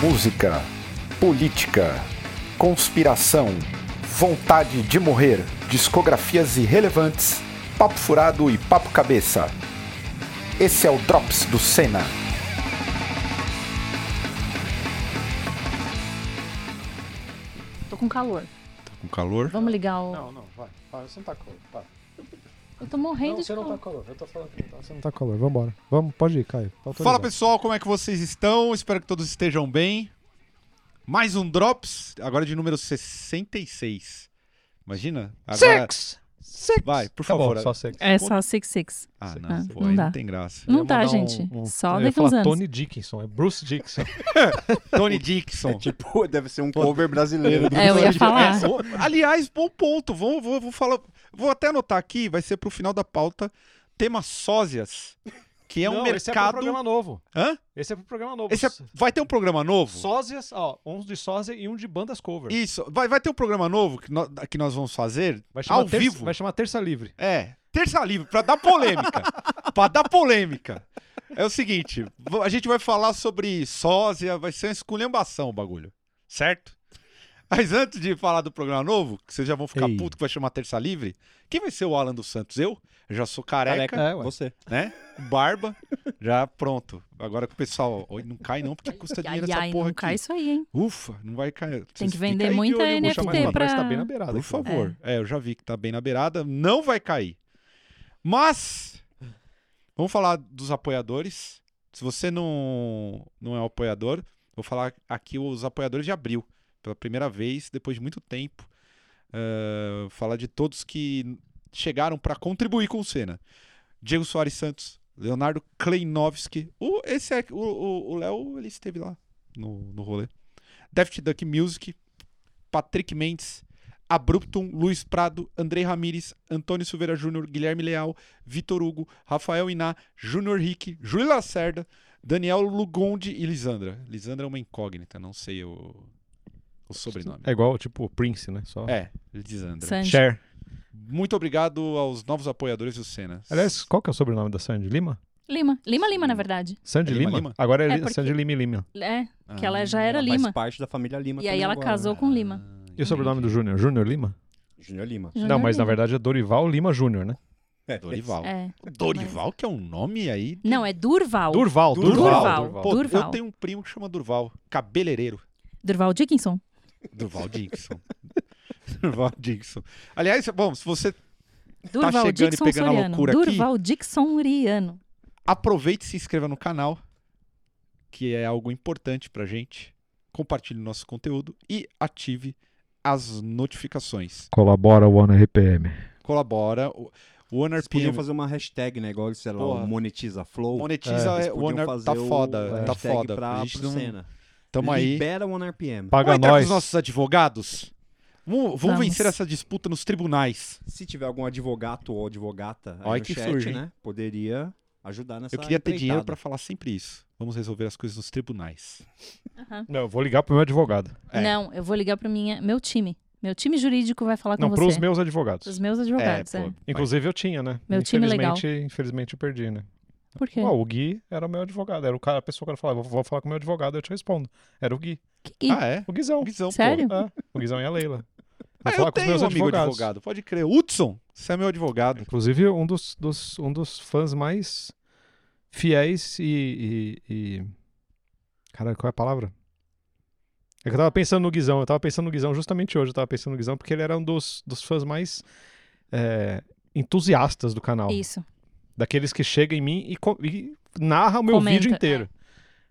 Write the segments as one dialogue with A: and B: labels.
A: música, política, conspiração, vontade de morrer, discografias irrelevantes, papo furado e papo cabeça. Esse é o Drops do Senna.
B: Tô com calor.
C: Com calor?
B: Vamos ligar o.
D: Não, não, vai. Vai, você não tá com calor. Para.
B: Eu tô morrendo
D: Não,
B: de
D: você não
B: calor.
D: tá com calor. Eu tô falando que não tá. Você não tá com calor. Vambora. Vamos, pode ir, Caio. Tá autorizado.
C: Fala pessoal, como é que vocês estão? Espero que todos estejam bem. Mais um Drops, agora de número 66. Imagina? Agora...
E: Six! Six!
C: Vai, por
D: Tá
C: favor.
D: bom, só sexo.
B: É só 66.
C: Ah, não,
B: Ah,
C: pô,
B: não
C: aí
B: dá.
C: não tem graça.
B: Não
D: Eu ia
B: tá,
D: mandar
B: gente.
D: um- um-
B: Só
D: eu ia
B: daqui uns
D: falar
B: anos.
D: Tony Dickinson, é Bruce Dickinson.
C: Tony Dixon.
E: Tipo, deve ser um cover brasileiro.
B: É, eu ia falar.
C: É, o- aliás, bom ponto. Vou, vou, vou falar. Vou até anotar aqui, vai ser pro final da pauta. Tema sósias, que é um
D: Não, Esse é pro
C: mercado.
D: programa novo.
C: Hã?
D: Esse é pro programa novo.
C: Esse é- Vai ter um programa novo?
D: Sósias, ó, um de sósia e um de bandas cover.
C: Isso. Vai, vai ter um programa novo que nó- que nós, vamos fazer
D: Vai chamar
C: ao
D: terça,
C: vivo.
D: Vai chamar Terça Livre.
C: É. Terça livre, pra dar polêmica. pra dar polêmica. É o seguinte, v- a gente vai falar sobre sósia, vai ser uma esculhambação o bagulho. Certo? Mas antes de falar do programa novo, que vocês já vão ficar
D: Ei.
C: puto que vai chamar Terça Livre, quem vai ser o Alan dos Santos? Eu? Eu já sou careca,
D: É, ué.
E: Você.
C: né? Barba, já pronto. Agora que o pessoal. "Oi, Não cai não, porque custa
B: Ai,
C: dinheiro essa
B: ai,
C: porra
B: não
C: aqui.
B: cai isso aí, hein?
C: Ufa, não vai cair.
B: Tem
C: Vocês
B: que vender
C: fiquem aí de
B: muita
C: olho no
B: NFT
C: chamado.
D: o Pra...
B: pra-
D: tá bem na beirada.
C: Por
D: aqui, né?
C: favor. É. eu já vi que tá bem na beirada. Não vai cair. Mas, vamos falar dos apoiadores. Se você não, não é um apoiador, vou falar aqui os apoiadores de abril. Pela primeira vez, depois de muito tempo. Ah, falar de todos que chegaram para contribuir com o Senna. Diego Soares Santos, Leonardo Kleinovski. O, esse é, o- o o Léo, ele esteve lá no, no rolê. Daft Duck Music, Patrick Mendes, Abruptum, Luiz Prado, Andrei Ramires, Antônio Silveira Júnior, Guilherme Leal, Vitor Hugo, Rafael Iná, Júnior Rick, Júlio Lacerda, Daniel Lugonde e Lisandra. Lisandra é uma incógnita, não sei o, o sobrenome.
D: É igual, tipo, o Prince, né? Só...
C: É, Lisandra.
B: Sandy.
D: Cher.
C: Muito obrigado aos novos apoiadores do Senna.
D: Aliás, qual que é o sobrenome da Sandy Lima?
B: Lima. Lima, Lima, na verdade.
D: Sandy
C: É Lima,
D: Lima?
C: Lima?
D: Agora é,
B: É,
D: Li-
B: porque-
D: Sandy Lima e Lima.
B: É,
C: Ah,
B: que ela já era
E: Ela
B: Lima.
E: Faz parte da família Lima.
B: E aí
E: também
B: ela
E: agora,
B: casou
E: né?
B: com Lima.
D: E o sobrenome do Júnior? Júnior Lima?
E: Júnior Lima.
B: Júnior
D: Não, mas na
B: Lima.
D: verdade é Dorival Lima Júnior, né?
E: É,
C: Dorival.
B: É.
C: Dorival, que é um nome aí.
B: Não, é Durval.
D: Durval.
B: Durval.
C: Pô, eu
B: Durval.
C: tenho um primo que chama Durval, cabeleireiro.
B: Durval Dickinson.
C: Durval Dixon. Durval Dixon. Aliás, bom, se você
B: Durval
C: Tá chegando e
B: Dixon
C: pegando a
B: Soriano.
C: loucura aqui.
B: Durval Dixon Uriano.
C: aproveite e se inscreva no canal, que é algo importante pra gente. Compartilhe o nosso conteúdo e ative as notificações.
D: Colabora o ano RPM.
C: Colabora. O o
E: Eles podiam
C: OneRPM
E: fazer uma hashtag, né? Igual, sei lá,
C: Porra.
E: o monetiza flow.
C: monetiza
E: Eles
C: é, o
E: podiam
C: Honor
E: fazer
C: tá
E: o-
C: foda,
E: a
C: tá
E: hashtag
C: foda.
E: Pra,
C: a gente
E: pro
C: não
E: Senna.
C: tamo aí.
E: Libera o OneRPM.
D: Paga
C: Vamos entrar com
D: nós.
C: os nossos advogados? Vamos, vamos
B: Vamos.
C: vencer essa disputa nos tribunais.
E: Se tiver algum advogado ou advogata aí
C: Olha
E: no
C: que
E: chat,
C: surge, hein?
E: né? Poderia ajudar nessa
C: Eu queria ter dinheiro pra
E: empreitada.
C: falar sempre isso. Vamos resolver as coisas nos tribunais.
D: Não, eu vou ligar pro meu advogado.
C: É.
B: Não, eu vou ligar pro minha, meu time. Meu time jurídico vai falar com
D: Não,
B: você.
D: pros meus advogados.
B: Os meus advogados, é.
D: Inclusive eu tinha, né?
B: Meu time legal.
D: infelizmente, infelizmente eu perdi, né?
B: Por quê?
D: Ó, o Gui era o meu advogado. Era o cara, a pessoa que eu falava, vou, vou falar com o meu advogado, eu te respondo. Era o Gui.
B: Que que-
C: Ah, é?
D: O Guizão.
C: Visão, pô.
B: Sério?
D: É, o Guizão e a Leila.
C: Ah,
D: Vou
C: eu tenho um amigo advogado. Pode crer. Hudson, você é meu advogado.
D: Inclusive, um dos, dos- um dos fãs mais fiéis e, e, e- Caralho, qual é a palavra? É que eu tava pensando no Guizão, eu tava pensando no Guizão justamente hoje, eu tava pensando no Guizão, porque ele era um dos, dos fãs mais é, entusiastas do
C: é.
D: canal.
B: Isso.
D: Daqueles que chegam em mim e, co- e narra o meu
B: Comenta, é.
D: vídeo inteiro.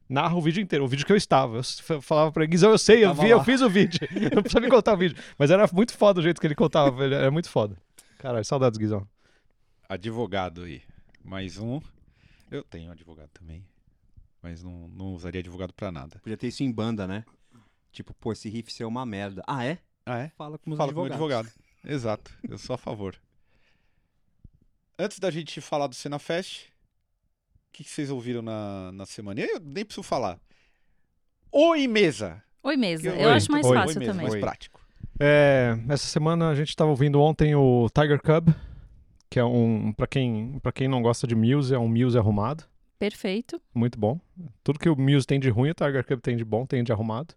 D: Narra o vídeo inteiro, o vídeo que eu estava. Eu f- falava pra ele, Guizão, eu sei, eu
E: Tava
D: vi, eu
E: lá."
D: fiz o vídeo. Não precisa me contar o vídeo. Mas era muito foda o jeito que ele contava, ele era muito foda. Caralho, saudades, Guizão.
C: Advogado aí. Mais um. Eu tenho advogado também. Mas não, não usaria advogado pra nada.
E: Podia ter isso em banda, né? Tipo, pô, esse riff seu é uma merda. Ah, é?
C: Ah, é?
E: Fala com os
C: Fala com o meu
E: advogados.
C: advogado. Exato. Eu sou a favor. Antes da gente falar do Cena Fest, o que, que vocês ouviram na, na semana? Eu nem preciso falar. Oi, mesa!
B: Oi, mesa.
C: Oi,
B: eu acho mais
D: oi,
B: fácil
C: Oi, mesa,
B: também.
C: mais
D: Oi.
C: prático.
D: É, essa semana a gente estava ouvindo ontem o Tiger Cub, que é um, para quem, para quem não gosta de Muse, é um Muse arrumado.
B: Perfeito.
D: Muito bom. Tudo que o Muse tem de ruim, o Tiger Cup tem de bom, tem de arrumado.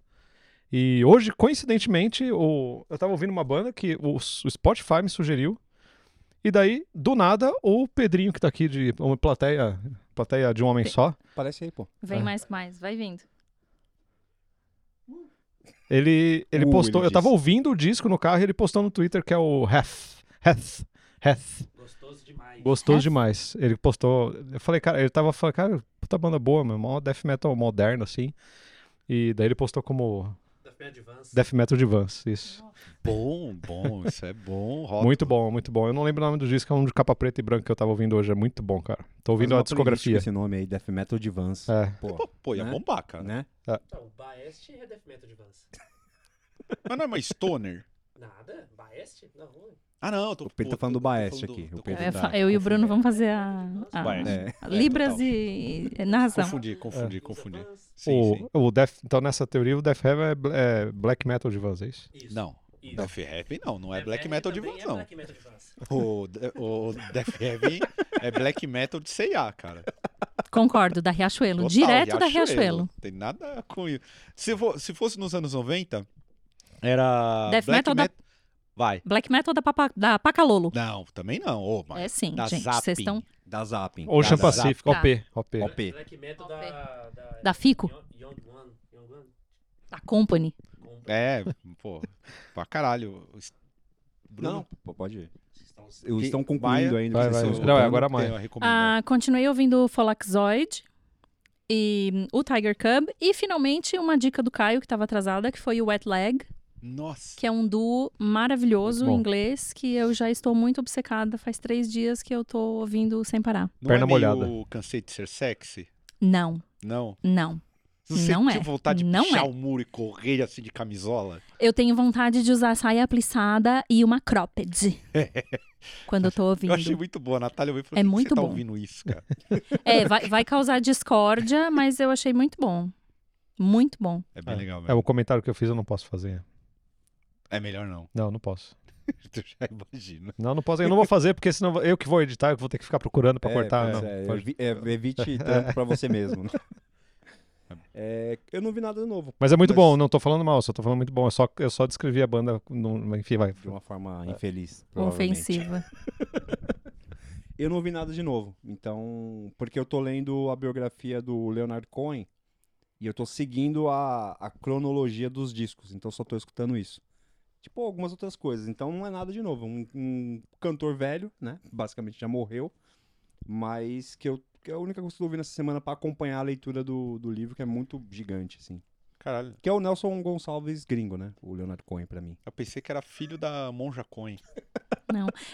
D: E hoje, coincidentemente, o... eu tava ouvindo uma banda que o, o Spotify me sugeriu. E daí, do nada, o Pedrinho, que tá aqui de uma plateia, plateia de um homem
B: Pe-
D: só,
E: Parece aí, pô.
B: Vem
D: É.
B: mais, mais. Vai vindo.
D: ele, ele
E: Uh,
D: postou.
E: ele
D: eu tava
E: disse.
D: ouvindo o disco no carro e ele postou no Twitter que é o Heth. Heth. Heth.
F: é Gostoso demais.
D: Gostoso
B: Heth?
D: demais. Ele postou. Eu falei, cara, ele tava falando, cara, puta banda boa, meu. Mó death metal moderno, assim. E daí ele postou como
F: Death Metal Advance.
D: Death Metal de Vans, isso.
C: Bom, bom, isso é bom. Rótulo.
D: Muito bom, muito bom. Eu não lembro o nome do disco, é um de capa preta e branca que eu tava ouvindo hoje. É muito bom, cara. Tô ouvindo
E: Faz
D: a
E: uma playlist com
D: discografia.
E: Esse nome aí, Death Metal Advance.
D: É.
E: Pô,
C: Pô, ia
E: né?
C: bombar, cara.
E: né?
F: Então, Baest é Death Metal Advance.
C: Mas não é mais stoner?
F: Nada? Baest? Não.
C: Ah, não. eu Tô,
E: O Pedro tá
C: pô,
E: falando
C: tô-
E: do
C: tô
E: Baeste
C: falando
E: aqui,
C: do-
E: o
C: do-
E: Pedro
B: Eu, ia
E: tá
B: fa- eu e o Bruno vamos fazer a, a-
C: É Vai, né?
E: É.
B: a Libras
C: total.
B: e e narração.
C: Confundi, confundi, confundi.
F: Advance.
C: Sim,
D: o,
C: sim.
D: o Death, então, nessa teoria, o Death Heaven é bl- é, black metal de Vans, é isso?
F: Isso.
C: Não,
F: Isso.
C: Death Heavy não, não é
F: Death
C: black metal
F: Metal
C: de
F: também
C: voz,
F: é
C: não.
F: Black Metal Advance.
C: O, de- o Death Heavy é black metal de C&A, cara.
B: Concordo, da Riachuelo.
C: Total,
B: direto da Riachuelo.
C: Tem nada com isso. Se, fo- se fosse nos anos 90, era
B: Death
C: black
B: metal da-
C: met- Vai.
B: Black Metal da, Papa, da Pacalolo.
C: Não, também não. Ô, mas
B: É sim,
C: da
B: gente.
C: Zapping.
B: Vocês estão
E: Da Zapping.
D: Ocean
C: Tá, tá,
D: Pacific,
B: tá.
D: OP, OP.
E: OP.
F: Black Metal
B: Top.
F: da... Da,
B: Da Fico?
F: Young- Young One. Young One?
B: da Company.
F: Com-
C: É, pô, pra caralho. Es- Bruno,
E: Não, pô, pode ir.
F: estão-
E: Eles
C: Que-
E: estão
C: vai-
E: concluindo ainda.
D: vai,
E: vocês
D: vai.
E: estão
D: Não, é
E: escutando.
D: agora a
C: tem
D: Maia.
C: uma recomendação.
B: Ah, continuei ouvindo o Folaxoid e hum, o Tiger Cub. E finalmente uma dica do Caio que estava atrasada, que foi o Wet Leg,
C: Nossa.
B: que é um duo maravilhoso
D: Muito bom.
B: inglês que eu já estou muito obcecada. Faz três dias que eu tô ouvindo sem parar.
C: Não
D: Perna
C: é
D: molhada.
C: meio cansei de ser sexy?
B: Não,
C: Não.
B: não.
C: Você
B: Não é.
C: tinha vontade de
B: Não
C: puxar
B: é.
C: o muro e correr assim de camisola?
B: Eu tenho vontade de usar saia plissada e uma cropped. quando eu tô ouvindo.
C: Eu achei muito boa. A Natália veio e falou,
B: É
C: "Por que
B: muito
C: você
B: bom.
C: tá ouvindo isso, cara?
B: É, vai, vai causar discórdia, mas eu achei muito bom. Muito bom.
C: É bem legal
D: É
C: mesmo.
D: o comentário que eu fiz, eu não posso fazer.
C: É melhor não.
D: Não, não posso.
C: Eu já imagino.
D: Não, não posso. Eu não vou fazer, porque senão eu que vou editar, eu vou ter que ficar procurando pra
E: É,
D: cortar.
E: pois
D: não,
E: é,
D: pode.
E: evi- é, evite trampo pra você mesmo. né? É, eu não vi nada novo.
D: Mas é muito
E: Mas-
D: bom, não tô falando mal, só tô falando muito bom. Eu só, eu só descrevi a banda, não- enfim, vai.
E: De uma forma infeliz. provavelmente.
B: Ofensiva.
E: Eu não vi nada de novo. Então, porque eu tô lendo a biografia do Leonard Cohen e eu tô seguindo a, a cronologia dos discos. Então só tô escutando isso. Tipo, algumas outras coisas. Então não é nada de novo. Um, um cantor velho, né? Basicamente já morreu. Mas que eu. Que é a única coisa que eu tô ouvindo essa semana pra acompanhar a leitura do, do livro, que é muito gigante, assim.
C: Caralho,
E: Que é o Nelson Gonçalves gringo, né? O Leonard Cohen pra mim.
C: eu pensei que era filho da Monja Coin.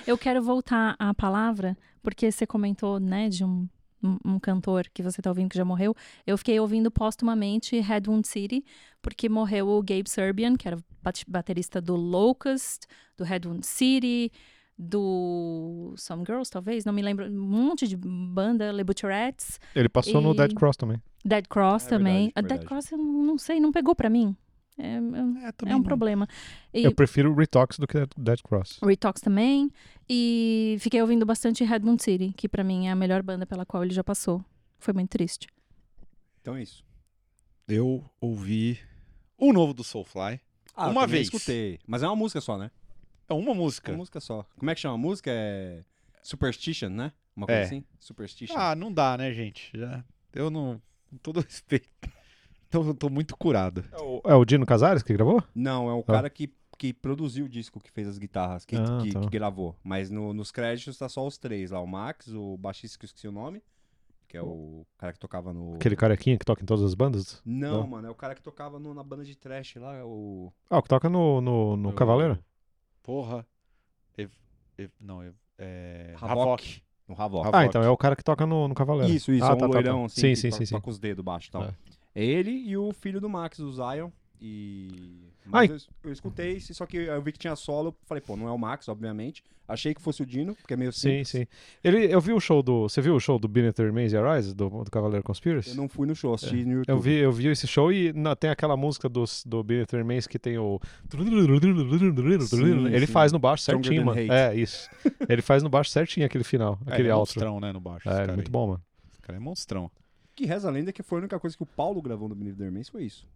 B: Eu quero voltar à palavra, porque você comentou, né, de um, um- um cantor que você tá ouvindo que já morreu. Eu fiquei ouvindo postumamente Headwound City, porque morreu o Gabe Serbian, que era bate- baterista do Locust, do Headwood City, do Some Girls, talvez, não me lembro, um monte de banda, Le Butcherettes,
D: Ele passou no
B: E-
D: Dead Cross também.
B: Dead Cross
E: É
B: também.
E: verdade,
B: A Dead
E: verdade.
B: Cross eu não sei, não pegou pra mim. É, é-
C: É,
B: é um problema. E-
D: Eu prefiro Retox do que Dead- Dead Cross.
B: Retox também. E fiquei ouvindo bastante Redmond City, que pra mim é a melhor banda pela qual ele já passou. Foi muito triste.
E: Então é isso.
C: Eu ouvi o novo do Soulfly.
E: Ah, eu
C: Uma
E: também
C: vez.
E: escutei. Mas é uma música só, né?
C: É uma
E: Uma
C: música.
E: música só. Como é que chama a música? É Superstition, né? Uma coisa
C: É.
E: assim? Superstition.
C: Ah, não dá, né, gente? Já... Eu não... Com todo respeito. Então eu tô muito curado.
D: É o, é o Dino Casares que gravou?
E: Não, é o cara que, que produziu o disco, que fez as guitarras, que,
D: Ah,
E: que-
D: tá.
E: que gravou. Mas no- nos créditos tá só os três lá. O Max, o baixista que eu esqueci o nome, que é o cara que tocava no...
D: Aquele carequinha que toca em todas as bandas?
E: Não,
D: Não.
E: mano, é o cara que tocava no- na banda de trash lá, o...
D: Ah, o que toca no, no, no
C: Eu-
D: Cavaleiro? Ah,
C: Porra. Ev... Ev- Não, ev... é...
E: Havok.
C: Havok.
E: No Havok.
D: Ah, então é o cara que toca no, no Cavaleiro.
E: Isso, isso,
D: ah,
E: é um loirão, assim,
D: Sim,
E: que
D: sim,
E: to-
D: sim, sim.
E: toca os dedos baixo e tal.
D: É.
E: É. ele e o filho do Max, o Zion, e...
D: Ai.
E: Mas eu, es- eu escutei, esse- só que eu vi que tinha solo, falei, pô, não é o Max, obviamente. Achei que fosse o Dino, porque é meio
D: Sim,
E: simples.
D: sim. Ele, eu vi o show do. Você viu o show do Binnet Remains and Arise, do, do Cavaleiro Conspiracy?
E: Eu não fui no show, assisti no YouTube.
D: É, Eu vi, eu vi esse show e na- tem aquela música dos, do Billy Termans que tem o.
E: Sim,
D: ele
E: sim.
D: faz no baixo certinho,
E: Stronger
D: mano.
E: Than
D: É, isso. Ele faz no baixo certinho aquele final,
C: É,
D: aquele
C: é um
D: outro.
C: monstrão, né, no baixo.
D: É,
C: esse cara
D: muito
C: aí.
D: bom, mano.
C: Esse cara. É monstrão.
E: Que reza a lenda que foi a única coisa que o Paulo gravou no Benito Dormência foi isso.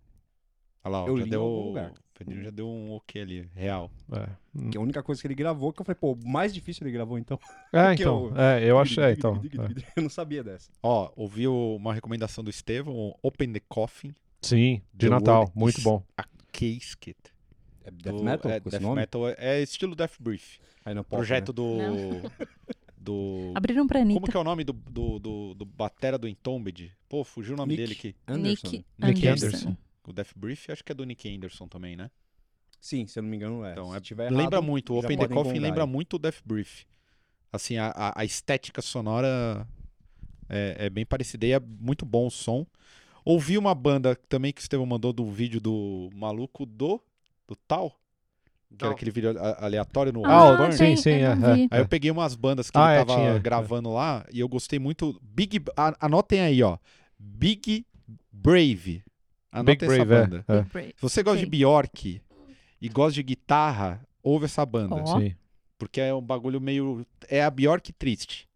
C: Olha lá, ó,
E: Eu
C: já
E: li em
C: deu. um
E: algum
C: O
E: lugar.
C: Pedrinho já deu um ok ali, real.
D: É.
E: Que é a única coisa que ele gravou, que eu falei, pô, o mais difícil ele gravou então.
D: É,
E: Porque
D: então.
E: eu-
D: É, eu acho. É, então. é.
E: Eu não sabia dessa.
C: Ó, ouvi o- uma recomendação do Estevão, o Open the Coffin,
D: Sim, de
C: The
D: Natal.
C: Word
D: Muito
C: is-
D: bom.
C: Case Kit.
E: É death
C: do-
E: metal
C: é,
E: com esse
C: death
E: nome?
C: metal é- é estilo Death Brief.
E: Aí não pode,
C: projeto do.
B: Não.
C: Do.
B: Abriram pra
C: Como
B: Anitta.
C: que é o nome do, do, do, do Batera do Entombed? Pô, fugiu o nome
E: Nick.
C: dele aqui.
E: né? Anderson.
B: Nick,
C: Nick
B: Anderson.
C: Anderson. O Death Brief acho que é do Nick Anderson também, né?
E: Sim, se eu não me engano é.
C: Então,
E: se
C: é-
E: tiver
C: lembra
E: errado,
C: muito, o
E: já
C: Open the
E: podem
C: Coffin
E: gongar
C: lembra
E: aí.
C: muito o Death Brief. Assim, a, a- a estética sonora é, é bem parecida e é muito bom o som. Ouvi uma banda também que o Estevão mandou do vídeo do maluco do, do Tal, que era aquele vídeo a- aleatório no
D: Ah, o-
C: Auburn.
D: sim,
B: tem,
D: sim,
B: eu
D: é,
B: não vi.
D: é.
C: Aí eu peguei umas bandas que
D: Ah,
C: ele
D: é,
C: tava
D: tinha, é.
C: gravando lá e eu gostei muito. Big. a- Anotem aí, ó. Big Brave. Anotem
D: Big
C: essa
D: Brave, é,
C: banda.
D: é.
B: Brave.
C: Se você gosta
B: Sim.
C: de Bjork e gosta de guitarra, ouve essa banda.
B: Ó.
D: Sim.
C: Porque é um bagulho meio. É a Bjork triste.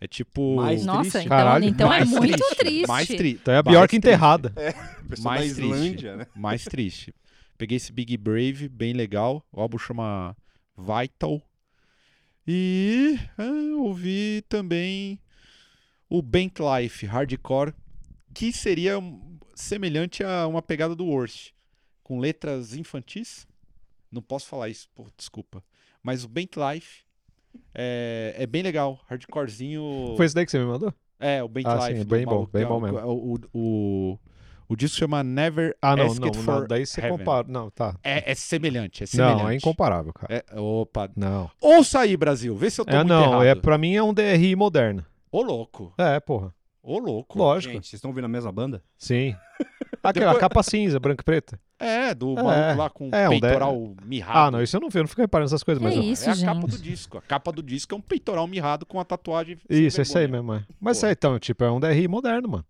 C: É tipo.
E: Mais
B: Nossa,
E: triste.
B: então,
D: Caralho,
B: então é
C: mais
B: muito triste.
C: Mais triste.
D: Então é a
C: mais
D: Bjork
C: triste,
D: enterrada.
E: Pessoa
C: Mais
E: da
C: triste.
E: Islândia, né?
C: Mais triste. Peguei esse Big Brave, bem legal. O álbum chama Vital. E ah, ouvi também o Bank Life Hardcore, que seria um- semelhante a uma pegada do Worst, com letras infantis. Não posso falar isso, pô, desculpa. Mas o Bank Life é, é bem legal, hardcorezinho.
D: Foi esse daí que você me mandou?
C: É, o Bank
D: Ah,
C: Life.
D: sim,
C: do
D: bem bom,
C: maluco,
D: bem
C: que é
D: bom
C: o-
D: mesmo.
C: O, o, o, o disco chama Never
D: Ah, não,
C: Ask
D: não,
C: It
D: não.
C: For
D: Daí você
C: Heaven.
D: compara. Não, tá.
C: É, é semelhante, é semelhante.
D: Não, é incomparável, cara.
C: É, opa.
D: Não.
C: Ouça aí, Brasil. Vê se eu tô
D: É,
C: muito
D: não,
C: errado.
D: é, pra mim é um DRI moderno.
C: Ô, louco.
D: É, porra.
C: Ô, louco.
D: Lógico.
E: Gente, vocês estão ouvindo a mesma banda?
D: Sim. Aquela capa cinza, branca e preta.
C: É, do
D: É,
C: maluco lá com
D: é, um
C: peitoral mirrado.
D: Ah, não, isso eu não vi, eu não fico reparando essas coisas,
B: É
D: mas. eu-
B: isso,
C: é a
B: gente.
C: capa do disco. A capa do disco é um peitoral mirrado com a tatuagem. sem
D: Isso, é isso aí
C: vergonha.
D: mesmo. É. Mas
C: Porra.
D: é, então, tipo, é um DRI moderno, mano.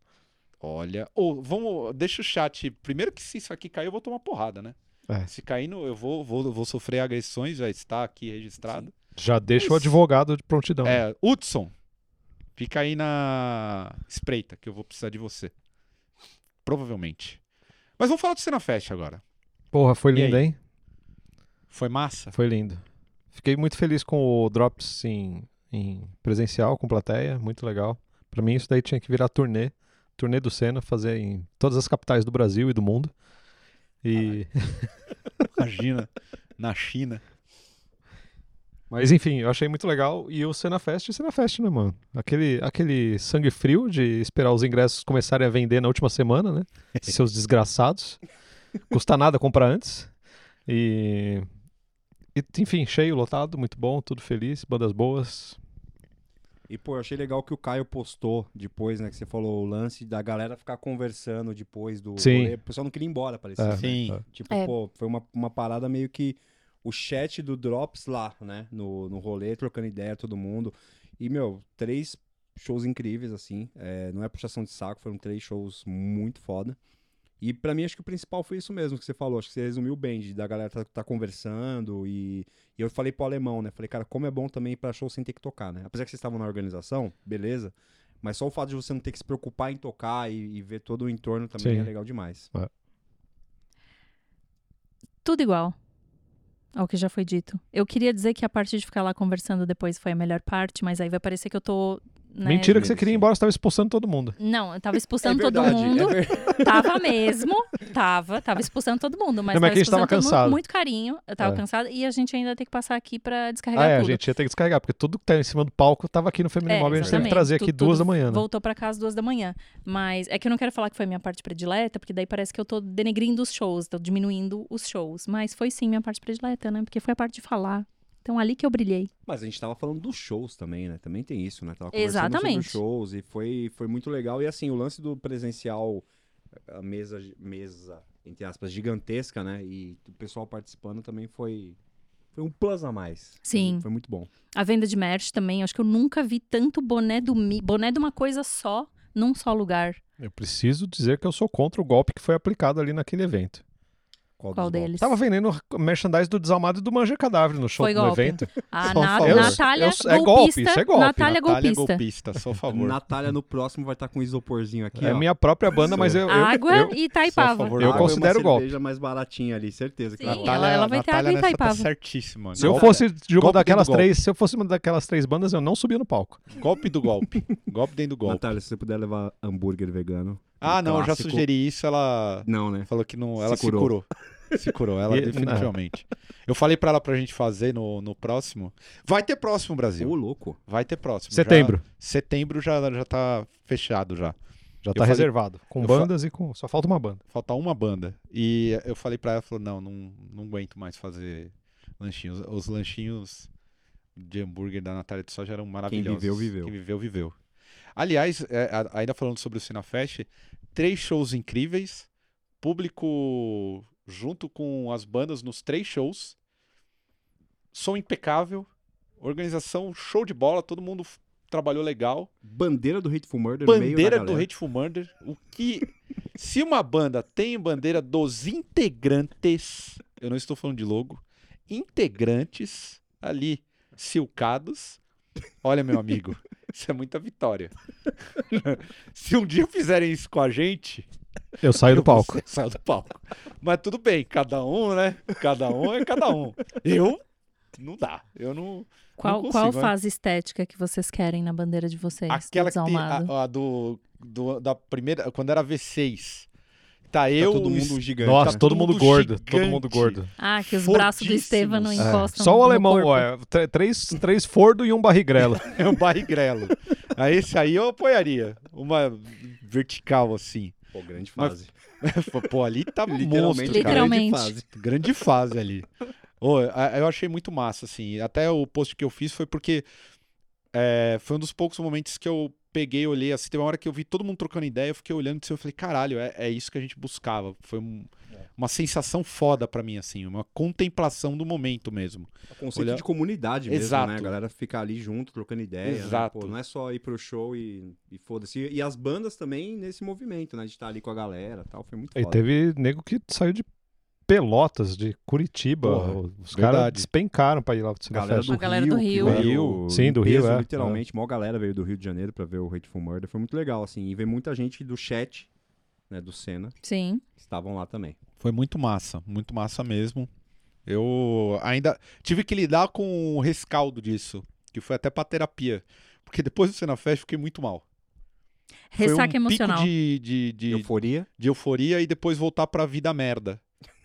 C: Olha. Ô, vamos. Deixa o chat. Primeiro que se isso aqui cair, eu vou tomar porrada, né?
D: É.
C: Se cair, no- eu vou, vou, vou sofrer agressões, já está aqui registrado.
D: Já deixa o
C: Mas-
D: advogado de prontidão.
C: É, Hudson, fica aí na espreita, que eu vou precisar de você. Provavelmente. Mas vamos falar do Cena Fest agora.
D: Porra, foi
C: E
D: lindo,
C: aí? Tá.
D: hein?
C: Foi massa?
D: Foi lindo. Fiquei muito feliz com o Drops em, em presencial, com plateia, muito legal. Pra mim isso daí tinha que virar turnê, turnê do Senna, fazer em todas as capitais do Brasil e do mundo. E,
C: Imagina, na China.
D: mas enfim, eu achei muito legal. E o Senna Fest, Senna Fest, né, mano? Aquele, aquele sangue frio de esperar os ingressos começarem a vender na última semana, né? Seus desgraçados. Custa nada comprar antes. E, e enfim, cheio, lotado, muito bom, tudo feliz, bandas boas,
E: E, pô, eu achei legal que o Caio postou depois, né? Que você falou o lance da galera ficar conversando depois do.
D: Sim.
E: rolê. O pessoal não queria ir embora, parecia.
D: É.
C: Sim.
E: Tipo,
B: É.
E: pô, foi uma, uma parada meio que o chat do Drops lá, né? No, no rolê, trocando ideia, todo mundo. E, meu, três shows incríveis, assim. É, não é puxação de saco, foram três shows muito foda. E pra mim, acho que o principal foi isso mesmo que você falou. Acho que você resumiu bem, de da galera tá, tá conversando. E, e eu falei pro alemão, né? Falei, cara, como é bom também ir pra show sem ter que tocar, né? Apesar que vocês estavam na organização, beleza. Mas só o fato de você não ter que se preocupar em tocar e, e ver todo o entorno também
D: Sim.
E: é legal demais.
B: Tudo igual ao que já foi dito. Eu queria dizer que a parte de ficar lá conversando depois foi a melhor parte, mas aí vai parecer que eu tô. né,
D: Mentira que você
E: Medo,
D: queria ir
E: sim.
D: embora, você tava expulsando todo mundo.
B: Não, eu tava
E: é
B: expulsando todo
E: verdade, é
B: mundo.
E: verdade.
B: Tava mesmo. Tava, tava expulsando todo mundo. Mas,
D: Não, mas
B: tava
D: que a gente
B: expulsando todo
D: tava
B: mundo com
D: cansado.
B: Muito carinho. Eu tava
D: É.
B: cansada. E a gente ainda tem que passar aqui pra
D: Ah,
B: descarregar
D: é, a
B: tudo.
D: gente ia ter que descarregar, porque tudo que tá em cima do palco tava aqui no Feminine
B: É,
D: Mob, a gente teve que
B: exatamente.
D: trazer
B: Tu-
D: aqui duas
B: tudo
D: da manhã, né?
B: Voltou pra casa duas da manhã. Mas é que eu não quero falar que foi minha parte predileta, porque daí parece que eu tô denegrindo os shows, tô diminuindo os shows. Mas foi sim minha parte predileta, né? Porque foi a parte de falar. Então ali que eu brilhei.
E: Mas a gente tava falando dos shows também, né? Também tem isso, né? Tava conversando sobre os
B: Exatamente.
E: shows e foi, foi muito legal. E assim, o lance do presencial, a mesa, mesa, entre aspas, gigantesca, né? E o pessoal participando também foi, foi um plus a mais.
B: Sim.
E: Foi muito bom.
B: A venda de merch também, acho que eu nunca vi tanto boné do Mi, boné de uma coisa só, num só lugar.
D: Eu preciso dizer que eu sou contra o golpe que foi aplicado ali naquele evento.
B: Qual
E: dos
B: deles?
D: Tava vendendo merchandise do Desalmado e do Manja Cadáver no show,
B: Foi
D: no
B: golpe.
D: evento.
B: A
C: Por
B: Ah, Na-
C: favor.
B: Natália
D: Eu- eu- é golpe,
B: golpista.
D: isso é golpe.
B: Natália
C: Natália
B: golpista.
C: golpista, só a
E: golpes?
C: favor.
E: Natália no próximo vai estar com um isoporzinho aqui.
D: É
E: ó.
D: minha própria banda, mas eu, eu,
B: Água
D: eu-
B: e
C: Só a
B: taipava.
C: favor.
D: eu
E: Água e
D: considero
E: uma
D: golpe.
E: cerveja mais baratinha ali, certeza. que
B: Sim,
E: tá
B: ela-
E: bom.
C: Natália,
B: ela vai ter
C: Natália
B: água em
C: nessa tá
B: Itaipava.
C: certíssima.
D: Se eu
C: Golpe-
D: fosse de
C: golpe
D: uma daquelas
C: dentro do
D: três, se eu fosse uma daquelas três bandas, eu não subia no palco.
C: Golpe do golpe. golpe dentro do golpe.
E: Natália, se você puder levar hambúrguer vegano.
C: Ah,
E: um
C: não, eu já
E: clássico.
C: sugeri isso, ela
E: Não, né?
C: falou que não,
E: Se
C: ela se curou.
E: curou.
C: Se curou, ela
D: E-
C: definitivamente. Eu falei pra ela pra gente fazer no, no próximo. Vai ter próximo,
E: Ô,
C: Brasil.
E: louco.
C: Vai ter próximo. Já-
D: Setembro.
C: setembro já, já tá fechado já.
D: Já
C: eu
D: tá
C: falei-
D: reservado. Com
C: eu fa-
D: bandas e com. Só falta uma banda.
C: Falta uma banda. E eu falei pra ela, falou, não, não, não aguento mais fazer lanchinhos. Os lanchinhos de hambúrguer da Natália de Soja eram maravilhosos.
E: viveu, viveu.
C: Quem viveu, viveu. Aliás, é, a- ainda falando sobre o Sinafest, três shows incríveis, público junto com as bandas nos três shows, som impecável, organização show de bola, todo mundo f- trabalhou legal.
E: Bandeira do Hateful Murder. no meio da
C: Bandeira do
E: galera.
C: Hateful Murder. O que. Se uma banda tem bandeira dos integrantes, eu não estou falando de logo, integrantes ali, silcados, olha, meu amigo, isso é muita vitória. Se um dia fizerem isso com a gente,
D: Eu saio do palco.
C: você Saiu do palco. Mas tudo bem, cada um, né? Cada um é cada um. Eu. Não dá. Eu não.
B: Qual,
C: Não
B: qual
C: consigo, né?
B: fase estética que vocês querem na bandeira de vocês? do
C: Aquela que tem a,
B: Desalmado?
C: a do, do- da primeira, quando era V6. Tá, eu
E: todo
C: o
E: mundo
C: Es-
E: gigante.
D: Nossa,
C: tá
D: todo
C: todo
D: mundo
C: mundo
D: gordo. Todo
C: gigante.
D: mundo gordo.
B: Ah, que os braços do
C: Fordíssimos.
B: Estevam não
C: É.
B: encostam.
D: Só o
B: no
D: alemão, é.
B: corpo.
D: ó, tr- três, três Fordo e um barrigrela.
C: é o barrigrelo. Aí esse aí eu apoiaria. Uma vertical assim.
E: né? Pô, grande
C: Mas-
E: fase.
C: Pô, ali tá monstro,
E: grande
C: cara.
B: Literalmente.
E: fase.
C: Grande fase ali. Ô, a- eu achei muito massa, assim. Até o post que eu fiz foi porque é, foi um dos poucos momentos que eu peguei, olhei, assim, teve uma hora que eu vi todo mundo trocando ideia, eu fiquei olhando e eu falei, caralho, é, é isso que a gente buscava. Foi um- uma sensação foda pra mim, assim, uma contemplação do momento mesmo.
E: O conceito
C: Olha-
E: de comunidade mesmo,
C: Exato.
E: né? A galera ficar ali junto, trocando ideia. né?
C: Exato.
E: Pô, não é só ir pro show e, e foda-se. E as bandas também nesse movimento, né? De estar ali com a galera e tal. Foi muito
D: e
E: foda.
D: teve nego que saiu de Pelotas, de Curitiba.
C: Porra,
D: os
C: verdade.
D: caras despencaram pra ir lá pro Cinefest.
B: A galera do
E: que
B: Rio.
E: veio
C: Rio.
E: em
D: Sim, do Rio,
E: peso,
D: é.
E: Literalmente, maior galera veio do Rio de Janeiro pra ver o Hateful Murder. Foi muito legal, assim. E ver muita gente do chat, né? Do Senna,
B: Sim.
E: que estavam lá também.
C: Foi muito massa, muito massa mesmo. Eu ainda tive que lidar com o rescaldo disso, que foi até pra terapia. Porque depois do Senafest eu fiquei muito mal. Foi um
B: Ressaca
C: pico
B: emocional.
C: de- de- de-
E: Euforia.
C: de euforia e depois voltar pra vida merda,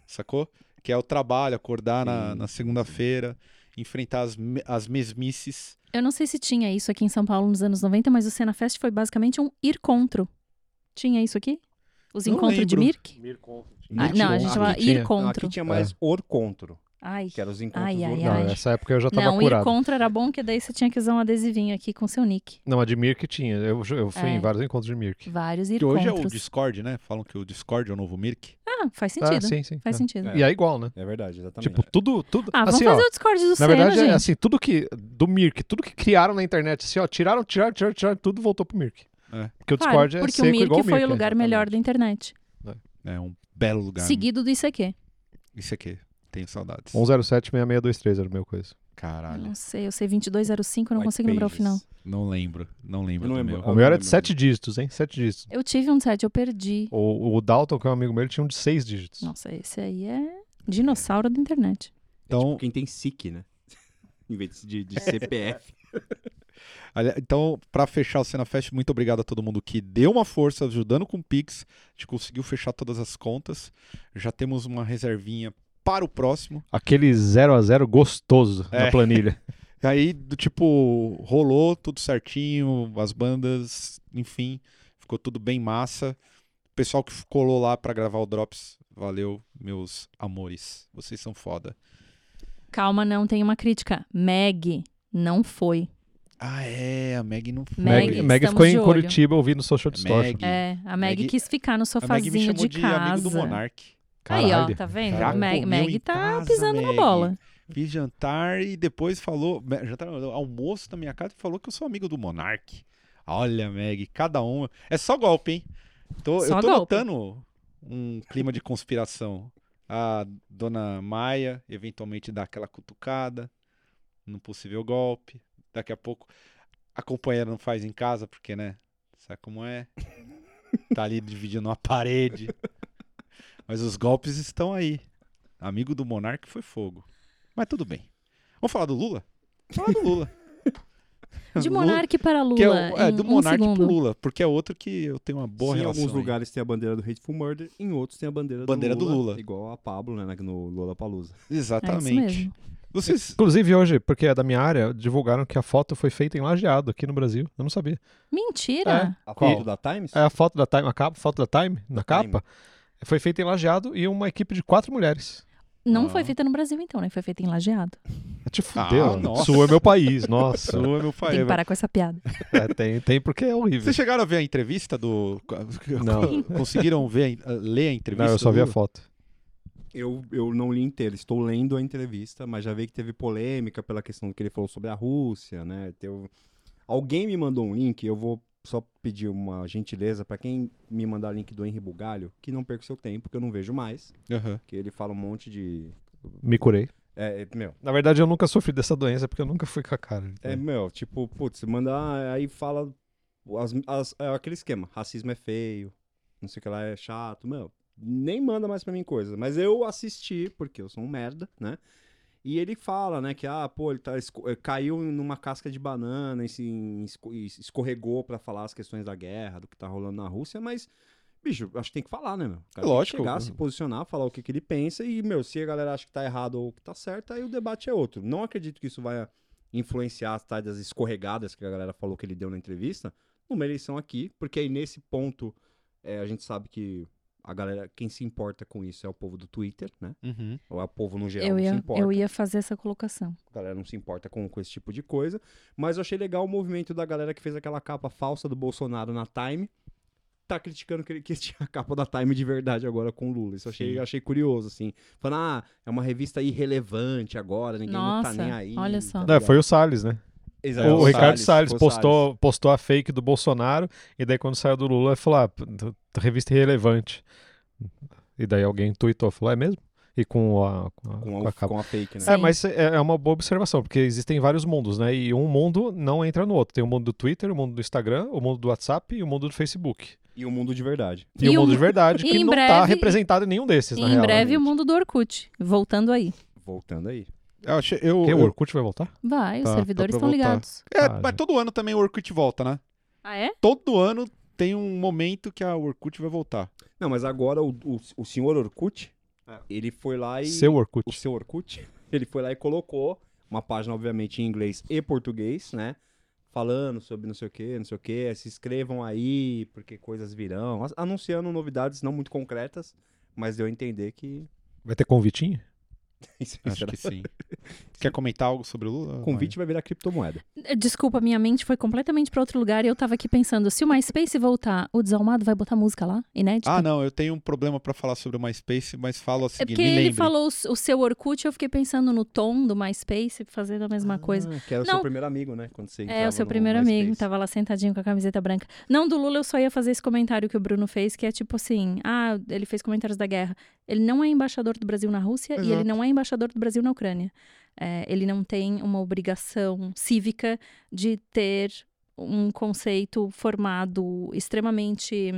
C: sacou? Que é o trabalho, acordar na,
E: Sim,
C: na segunda-feira, enfrentar as, me- as mesmices.
B: Eu não sei se tinha isso aqui em São Paulo nos anos 90, mas o Cenafest foi basicamente um ir contra. Tinha isso aqui? Os
C: Não
B: encontros de
C: lembro.
B: Mirk?
F: Mirko.
B: Ah, não, a gente
D: Aqui
B: chama
D: tinha.
B: ir
E: Não,
B: contra.
E: aqui tinha mais
D: É.
E: orcontro,
B: Ai.
E: que eram os encontros
B: Ai, ai,
E: orgânicos.
D: Não,
B: ai.
D: nessa época eu já tava
B: Não, ir
D: curado.
B: contra era bom, que daí você tinha que usar um adesivinho aqui com seu nick.
D: Não, admiro que tinha. Eu, eu fui
B: É.
D: em vários encontros de Mirk.
B: Vários ir
C: Que hoje é o
B: contras.
C: Discord, né? Falam que o Discord é o novo Mirk.
B: Ah, faz
C: Tá,
D: Ah,
B: sentido.
D: sim, sim.
B: Faz
D: É.
B: sentido.
E: É.
D: E é igual, né?
E: É verdade, exatamente.
D: Tipo, tudo, tudo.
B: Ah, vamos
D: assim, ó,
B: fazer o Discord do
D: na
B: Senna,
D: verdade,
B: gente.
D: é assim, tudo que. Do Mirk, tudo que criaram na internet, assim, ó, tiraram, tiraram, tiraram, tiraram, tudo voltou pro Mirk.
C: É.
D: Porque o
B: Claro,
D: Discord é
B: porque
D: seco
B: o Mirk
D: igual
B: foi
D: Mirk,
B: o
D: é.
B: lugar melhor da internet.
C: É um belo lugar.
B: Seguido do ICQ.
C: Isso aqui. Tenho saudades.
D: 1076623 era o meu coisa.
C: Caralho.
B: Não sei, eu sei 2205, eu não
E: White
B: consigo lembrar o
E: Pages.
B: final.
C: Não lembro. Não lembro
E: Eu não
C: do
E: lembro.
C: meu.
E: Ah,
D: o meu era
E: não
D: de
E: lembro.
D: 7 dígitos, hein? 7 dígitos.
B: Eu tive um site, eu perdi.
D: O, o Dalton, que é um amigo meu, ele tinha um de 6 dígitos.
B: Nossa, esse aí é dinossauro da internet.
C: Então,
E: Tipo quem tem SIC, né? em vez de, de CPF.
C: Ali- Então, pra fechar o Cenafest, muito obrigado a todo mundo que deu uma força, ajudando com o Pix. A gente conseguiu fechar todas as contas. Já temos uma reservinha para o próximo.
D: Aquele 0 a 0 gostoso
C: É.
D: na planilha.
C: E aí, do tipo, rolou tudo certinho, as bandas, enfim, ficou tudo bem massa. O pessoal que f- colou lá pra gravar o Drops, valeu, meus amores. Vocês são foda.
B: Calma, não tem uma crítica. Meg não foi.
C: Ah, é, a Meg não foi.
B: Meg,
D: Meg,
B: estamos
D: Meg ficou
B: de
D: em
B: olho.
D: Curitiba ouvindo Social Distortion.
C: Meg.
B: É, a Meg
C: Meg-
B: quis ficar no
C: A Meg me
B: sofazinho
C: chamou
B: de,
C: de, amigo do
B: casa.
C: Monark.
B: aí, ó,
D: Caralho.
B: tá vendo?
C: Já
B: Meg,
C: comeu
B: Meg
C: em
B: tá
C: casa,
B: pisando
C: Meg.
B: na bola.
C: Fiz jantar e depois falou. me- Jantar, não, almoço na minha casa e falou que eu sou amigo do Monark. Olha, Meg, cada um. É só golpe, hein? Tô-
B: Só
C: eu tô
B: golpe.
C: notando um clima de conspiração A dona Maia eventualmente dá aquela cutucada num possível golpe. Daqui a pouco a companheira não faz em casa, porque, né? Sabe como é? Tá ali dividindo uma parede. Mas os golpes estão aí. Amigo do Monark foi fogo. Mas tudo bem. Vamos falar do Lula? Vamos falar do Lula.
B: De
C: Lula-
B: Monark para Lula.
C: que é, o- é,
B: em
C: do
B: um
C: Monark
B: segundo.
C: pro Lula, porque é outro que eu tenho uma boa
E: Sim, em
C: relação.
E: alguns
C: aí.
E: lugares tem a bandeira do Hateful Murder, em outros tem a bandeira,
C: Bandeira do
E: do, Lula,
C: Lula.
E: Igual a Pablo, né, na- no Lula Palusa.
B: É isso
C: Exatamente.
B: mesmo.
C: Vocês.
D: Inclusive hoje, porque é da minha área, divulgaram que a foto foi feita em Lajeado aqui no Brasil. Eu não sabia.
B: Mentira.
E: A
D: Qual?
E: foto da Times?
D: É a foto da Time, a capa, foto da Time, na
E: Time.
D: capa, foi feita em Lajeado e uma equipe de quatro mulheres.
B: Não
E: Ah.
B: foi feita no Brasil, então, né? Foi feita em Lajeado.
D: Ah, Te fudeu.
C: nossa.
D: Sul é meu país, nossa.
C: Sua, meu pai.
B: Tem que parar com essa piada.
D: É, tem, tem porque é horrível.
C: Vocês chegaram a ver a entrevista do.
D: Não.
C: Conseguiram ver, a- ler a entrevista?
D: Não, eu só
C: do
D: vi a
C: Lula?
D: foto.
E: Eu, eu não li inteira, estou lendo a entrevista, mas já vi que teve polêmica pela questão que ele falou sobre a Rússia, né? Teu... Alguém me mandou um link, eu vou só pedir uma gentileza para quem me mandar link do Henri Bugalho, que não perca o seu tempo, que eu não vejo mais,
C: Aham.
E: que ele fala um monte de...
D: Me curei.
E: É, é, meu,
D: Na verdade, eu nunca sofri dessa doença porque eu nunca fui com a cara.
E: é, meu, tipo, putz, você manda, aí fala as, as- é aquele esquema, racismo é feio, não sei o que lá, é chato, meu, nem manda mais pra mim coisa. Mas eu assisti, porque eu sou um merda, né? E ele fala, né, que, ah, pô, ele tá, esco- eh, caiu numa casca de banana e se esco- e escorregou pra falar as questões da guerra, do que tá rolando na Rússia, mas, bicho, acho que tem que falar, né, meu? O cara tem que
C: Lógico.
E: Chegar, se posicionar, falar o que, que ele pensa e, meu, se a galera acha que tá errado ou que tá certo, aí o debate é outro. Não acredito que isso vai influenciar as tais das escorregadas que a galera falou que ele deu na entrevista, numa eleição aqui, porque aí nesse ponto é, a gente sabe que a galera, quem se importa com isso é o povo do Twitter, né?
C: Uhum.
E: Ou é o povo no geral
B: Eu
E: que se
B: ia,
E: importa.
B: eu ia fazer essa colocação.
E: A galera não se importa com, com esse tipo de coisa. Mas eu achei legal o movimento da galera que fez aquela capa falsa do Bolsonaro na Time. Tá criticando que ele que tinha a capa da Time de verdade agora com o Lula. Isso eu achei,
C: Sim.
E: achei curioso, assim. Falando, ah, é uma revista irrelevante agora, ninguém não
B: Nossa,
E: tá nem aí.
B: olha só.
E: tá
D: Não,
E: ligado?
D: foi o Salles, né?
E: Exato,
D: O,
E: foi
D: Ricardo Salles,
E: foi o
D: postou, postou a fake do Bolsonaro e daí quando saiu do Lula, ele falou, ah, p- t- revista irrelevante. E daí alguém tweetou, falou, é mesmo? E com a, com a,
E: Com
D: com a
E: a,
D: capa.
E: com a fake, né?
D: É,
B: Sim.
D: mas é é uma boa observação, porque existem vários mundos, né? E um mundo não entra no outro. Tem o mundo do Twitter, o mundo do Instagram, o mundo do WhatsApp e o mundo do Facebook.
E: E o mundo de verdade.
D: E,
B: E
D: o
B: o
D: mundo de
B: mu-
D: verdade,
B: e
D: que
B: em
D: não tá
B: breve-
D: representado em nenhum desses,
B: E
D: na
B: em
D: real.
B: breve,
D: né?
B: o mundo do Orkut. Voltando aí.
E: Voltando aí.
C: Eu achei- eu-
D: Porque é o
C: eu-
D: Orkut vai voltar?
B: Vai,
C: Tá,
B: os
C: tá
B: servidores
C: pra
B: estão
C: voltar.
B: ligados.
C: É,
D: Ah,
C: mas
D: já.
C: todo ano também o Orkut volta, né?
B: Ah, é?
C: Todo ano tem um momento que a Orkut vai voltar.
E: Não, mas agora o, o, o senhor Orkut, ele foi lá e.
D: É. Seu Orkut.
E: O seu Orkut, ele foi lá e colocou uma página, obviamente, em inglês e português, né? Falando sobre não sei o que, não sei o que, se inscrevam aí, porque coisas virão. As- Anunciando novidades não muito concretas, mas deu a entender que.
D: Vai ter convitinho?
E: Isso aí
C: Acho
E: será.
C: que sim. Quer comentar algo sobre o Lula?
E: Convite vai virar criptomoeda.
B: Eh, Desculpa, minha mente foi completamente pra outro lugar e eu tava aqui pensando, se o MySpace voltar, o Desalmado vai botar música lá? Inédita?
C: Ah, não, eu tenho um problema pra falar sobre o MySpace, mas falo a
B: É
C: seguinte,
B: porque
C: me
B: ele
C: lembre.
B: falou o s- o seu Orkut, eu fiquei pensando no tom do MySpace, fazendo a mesma coisa.
E: Ah, que era o seu
B: Não.
E: primeiro amigo, né? Quando você
B: É, o
E: entrava
B: seu
E: no
B: primeiro amigo,
E: MySpace.
B: tava lá sentadinho com a camiseta branca. Não, do Lula eu só ia fazer esse comentário que o Bruno fez, que é tipo assim, ah, ele fez comentários da guerra. Ele não é embaixador do Brasil na Rússia e ele
C: Exato.
B: não é embaixador do Brasil na Ucrânia. É, ele não tem uma obrigação cívica de ter um conceito formado extremamente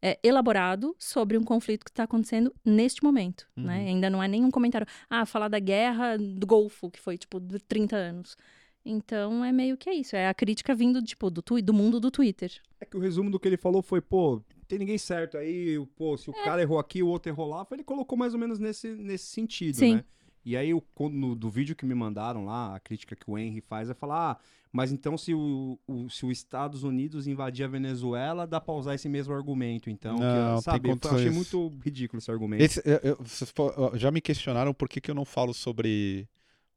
B: é, elaborado sobre um conflito que está acontecendo neste momento, né?
C: Uhum.
B: Ainda não é nenhum comentário. Ah, falar da guerra do Golfo, que foi, tipo, de 30 anos. Então, é meio que é isso. É a crítica vindo, tipo, do, twi- do mundo do Twitter.
E: É que o resumo do que ele falou foi, pô, tem ninguém certo aí, pô, se o
B: É.
E: cara errou aqui, o outro errou lá, ele colocou mais ou menos nesse, nesse sentido,
B: Sim.
E: né? E aí, o, quando- no- do vídeo que me mandaram lá, a crítica que o Henry faz é falar, ah, mas então se, o, o- se os Estados Unidos invadir a Venezuela, dá pra usar esse mesmo argumento, então, que,
C: Não, tem
E: sabe? Eu achei
C: condições.
E: muito ridículo esse argumento.
C: Esse- eu- eu- vocês fo- já me questionaram por que, que eu não falo sobre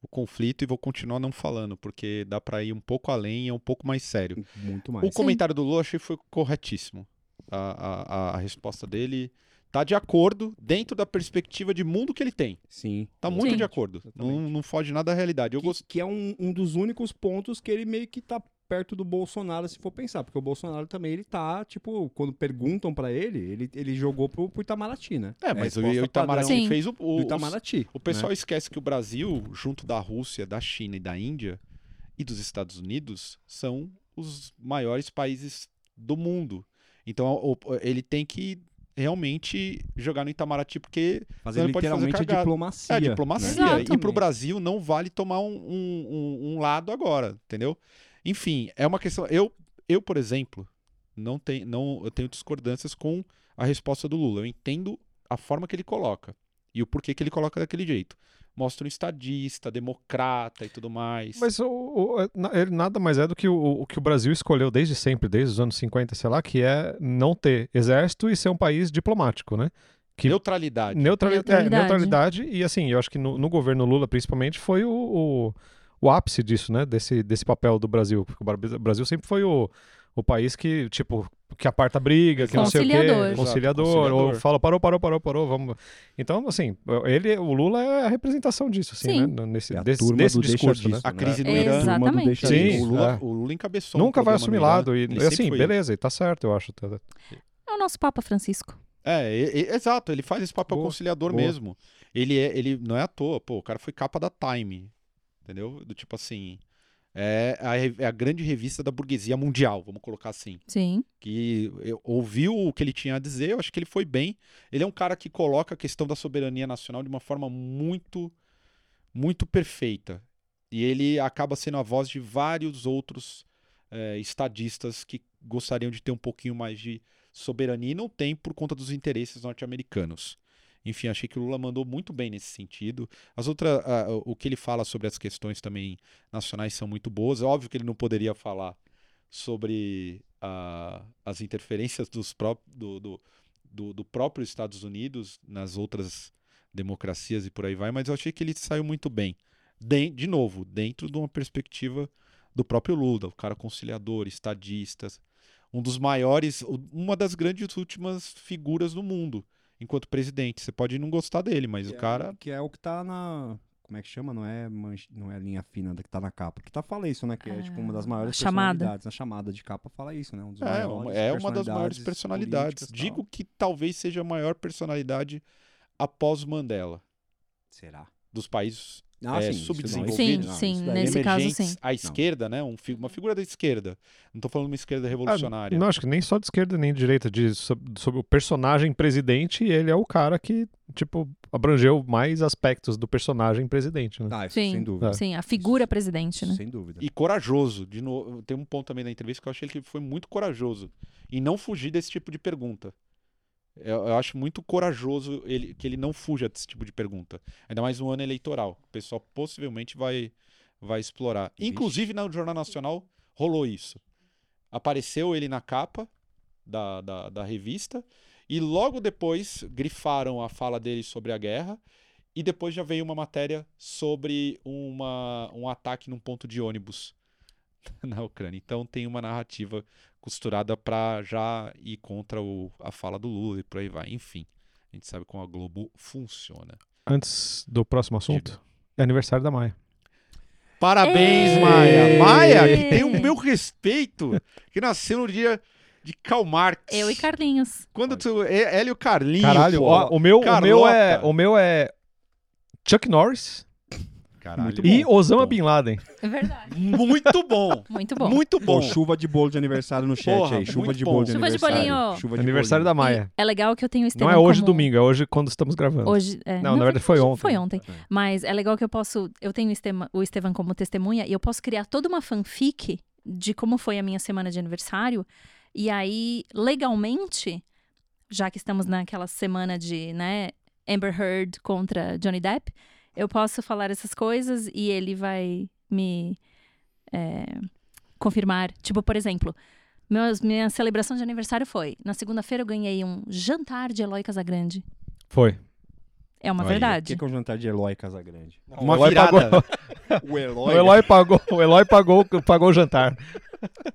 C: o conflito e vou continuar não falando, porque dá pra ir um pouco além e é um pouco mais sério.
E: Muito mais.
C: O comentário do Lula achei foi corretíssimo. A, a- a resposta dele tá de acordo dentro da perspectiva de mundo que ele tem.
E: Sim.
C: Tá muito
B: Sim.
C: de acordo. Não,
E: Exatamente.
C: não foge nada da realidade. Eu
E: que,
C: gostei.
E: que é um, um dos únicos pontos que ele meio que tá perto do Bolsonaro, se for pensar, porque o Bolsonaro também, ele tá, tipo, quando perguntam pra ele, ele, ele jogou pro, pro Itamaraty, né?
C: É, mas
E: a
C: o
E: resposta
C: Itamaraty
E: padrão
B: Sim.
C: fez o, o,
E: do Itamaraty.
C: O pessoal
E: né?
C: esquece que o Brasil, junto da Rússia, da China e da Índia e dos Estados Unidos, são os maiores países do mundo. Então o- o- ele tem que realmente jogar no Itamaraty, porque
E: Fazer
C: ele pode fazer
E: literalmente a
C: cagada.
E: diplomacia.
C: é diplomacia.
B: Exato.
C: E para o Brasil não vale tomar um, um- um- um lado agora, entendeu? Enfim, é uma questão. Eu, eu por exemplo, não tenho, não, eu tenho discordâncias com a resposta do Lula. Eu entendo a forma que ele coloca e o porquê que ele coloca daquele jeito. Mostra um estadista, democrata e tudo mais.
D: Mas o- o- é- na- ele nada mais é do que o, o que o Brasil escolheu desde sempre, desde os anos 50, sei lá, que é não ter exército e ser um país diplomático, né? que-
C: Neutralidade.
D: Neutrali- é,
B: Neutralidade.
D: Neutralidade. E assim, eu acho que no, no governo Lula, principalmente, foi o, o, o ápice disso, né? Desse, desse papel do Brasil. Porque o Bar- Brasil sempre foi o, o país que, tipo, que aparta a briga, que não sei o quê.
B: Conciliador.
D: Conciliador.
B: Exato,
D: Ou
C: conciliador.
D: fala, parou, parou, parou, parou, vamos... Então, assim, ele, o Lula é a representação disso, assim,
B: Sim.
D: né? no- Nesse,
E: É a
D: desse
E: turma
D: desse
E: do
D: discurso, né?
E: deixa disso,
C: A
E: né?
C: crise no
E: É a turma do
B: Exatamente.
E: deixa
D: Sim.
E: disso.
C: O Lula,
D: é.
C: o Lula encabeçou. um
D: Nunca
C: programa
D: vai assumir
C: no Irã.
D: lado. E,
C: Ele sempre
D: assim,
C: foi
D: beleza, e tá certo, eu acho. tá-
B: É o nosso Papa Francisco.
C: É, e- e- exato, ele faz esse papel
D: Boa,
C: conciliador
D: boa.
C: mesmo. Ele é, ele não é à toa, pô, o cara foi capa da Time, entendeu? Do tipo assim, é a, re- é a grande revista da burguesia mundial, vamos colocar assim.
B: Sim.
C: Que eu- ouviu o que ele tinha a dizer, eu acho que ele foi bem. Ele é um cara que coloca a questão da soberania nacional de uma forma muito, muito perfeita. E ele acaba sendo a voz de vários outros eh, estadistas que gostariam de ter um pouquinho mais de soberania e não tem por conta dos interesses norte-americanos. Enfim, achei que o Lula mandou muito bem nesse sentido. As outras, ah, o- o que ele fala sobre as questões também nacionais são muito boas. É óbvio que ele não poderia falar sobre ah, as interferências dos pró do, do, do, do próprio Estados Unidos nas outras democracias e por aí vai, mas eu achei que ele saiu muito bem. De, de novo, dentro de uma perspectiva do próprio Lula, o cara conciliador, estadista, um dos maiores, o- uma das grandes últimas figuras do mundo enquanto presidente. Você pode não gostar dele, mas
E: Que
C: o
E: é-
C: cara.
E: Que é o que tá na. Como é que chama? Não é, manche- não é a linha fina da que tá na capa. Que tá fala isso, né? Que é tipo uma das maiores
B: Ah, chamada.
E: personalidades. Na chamada de capa fala isso, né? Um dos
C: É, uma-
E: maiores
C: é uma das maiores
E: personalidades
C: personalidades.
E: políticas e
C: Digo
E: tal.
C: que talvez seja a maior personalidade após Mandela,
E: Será?
C: dos países
E: Ah,
C: É,
E: sim, isso não,
C: subdesenvolvido.
E: isso não,
B: Sim,
E: isso
B: sim,
E: daí- é
B: nesse caso,
C: emergentes
B: sim.
C: à esquerda, né? Um fi- uma figura da esquerda. Não tô falando uma
E: Ah,
C: esquerda revolucionária.
D: Não, acho que nem só de esquerda nem de direita, de, sobre, sobre o personagem presidente, e ele é o cara que, tipo, abrangeu mais aspectos do personagem presidente,
C: Tá.
D: né?
E: Ah, isso,
B: Sim.
E: sem dúvida.
B: Sim, a figura presidente, né?
E: Sem dúvida.
C: E corajoso. De novo, tem um ponto também da entrevista que eu achei que ele foi muito corajoso em não fugir desse tipo de pergunta. Eu, eu acho muito corajoso ele, que ele não fuja desse tipo de pergunta. Ainda mais um ano eleitoral. O pessoal possivelmente vai, vai explorar.
E: Vixe.
C: Inclusive, no Jornal Nacional rolou isso. Apareceu ele na capa da, da, da revista e logo depois grifaram a fala dele sobre a guerra e depois já veio uma matéria sobre uma, um ataque num ponto de ônibus na Ucrânia. Então tem uma narrativa costurada para já ir contra o, a fala do Lula e por aí vai. Enfim, a gente sabe como a Globo funciona.
D: Antes do próximo assunto, é aniversário da Maia.
C: Parabéns,
B: Ei!
C: Maia! Maia, que tem o meu respeito, que nasceu no dia de Karl Marx.
B: Eu e Carlinhos.
C: Quando tu... é- Ela e o Carlinho,
D: Caralho,
C: pô.
D: ó, o meu, o meu é,
C: Carlota.
D: o meu é Chuck Norris
C: Caralho.
E: Muito
D: e Osama
C: é bom.
D: Bin Laden.
B: É verdade.
C: Muito bom!
B: Muito bom.
C: Muito
E: Pô,
C: bom!
E: chuva de bolo de aniversário no chat
C: Porra,
E: aí. Chuva
C: muito
E: de bolo
C: bom.
E: de
B: Chuva de
E: aniversário.
B: bolinho.
E: Chuva de
D: aniversário da
E: bolinho.
D: Maia.
B: E é legal que eu tenho o
D: Não
B: Estevão
D: é hoje
B: como-
D: domingo, é hoje quando estamos gravando.
B: Hoje, é,
D: Então, Não, na verdade foi ontem.
B: Foi ontem.
E: É.
B: Mas é legal que eu posso. Eu tenho o Estema- o Estevam como testemunha e eu posso criar toda uma fanfic de como foi a minha semana de aniversário. E aí, legalmente, já que estamos naquela semana de, né, Amber Heard contra Johnny Depp, eu posso falar essas coisas e ele vai me é, confirmar. Tipo, por exemplo. meus- minha celebração de aniversário foi. Na segunda-feira eu ganhei um jantar de Eloy Casagrande.
D: Foi.
B: É uma
C: Olha,
E: O
B: verdade.
E: que que é o jantar de Eloy Casagrande?
C: Uma
D: Eloy
C: virada.
D: pagou-
E: é O
D: o
E: Eloy.
D: Eloy pagou, o Eloy pagou, pagou o jantar.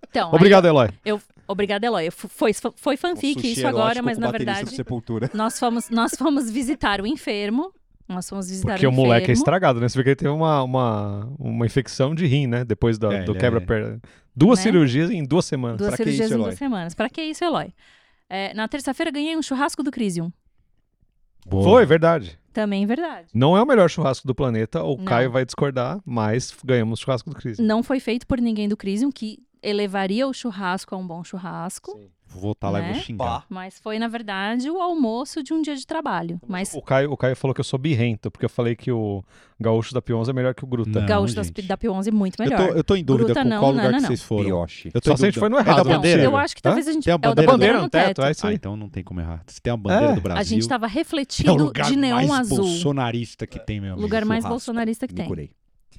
B: Então, aí-
D: Obrigado, Eloy.
B: Eu, obrigada, Eloy. Eu fu- Foi, foi fanfic isso agora, mas na verdade
E: Sepultura.
B: nós fomos, nós fomos visitar o enfermo Nós fomos visitar
D: Porque
B: o
D: o moleque é
B: um enfermo.
D: estragado, né? Você vê que ele teve uma, uma, uma infecção de rim, né? Depois da-
C: É,
D: do
C: ele é-
D: quebra-perna. Duas
B: Né?
D: cirurgias em duas semanas.
B: Duas
E: Pra que
B: cirurgias
E: isso,
B: em
E: Eloy?
B: duas semanas. Pra que isso, Eloy? É, na terça-feira ganhei um churrasco do Crisium.
C: Boa.
D: Foi, verdade.
B: Também verdade.
D: Não é o melhor churrasco do planeta, o
B: Não.
D: Caio vai discordar, mas ganhamos o churrasco do Cris.
B: Não foi feito por ninguém do Crisium, que elevaria o churrasco a um bom churrasco.
C: Vou voltar lá e
B: Né?
C: vou xingar.
B: Mas foi, na verdade, o almoço de um dia de trabalho. Mas
D: O Caio, o Caio falou que eu sou birrento, porque eu falei que o gaúcho da Pionza é melhor que o Gruta.
C: Não,
B: gaúcho das-
C: gente.
B: da P11 muito
C: Eu
B: melhor.
C: tô, é eu tô em dúvida
B: Gruta
C: com
B: não,
C: qual lugar
B: não,
C: que
B: não,
C: vocês foram.
E: Pioche.
C: Eu tô
D: Só
C: em
D: se a gente
C: dúvida.
D: foi no
C: É da
D: errado, não,
C: bandeira?
B: Então, eu acho que talvez a gente...
C: Tem a
B: é o da
C: bandeira
B: bandeira
D: dele?
B: no
D: Bandeira no
B: teto.
D: teto, é.
C: Ah, então não tem como errar. Se tem a bandeira
D: É.
C: do Brasil,
B: A gente tava
C: é o
B: refletido
C: lugar
B: de neon
C: mais
B: azul.
C: bolsonarista que tem, meu amigo.
B: Lugar mais
E: Churrasco.
B: bolsonarista que
E: Me
B: tem.
E: curei.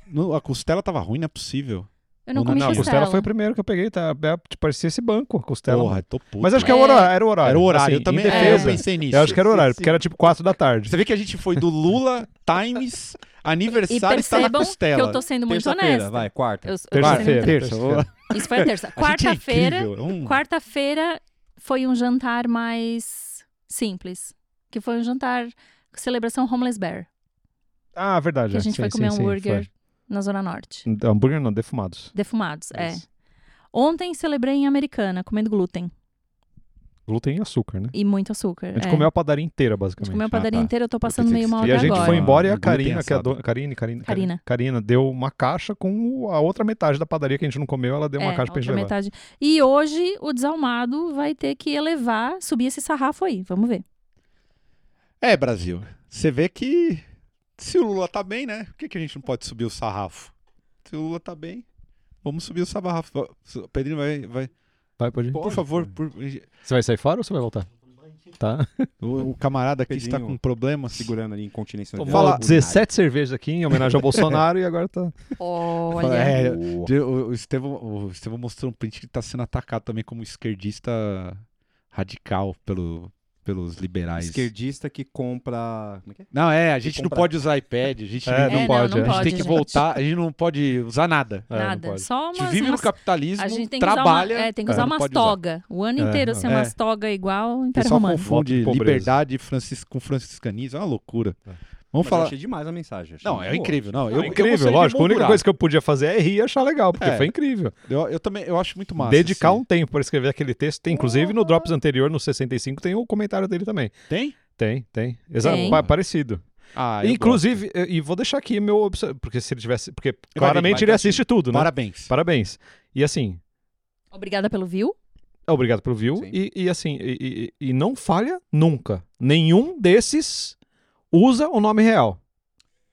C: No- a costela tava ruim, não é possível.
B: Eu não
C: Não,
B: comi
C: não,
D: a
C: Costela.
D: costela foi o primeiro que eu peguei, tá? É, tipo, parecia esse banco, a costela.
C: Porra, tô puto.
D: mas acho que
C: mano.
D: é o
B: É.
D: horário, era o horário.
C: era o horário.
D: Assim,
C: eu também
D: em
B: é,
D: defesa.
C: eu pensei nisso.
D: Eu acho que era o horário,
C: Sim,
D: porque era tipo 4 da tarde.
C: Você vê que a gente foi do Lula, Times,
B: E
C: aniversário e tá na
B: percebam
C: costela.
B: que eu tô sendo muito honesta.
E: Terça-feira, vai, quarta.
B: Eu- eu tô sendo
D: Terça-feira.
B: muito-
C: é Terça, vou lá.
B: Isso foi terça.
C: A gente é
B: Quarta-feira...
C: incrível, é um-
B: Quarta-feira foi um jantar mais simples. Que foi um jantar celebração Homeless Bear.
D: Ah, verdade.
B: Que a
D: é.
B: gente
D: Sim,
B: foi
D: sim,
B: comer
D: sim,
B: hambúrguer
D: foi. Então,
B: na Zona Norte.
D: Hambúrguer não, defumados.
B: Defumados, é.
D: Isso.
B: Ontem celebrei em Americana, comendo glúten
D: Glúten e açúcar, né?
B: e muito açúcar.
D: A gente
B: é.
D: comeu a padaria inteira,
B: A gente
D: basicamente.
B: comeu a padaria
C: Ah, tá.
B: inteira, eu tô passando
C: pensei
B: meio
C: que
B: mal
C: você-
D: E a
B: até
D: gente
B: agora.
D: foi embora e a
C: Glúten
D: Karina, que é a
C: assado.
D: dona- Karine, Karine,
B: Karina.
D: Karina, deu uma caixa com o- a outra metade da padaria que a gente não comeu, ela deu uma
B: É,
D: caixa pra
B: outra
D: gente levar.
B: metade. E hoje o desalmado vai ter que elevar, subir esse sarrafo aí. Vamos ver.
C: É, Brasil. Você vê que se o Lula tá bem, né? Por que, que a gente não pode subir o sarrafo? Se o Lula tá bem, vamos subir o sarrafo. Pedrinho vai. vai.
D: Vai, pode ir.
C: Por favor, por-
D: Você vai sair fora ou você vai voltar? Tá.
C: o, o camarada aqui
E: Pedrinho,
C: está com problemas.
E: Segurando ali incontinência.
D: Tomou
C: Fala-
D: 17 cervejas aqui em homenagem ao Bolsonaro e agora tá.
B: Olha.
C: É,
E: Boa.
C: de- o, o Estevão, o Estevão mostrou um print que tá sendo atacado também como esquerdista radical pelo, pelos liberais.
E: Esquerdista que compra. Como é que é?
C: Não, é, a gente não
E: comprar.
C: pode usar iPad, a gente
D: É,
C: não,
D: não
B: É,
D: pode,
B: não,
D: é.
B: não
C: a gente
B: pode,
C: tem que voltar, a gente não pode usar nada.
D: É, não
B: Nada.
D: pode.
B: Só
C: A
B: umas,
C: gente vive
B: umas-
C: no capitalismo,
B: A gente tem que
C: trabalha.
B: usar, uma, é, tem que
C: É,
B: usar
C: não
B: umas
C: pode usar.
B: toga. O ano
D: É,
B: inteiro ser
C: é.
B: umas toga igual o
C: O
B: Império
C: pessoal
B: Romano.
C: confunde
D: Voto de pobreza.
C: liberdade francis- com franciscanismo, é uma loucura.
D: É.
C: Vamos
E: Mas eu
C: falar.
E: achei demais a mensagem. achei
C: Não,
E: muito
C: é
E: boa.
C: incrível. Não, eu,
D: Eu, incrível, lógico. A única coisa que eu podia fazer é rir e achar legal, porque
C: É.
D: foi incrível.
C: eu... eu também eu acho muito massa.
D: Dedicar
C: assim.
D: um tempo pra escrever aquele texto. Tem, inclusive, no Drops anterior, no 65, tem o comentário dele também.
C: Tem?
D: Tem, tem. Exato,
B: Tem.
D: parecido.
C: Ah, eu
D: Inclusive, e e vou deixar aqui meu. obs- Porque se ele tivesse. Porque claramente
C: vai,
D: ele
C: tá
D: assiste tudo,
C: gosto.
D: né?
C: Parabéns.
D: Parabéns. E assim,
B: Obrigada pelo view.
D: obrigado pelo view.
E: Sim.
D: E, e assim, e, e- e não falha nunca. Nenhum desses usa o nome real.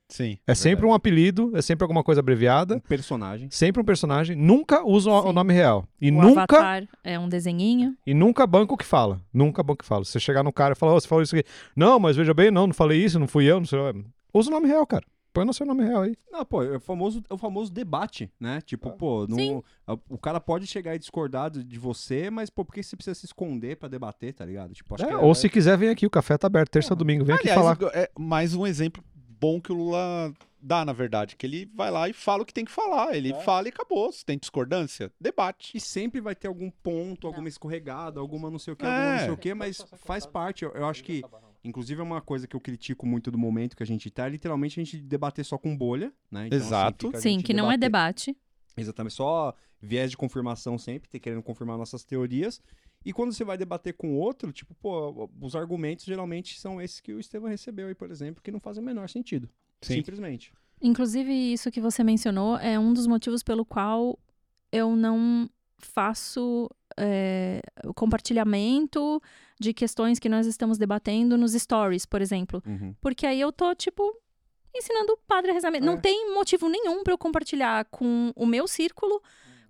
C: Sim.
D: É sempre um apelido, é sempre alguma coisa abreviada,
E: Um personagem.
D: sempre um personagem. Nunca usa o- o
B: Sim.
D: nome real. E
B: o
D: nunca
B: Avatar é um desenhinho.
D: E nunca banco que fala. Nunca banco que fala. Se você chegar no cara e falar, "Ô, você falou isso aqui. Não, mas veja bem, não, não falei isso, não fui eu, não sei. lá. Usa o nome real, cara. Põe no seu nome real aí.
E: Não, pô, é o famoso, é o famoso debate, né?
D: Ah.
E: Tipo, pô,
B: Sim.
E: não, a- o cara pode chegar e discordar de, de você, mas, pô, por que você precisa se esconder pra debater, tá ligado? Tipo, acho
D: É,
E: que é-
B: né?
D: ou se quiser, vem aqui, o café tá aberto,
B: Ah.
D: terça a domingo, vem aqui
C: Aliás,
D: falar.
C: é mais um exemplo bom que o Lula dá, na verdade, que ele vai lá e fala o que tem que falar. Ele fala e acabou. Se tem discordância, debate.
E: E sempre vai ter algum ponto,
B: É.
E: alguma escorregada, alguma não sei o que,
C: É.
E: alguma não sei o que, mas faz parte. Eu, eu acho que, inclusive, é uma coisa que eu critico muito do momento que a gente tá, é literalmente a gente debater só com bolha, né? Então, assim,
C: Exato.
E: fica a
B: Sim,
E: gente
B: que não é
E: debater-
B: debate.
E: Exatamente, só viés de confirmação sempre, ter querendo confirmar nossas teorias. E quando você vai debater com outro, tipo, pô, os argumentos geralmente são esses que o Estevam recebeu aí, por exemplo, que não fazem o menor sentido.
C: Sim.
E: Simplesmente.
B: Inclusive, isso que você mencionou é um dos motivos pelo qual eu não faço é, o compartilhamento de questões que nós estamos debatendo nos stories, por exemplo. Porque aí eu tô, tipo, ensinando o padre a rezar. me- Não
E: É.
B: tem motivo nenhum pra eu compartilhar com o meu círculo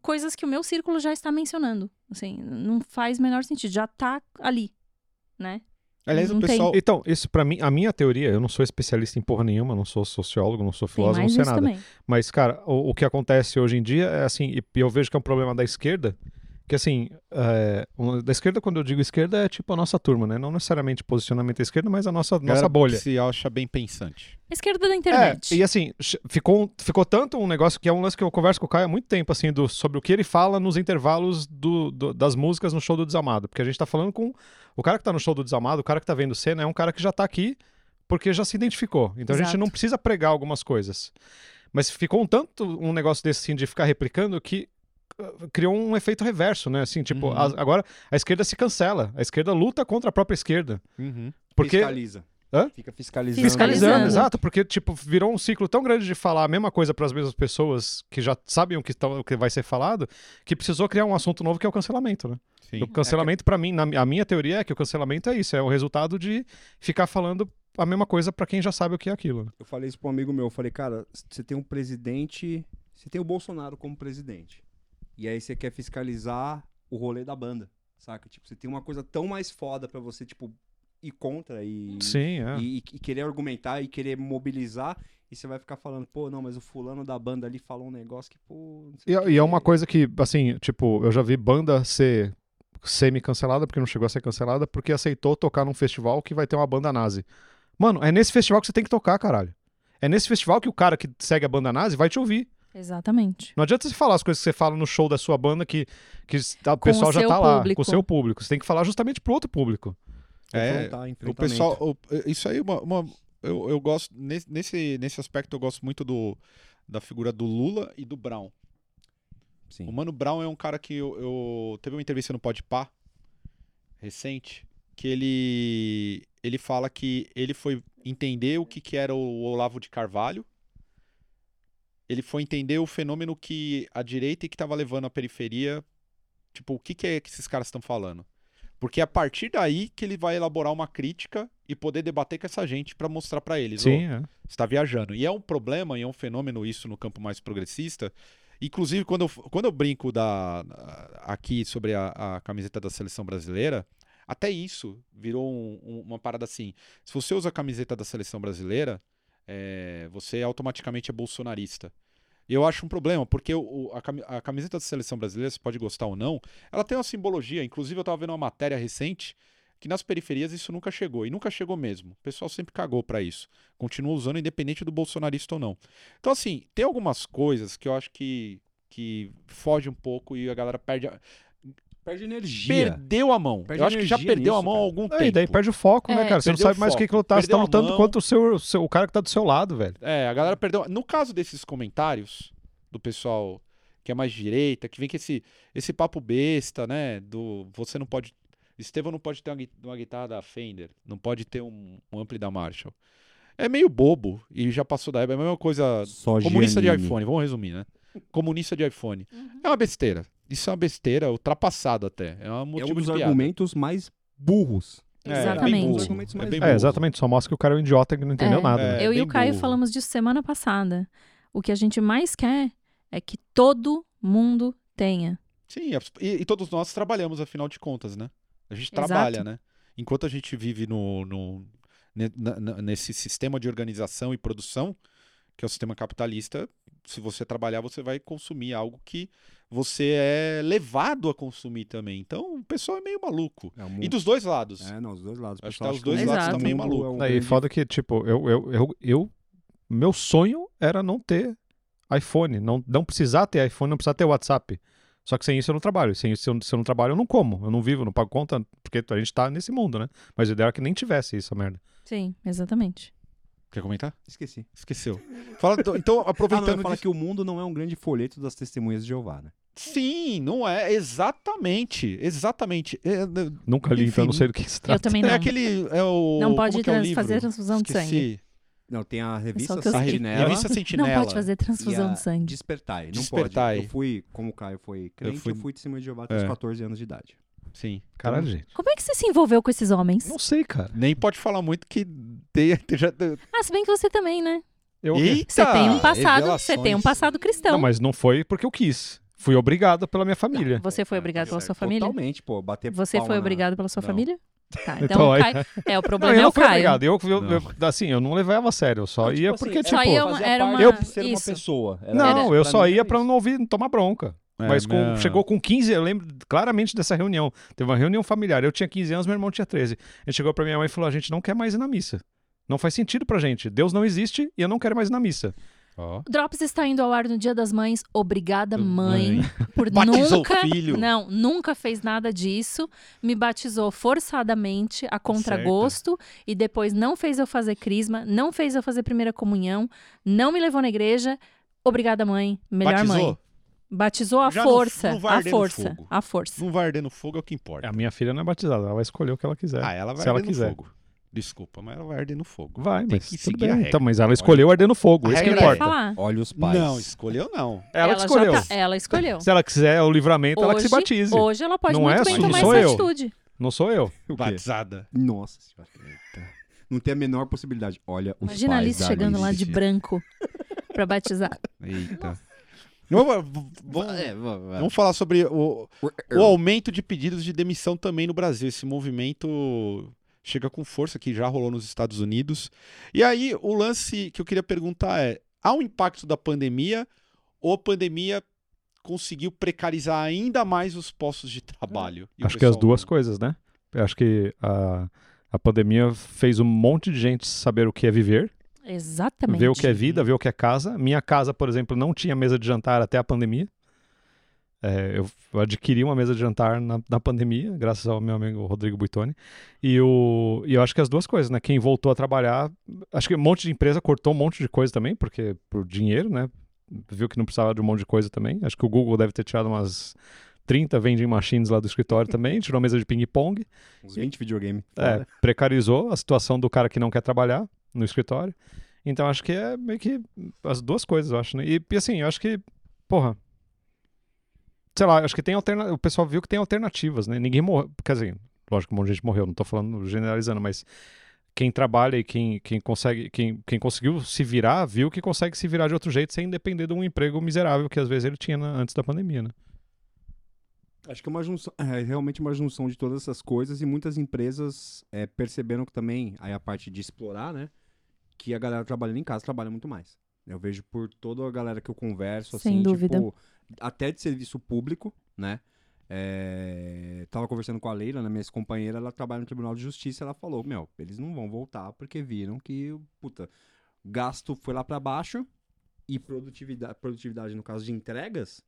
B: coisas que o meu círculo já está mencionando. Assim, não faz o menor sentido. Já tá ali, né?
C: Aliás, o
B: Não tem.
C: pessoal.
D: Então, isso pra mim, a minha teoria, eu não sou especialista em porra nenhuma, não sou sociólogo, não sou
B: Tem
D: filósofo, não
B: mais
D: sei
B: isso
D: nada.
B: também.
D: Mas, cara, o, o que acontece hoje em dia é assim, e eu vejo que é um problema da esquerda, que assim, é, um- da esquerda, quando eu digo esquerda, é tipo a nossa turma, né? Não necessariamente posicionamento à esquerda, mas a nossa, nossa
C: galera
D: bolha.
C: Se acha bem pensante.
B: A Esquerda da
D: É,
B: internet.
D: e assim, ch- ficou, um- ficou tanto um negócio que é um lance que eu converso com o Caio há muito tempo, assim, do- sobre o que ele fala nos intervalos do- do- das músicas no show do Desamado. Porque a gente tá falando com. O cara que tá no show do Desamado, o cara que tá vendo cena, é um cara que já tá aqui porque já se identificou. Então a gente
B: Exato.
D: não precisa pregar algumas coisas. Mas ficou um tanto um negócio desse assim, de ficar replicando que uh, criou um efeito reverso, né? Assim, tipo,
C: Uhum.
D: a- agora a esquerda se cancela, a esquerda luta contra a própria esquerda.
C: Uhum.
D: Porque
E: Fiscaliza.
D: Hã?
E: Fica fiscalizando.
B: Fiscalizando.
D: Fiscalizando, exato, porque tipo virou um ciclo tão grande de falar a mesma coisa para as mesmas pessoas que já sabem o que, tá- o que vai ser falado, que precisou criar um assunto novo que é o cancelamento, né?
C: Sim. é
D: O cancelamento pra mim, na, mi- a minha teoria é que o cancelamento é isso, é o resultado de ficar falando a mesma coisa pra quem já sabe o que é aquilo. né?
E: Eu falei isso pra um amigo meu. Eu falei, cara, você tem um presidente. Você tem o Bolsonaro como presidente. E aí você quer fiscalizar o rolê da banda, saca? Tipo, você tem uma coisa tão mais foda pra você, tipo, ir contra e.
D: Sim, é.
E: E, e querer argumentar e querer mobilizar. E você vai ficar falando, pô, não, mas o fulano da banda ali falou um negócio que, pô. não sei o
D: E, e é uma
E: quê."
D: coisa que, assim, tipo, eu já vi banda ser semi-cancelada, porque não chegou a ser cancelada, porque aceitou tocar num festival que vai ter uma banda nazi. Mano, é nesse festival que você tem que tocar, caralho. É nesse festival que o cara que segue a banda nazi vai te ouvir.
B: Exatamente.
D: Não adianta você falar as coisas que você fala no show da sua banda que, que o
B: Com o
D: pessoal já
B: seu
D: tá lá,
B: público.
D: com o seu público. Você tem que falar justamente pro outro público.
C: É,
E: Confrontar,
C: O
E: enfrentamento.
C: pessoal, o- isso aí, é uma, uma- eu, eu gosto nesse- nesse nesse aspecto eu gosto muito do da figura do Lula e do Brown.
E: Sim.
C: O Mano Brown é um cara que eu, eu- teve uma entrevista no Podpah recente que ele ele fala que ele foi entender o que, que era o Olavo de Carvalho. Ele foi entender o fenômeno que a direita e que estava levando a periferia, tipo, o que, que é que esses caras estão falando? Porque é a partir daí que ele vai elaborar uma crítica e poder debater com essa gente para mostrar para eles. "Ô,
D: Sim, é.
C: está viajando. E é um problema e é um fenômeno isso no campo mais progressista. Inclusive, quando eu, quando eu brinco da, aqui sobre a, a camiseta da seleção brasileira, até isso virou um- um- uma parada assim. Se você usa a camiseta da seleção brasileira, é, você automaticamente é bolsonarista. E eu acho um problema, porque o- o- a, cami- a camiseta da seleção brasileira, você pode gostar ou não, ela tem uma simbologia. Inclusive, eu estava vendo uma matéria recente que nas periferias isso nunca chegou, e nunca chegou mesmo. O pessoal sempre cagou para isso continua usando independente do bolsonarista ou não. Então assim, tem algumas coisas que eu acho que que foge um pouco e a galera perde a...
E: Perde energia.
C: perdeu a mão.
E: Perde
C: eu acho que já
E: energia
C: perdeu a
E: nisso,
C: mão há
E: cara.
C: algum
D: É,
C: tempo.
D: e daí perde o foco, né,
B: É.
D: cara? Você não
C: Perdeu o
D: sabe mais o que,
C: foco,
D: que lutar. Você tá
C: perdeu a
D: lutando
C: mão.
D: contra o, seu, seu- o cara que tá do seu lado, velho.
C: É, a galera perdeu. No caso desses comentários do pessoal que é mais direita, que vem com esse, esse papo besta, né? Do você não pode. Estevão não pode ter uma, gui- uma guitarra da Fender, não pode ter um, um ampli da Marshall. É meio bobo e já passou da época. É a mesma coisa
E: Só
C: Comunista de
E: Giannini.
C: iPhone, vamos resumir, né? Comunista de iPhone.
E: Uhum.
C: É uma besteira. Isso é uma besteira, ultrapassado até. É um
E: É
C: motivo
E: um dos
C: de piada.
E: argumentos mais burros.
C: É, é
E: Um dos
B: Exatamente.
E: argumentos mais
C: bem
E: burros.
D: É, exatamente. Só mostra que o cara é um idiota que não entendeu
B: É.
D: nada.
C: É.
D: né?
B: Eu e
C: bem
B: o Caio
C: burro.
B: falamos disso semana passada. O que a gente mais quer é que todo mundo tenha.
C: Sim, abs- e, e todos nós trabalhamos, afinal de contas, né? A gente trabalha, né? Enquanto a gente vive no, no- ne- na- na- nesse sistema de organização e produção, que é o sistema capitalista, se você trabalhar, você vai consumir algo que você é levado a consumir também. Então, o pessoal é meio maluco.
E: É, um-
C: E dos dois lados.
E: É, não, os dois lados.
C: Acho
E: O
C: que
E: pessoal
C: tá os
E: acha
C: dois
E: o
B: lados, tá
E: mundo
C: meio
E: é um
C: maluco.
E: grande-
D: Daí, foda que, tipo, eu, eu, eu, eu- Meu sonho era não ter iPhone. Não, não precisar ter iPhone, não precisar ter WhatsApp. Só que sem isso eu não trabalho. Sem isso, se eu, se eu não trabalho, eu não como. Eu não vivo, eu não pago conta, porque a gente tá nesse mundo, né? Mas o ideal é que nem tivesse isso, a merda.
B: Sim, exatamente.
C: Quer comentar?
E: Esqueci.
C: Esqueceu. Fala, então- então,
E: Ah, não, eu
C: aproveitando.
E: ia falar
C: disso-
E: que o mundo não é um grande folheto das testemunhas de Jeová, né?
C: Sim, não é. Exatamente. Exatamente. É, é,
D: Nunca li, então eu não
C: Enfim.
D: sei do que se
B: Eu
D: trata.
B: também
C: é
B: não.
C: aquele. É o,
B: Não
C: como
B: pode
C: que é o
B: trans-
C: livro?
B: fazer transfusão de
C: Esqueci.
B: sangue.
E: Não, tem a
B: É Só
E: revista
B: que eu
C: A
B: sei.
C: re-
E: Sentinela.
C: Revista
B: Não
C: Sentinela.
B: pode fazer transfusão
E: e a
B: de sangue.
E: Despertai. Não
C: Despertai.
E: pode. Eu fui, como o Caio foi crente, eu
C: é. fui-
E: fui, testemunha de Jeová até os
C: É.
E: 14 anos de idade.
C: Sim. Então,
D: Caralho, gente.
B: Como é que você se envolveu com esses homens?
D: Não sei, cara.
C: Nem pode falar muito que. De, já,
B: Ah, se bem que você também, né?
D: Eu,
C: Eita,
B: Você tem um passado, você
C: Tá, revelações.
B: tem um passado cristão.
D: Não, mas não foi porque eu quis. Fui obrigado pela minha família.
B: Você foi
E: Ah,
B: obrigado
E: tá
B: pela
E: certo.
B: sua família?
E: Totalmente, pô. Bater
B: Você
E: palma
B: foi
E: na-
B: obrigado pela sua
E: Não.
B: família? Tá, então,
D: Então,
B: o
D: aí-
B: Caio- é, o
D: Não,
B: problema
D: eu
B: é
D: não
B: o
D: fui
B: Caio.
D: obrigado. Eu, eu-
C: Não.
D: eu- assim, eu não levava a sério. Eu só
E: Não,
D: ia
E: tipo
D: porque,
E: assim,
D: tipo.
B: só ia
E: fazia
B: era
E: parte
B: uma-
E: eu ser uma
B: isso.
E: pessoa. Era-
D: Não, eu
E: pra um
D: só
E: mim
D: ia
E: era
D: pra
E: isso.
D: não ouvir, não tomar bronca.
C: É,
D: Mas com-
C: não.
D: chegou com 15, eu lembro claramente dessa reunião. Teve uma reunião familiar. Eu tinha 15 anos, meu irmão tinha 13. Ele chegou pra minha mãe e falou: a gente não quer mais ir na missa. Não faz sentido pra gente. Deus não existe e eu não quero mais ir na missa.
C: Ó.
B: Drops está indo ao ar no Dia das Mães. Obrigada, mãe, por
C: Batizou o
B: nunca.
C: filho.
B: Não, nunca fez nada disso. Me batizou forçadamente, a contragosto, e depois não fez eu fazer crisma, não fez eu fazer primeira comunhão, não me levou na igreja. Obrigada, mãe. Melhor
C: Batizou?
B: mãe. Batizou à
C: Já não-
B: força.
C: não vai
B: à
C: arder no
B: força.
C: fogo.
B: À força.
C: Não vai arder no fogo é o que importa.
D: A minha filha não é batizada, ela vai escolher o que ela quiser.
C: Ah, ela vai
D: se ela
C: arder
D: quiser.
C: no fogo. Desculpa, mas ela vai arder no fogo.
D: Vai,
C: Tem
D: mas
C: que
D: tudo
C: seguir
D: bem.
C: a regra.
D: Então, mas ela escolheu arder no fogo,
C: A
D: isso que
C: regra é
D: importa.
B: Falar.
E: Olha os pais.
C: Não, escolheu não.
D: Ela que
B: já
D: escolheu.
B: tá- ela escolheu.
D: Se ela quiser o livramento, ela que se
B: Hoje-
D: batize.
B: Hoje ela pode
D: Não
B: muito
D: é
B: bem
C: sua,
B: tomar
C: sou
B: essa
D: eu.
B: atitude.
D: Não sou eu.
E: O quê?
C: Batizada.
E: Nossa senhora. Eita. Não tem a menor possibilidade. Olha os
B: Imagina a
E: pais
B: Alice
E: da
B: chegando lá
E: Alice.
B: de branco pra batizar.
C: Eita. Vamos- v- Vamos,
E: É, va- va-
C: vamos falar sobre o, o aumento de pedidos de demissão também no Brasil. Esse movimento chega com força, que já rolou nos Estados Unidos. E aí, o lance que eu queria perguntar é: há um impacto da pandemia ou a pandemia conseguiu precarizar ainda mais os postos de trabalho? E o
D: Acho que as
C: pessoal-
D: duas coisas, né? Eu acho que a, a pandemia fez um monte de gente saber o que é viver,
B: Exatamente.
D: ver o que é vida, ver o que é casa. Minha casa, por exemplo, não tinha mesa de jantar até a pandemia. É, eu eu adquiri uma mesa de jantar na, na pandemia, graças ao meu amigo Rodrigo Buitoni. E, o, e eu acho que as duas coisas, né? Quem voltou a trabalhar, acho que um monte de empresa cortou um monte de coisa também, porque por dinheiro, né? Viu que não precisava de um monte de coisa também. Acho que o Google deve ter tirado umas 30 vending machines lá do escritório também, tirou mesa de ping-pong.
E: Uns 20 videogame.
D: É, precarizou a situação do cara que não quer trabalhar no escritório. Então acho que é meio que as duas coisas, eu acho, né? E e, assim, eu acho que, porra. Sei lá, acho que tem alternativa. O pessoal viu que tem alternativas, né? Ninguém morreu. Quer dizer, lógico que um monte de gente morreu, não tô falando generalizando, mas quem trabalha e quem, quem consegue, quem, quem conseguiu se virar, viu que consegue se virar de outro jeito sem depender de um emprego miserável que às vezes ele tinha na- antes da pandemia, né?
E: Acho que é uma junção, é realmente uma junção de todas essas coisas e muitas empresas é, perceberam que também, aí a parte de explorar, né? Que a galera trabalhando em casa trabalha muito mais. Eu vejo por toda a galera que eu converso,
B: Sem
E: assim,
B: dúvida.
E: tipo, até de serviço público, né? É, tava conversando com a Leila, né, minha ex-companheira, ela trabalha no Tribunal de Justiça, ela falou, meu, eles não vão voltar porque viram que, puta, gasto foi lá pra baixo e produtividade, produtividade no caso de entregas,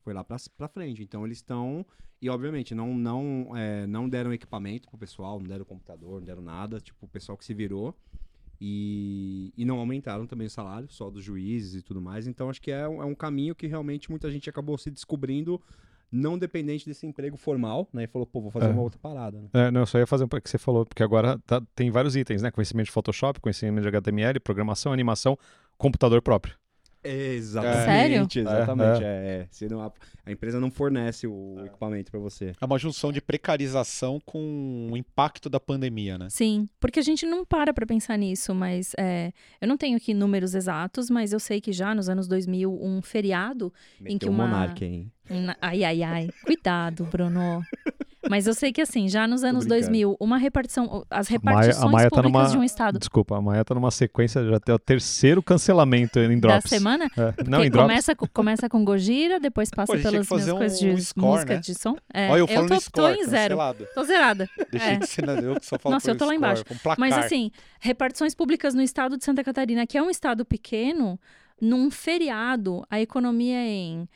E: foi lá pra, pra frente. Então eles estão e obviamente, não, não, é, não deram equipamento pro pessoal, não deram computador, não deram nada. Tipo, o pessoal que se virou. E, e não aumentaram também o salário, só dos juízes e tudo mais. Então, acho que é, um- é um caminho que realmente muita gente acabou se descobrindo não dependente desse emprego formal, né? E falou, pô, vou fazer
D: É.
E: uma outra parada, né?
D: É, não, eu só ia fazer um pouco que você falou, porque agora tá- tem vários itens, né? Conhecimento de Photoshop, conhecimento de HTML, programação, animação, computador próprio.
E: Exatamente,
B: Sério?
E: exatamente. É, é. Se não, a, a empresa não fornece o equipamento pra você.
C: É uma junção de precarização com o impacto da pandemia, né?
B: Sim, porque a gente não para pra pensar nisso, mas é, eu não tenho aqui números exatos, mas eu sei que já nos anos 2000, um feriado. Em que
E: Meteu o
B: uma-
E: Monark, hein?
B: na- ai, ai, ai. Cuidado, Bruno. Mas eu sei que assim, já nos anos
E: brincando.
B: 2000, uma repartição. As
D: Maia- a
B: repartições
D: Maia tá
B: públicas
D: numa-
B: de um estado
D: Desculpa, amanhã tá numa sequência, já até o terceiro cancelamento em drops.
B: da semana.
D: É, não,
B: porque
D: em drops.
B: começa, co- começa com Gojira, depois passa
C: Pô, a gente tinha
B: pelas
C: que fazer
B: minhas
C: um-
B: coisas
C: um
B: de
C: score,
B: música
C: né?
B: de som. É,
C: Olha, eu,
B: eu
C: falando
B: tô,
C: no score,
B: tô em zero.
C: cancelado.
B: Tô zerada.
C: Deixei
B: É.
C: de ser, né? eu que só falo
B: Nossa, eu
C: pelo
B: tô lá
C: score,
B: embaixo.
C: Com placar.
B: Mas assim, repartições públicas no estado de Santa Catarina, que é um estado pequeno, num feriado, a economia é em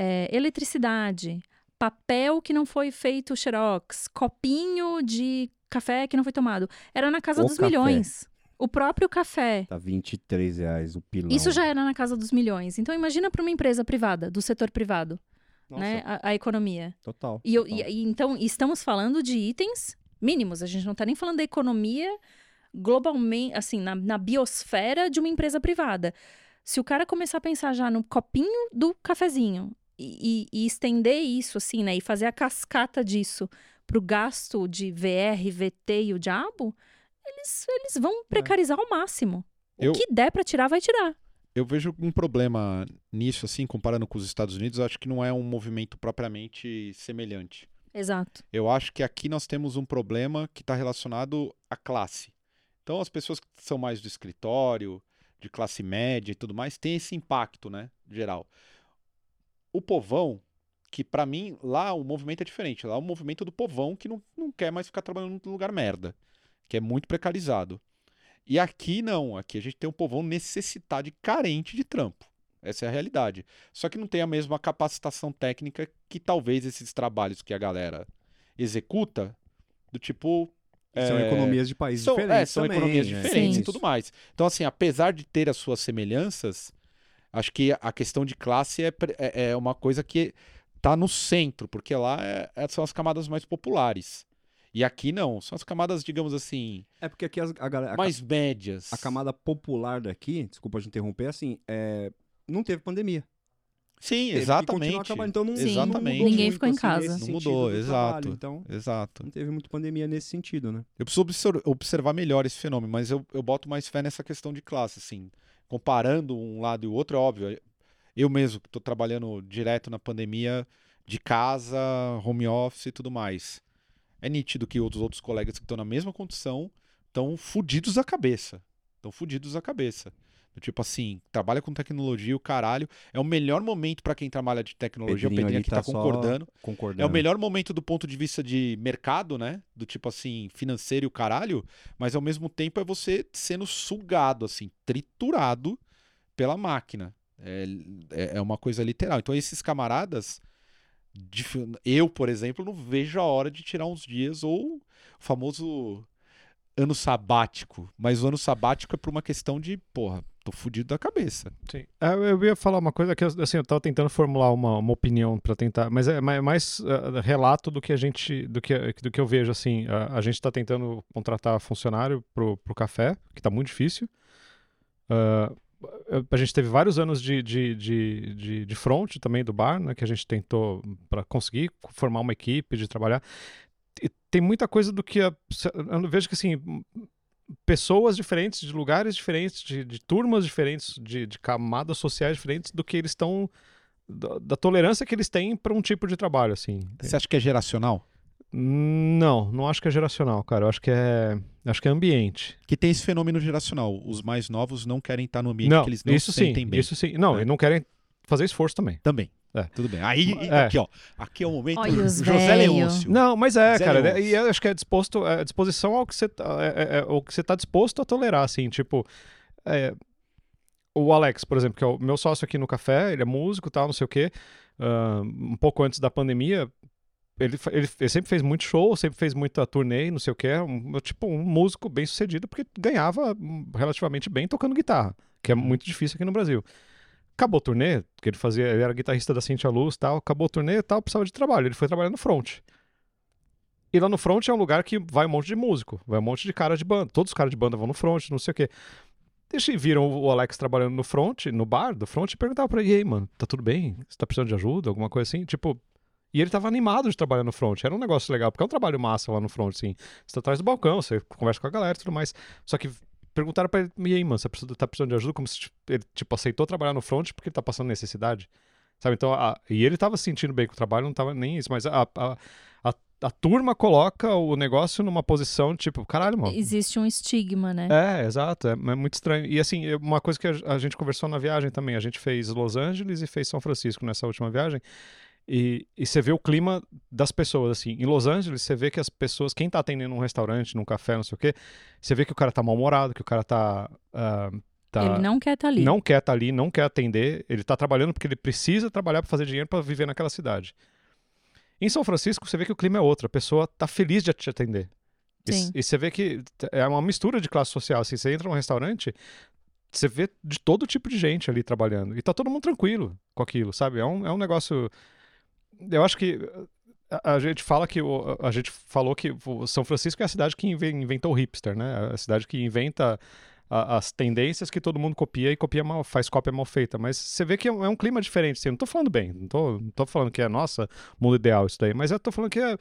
B: eh, eletricidade, papel que não foi feito xerox, copinho de café que não foi tomado, era na casa
E: O
B: dos
E: café.
B: milhões. O próprio café.
E: Tá R$ 23 reais o pilão.
B: Isso já era na casa dos milhões. Então imagina para uma empresa privada, do setor privado,
E: Nossa,
B: né, a- a economia.
E: Total.
B: E, eu-
E: total.
B: e-
D: Tá.
B: e então estamos falando de itens mínimos. A gente não está nem falando da economia globalmente, assim, na, na biosfera de uma empresa privada. Se o cara começar a pensar já no copinho do cafezinho e, e- e estender isso, assim, né, e fazer a cascata disso para o gasto de VR, VT e o diabo, eles, eles
D: É.
B: vão precarizar ao máximo.
C: Eu-
B: O que der para tirar, vai tirar.
C: Eu vejo um problema nisso, assim, comparando com os Estados Unidos, eu acho que não é um movimento propriamente semelhante.
B: Exato.
C: Eu acho que aqui nós temos um problema que está relacionado à classe. Então, as pessoas que são mais do escritório, de classe média e tudo mais, tem esse impacto, né, geral. O povão, que pra mim, lá o movimento é diferente. Lá é o movimento do povão que não, não quer mais ficar trabalhando num lugar merda, que é muito precarizado. E aqui não, aqui a gente tem um povão necessitado e carente de trampo. Essa é a realidade. Só que não tem a mesma capacitação técnica que talvez esses trabalhos que a galera executa, do tipo.
E: São
C: é,
E: economias de países
C: são,
E: diferentes.
C: é, são
E: também,
C: economias
E: né?
C: diferentes
B: Sim.
C: e tudo mais. Então, assim, apesar de ter as suas semelhanças, acho que a questão de classe é, pre- é, é uma coisa que tá no centro, porque lá é- é- são as camadas mais populares. E aqui não, são as camadas, digamos assim,
E: É porque aqui as- a, galera, a, ca-
C: mais médias.
E: a camada popular daqui, desculpa te interromper, assim, é, não teve pandemia.
C: Sim,
E: Teve que continuar
C: exatamente.
E: trabalhando, Então não,
C: Sim,
E: não mudou
C: Exatamente.
B: ninguém
E: muito,
B: ficou em
E: assim,
B: casa.
E: nesse
B: Não
E: sentido
C: mudou,
E: do trabalho,
C: exato.
E: Então
C: Exato.
E: não teve muito pandemia nesse sentido, né?
C: Eu preciso obser- observar melhor esse fenômeno, mas eu, eu boto mais fé nessa questão de classe, assim. Comparando um lado e o outro, é óbvio. Eu mesmo, que estou trabalhando direto na pandemia, de casa, home office e tudo mais. É nítido que outros outros colegas que estão na mesma condição estão fudidos da cabeça. Estão fudidos da cabeça. Do Tipo assim, trabalha com tecnologia, o caralho. É o melhor momento para quem trabalha de tecnologia.
E: Pedrinho
C: o Pedrinho
E: ali
C: aqui
E: tá
C: tá
E: só-
C: concordando.
E: Concordando.
C: É o melhor momento do ponto de vista de mercado, né? Do tipo assim, financeiro e o caralho, mas ao mesmo tempo é você sendo sugado, assim, triturado pela máquina. É, é- é uma coisa literal. Então, esses camaradas, dif- eu, por exemplo, não vejo a hora de tirar uns dias ou o famoso ano sabático. Mas o ano sabático é por uma questão de, porra, tô fudido da cabeça.
D: Sim. Ah, Eu ia falar uma coisa que eu- assim, eu tava tentando formular uma, uma opinião para tentar, mas é ma- é mais ah, relato do que a gente do que, do que eu vejo assim, a, a gente tá tentando contratar funcionário pro, pro café, que tá muito difícil. Ah, eu- a gente teve vários anos de, de, de, de, de front também do bar, né, que a gente tentou para conseguir formar uma equipe de trabalhar. E tem muita coisa do que a, eu vejo que assim, pessoas diferentes, de lugares diferentes, de, de turmas diferentes, de, de camadas sociais diferentes do que eles estão. Da, da tolerância que eles têm para um tipo de trabalho, assim.
C: Você acha que é geracional?
D: Não, não acho que é geracional, cara. Eu acho que é. Acho que é ambiente.
C: Que tem esse fenômeno geracional. Os mais novos não querem estar no ambiente
D: não,
C: é que eles não
D: isso
C: se sentem
D: sim,
C: bem.
D: Isso sim. Não,
C: É.
D: e não querem fazer esforço também.
C: Também.
D: É.
C: Tudo bem. Aí, e-
D: É.
C: aqui, ó. Aqui é o momento
B: Olha os
C: José
B: velho.
C: Leôncio.
D: Não, mas é,
C: Zero
D: cara.
C: onze.
D: E eu acho que é disposto, é disposição ao que você tá, é, é- é o que você tá disposto a tolerar, assim, tipo. é, o Alex, por exemplo, que é o meu sócio aqui no café, ele é músico, tal, não sei o quê. ah, um pouco antes da pandemia, ele, fa- ele, ele sempre fez muito show, sempre fez muita turnê, não sei o quê. Um, tipo, um músico bem sucedido, porque ganhava hum, relativamente bem tocando guitarra, que é muito difícil aqui no Brasil. Acabou o turnê, que ele fazia, ele era guitarrista da Cintia Luz tal, acabou o turnê e tal, precisava de trabalho. Ele foi trabalhar no front. E lá no front é um lugar que vai um monte de músico, vai um monte de cara de banda. Todos os caras de banda vão no front, não sei o quê. Deixa viram o Alex trabalhando no front, no bar do front, e perguntavam pra ele, e aí, mano, tá tudo bem? Você tá precisando de ajuda? Alguma coisa assim? Tipo. E ele tava animado de trabalhar no front. Era um negócio legal, porque é um trabalho massa lá no front, assim. Você tá atrás do balcão, você conversa com a galera e tudo mais. Só que perguntaram pra ele, e aí, mano, você precisa- tá precisando de ajuda? Como se tipo, ele, tipo, aceitou trabalhar no front porque ele tá passando necessidade. Sabe? Então, a- e ele tava se sentindo bem com o trabalho, não tava nem isso, mas a- a, a turma coloca o negócio numa posição tipo, caralho, mano.
B: Existe um estigma, né?
D: É, exato, é, é muito estranho. E assim, é uma coisa que a, a gente conversou na viagem também, a gente fez Los Angeles e fez São Francisco nessa última viagem. E, e você vê o clima das pessoas, assim. Em Los Angeles, você vê que as pessoas, quem tá atendendo num restaurante, num café, não sei o quê, você vê que o cara tá mal-humorado, que o cara tá. ah, tá
B: Ele não quer estar ali.
D: não quer estar ali, não quer atender. Ele está trabalhando porque ele precisa trabalhar para fazer dinheiro para viver naquela cidade. Em São Francisco, você vê que o clima é outro. A pessoa tá feliz de te atender. E,
B: Sim.
D: e você vê que t- é uma mistura de classe social. Assim, você entra num restaurante, você vê de todo tipo de gente ali trabalhando. E tá todo mundo tranquilo com aquilo, sabe? É um, é um negócio. Eu acho que. A, a gente fala que. o- a gente falou que o São Francisco é a cidade que inven- inventou o hipster, né? A cidade que inventa a- as tendências que todo mundo copia e copia mal, faz cópia mal feita. Mas você vê que é um, é um clima diferente. Assim, eu não tô falando bem, não tô, não tô falando que é nossa mundo ideal isso daí, mas eu tô falando que é-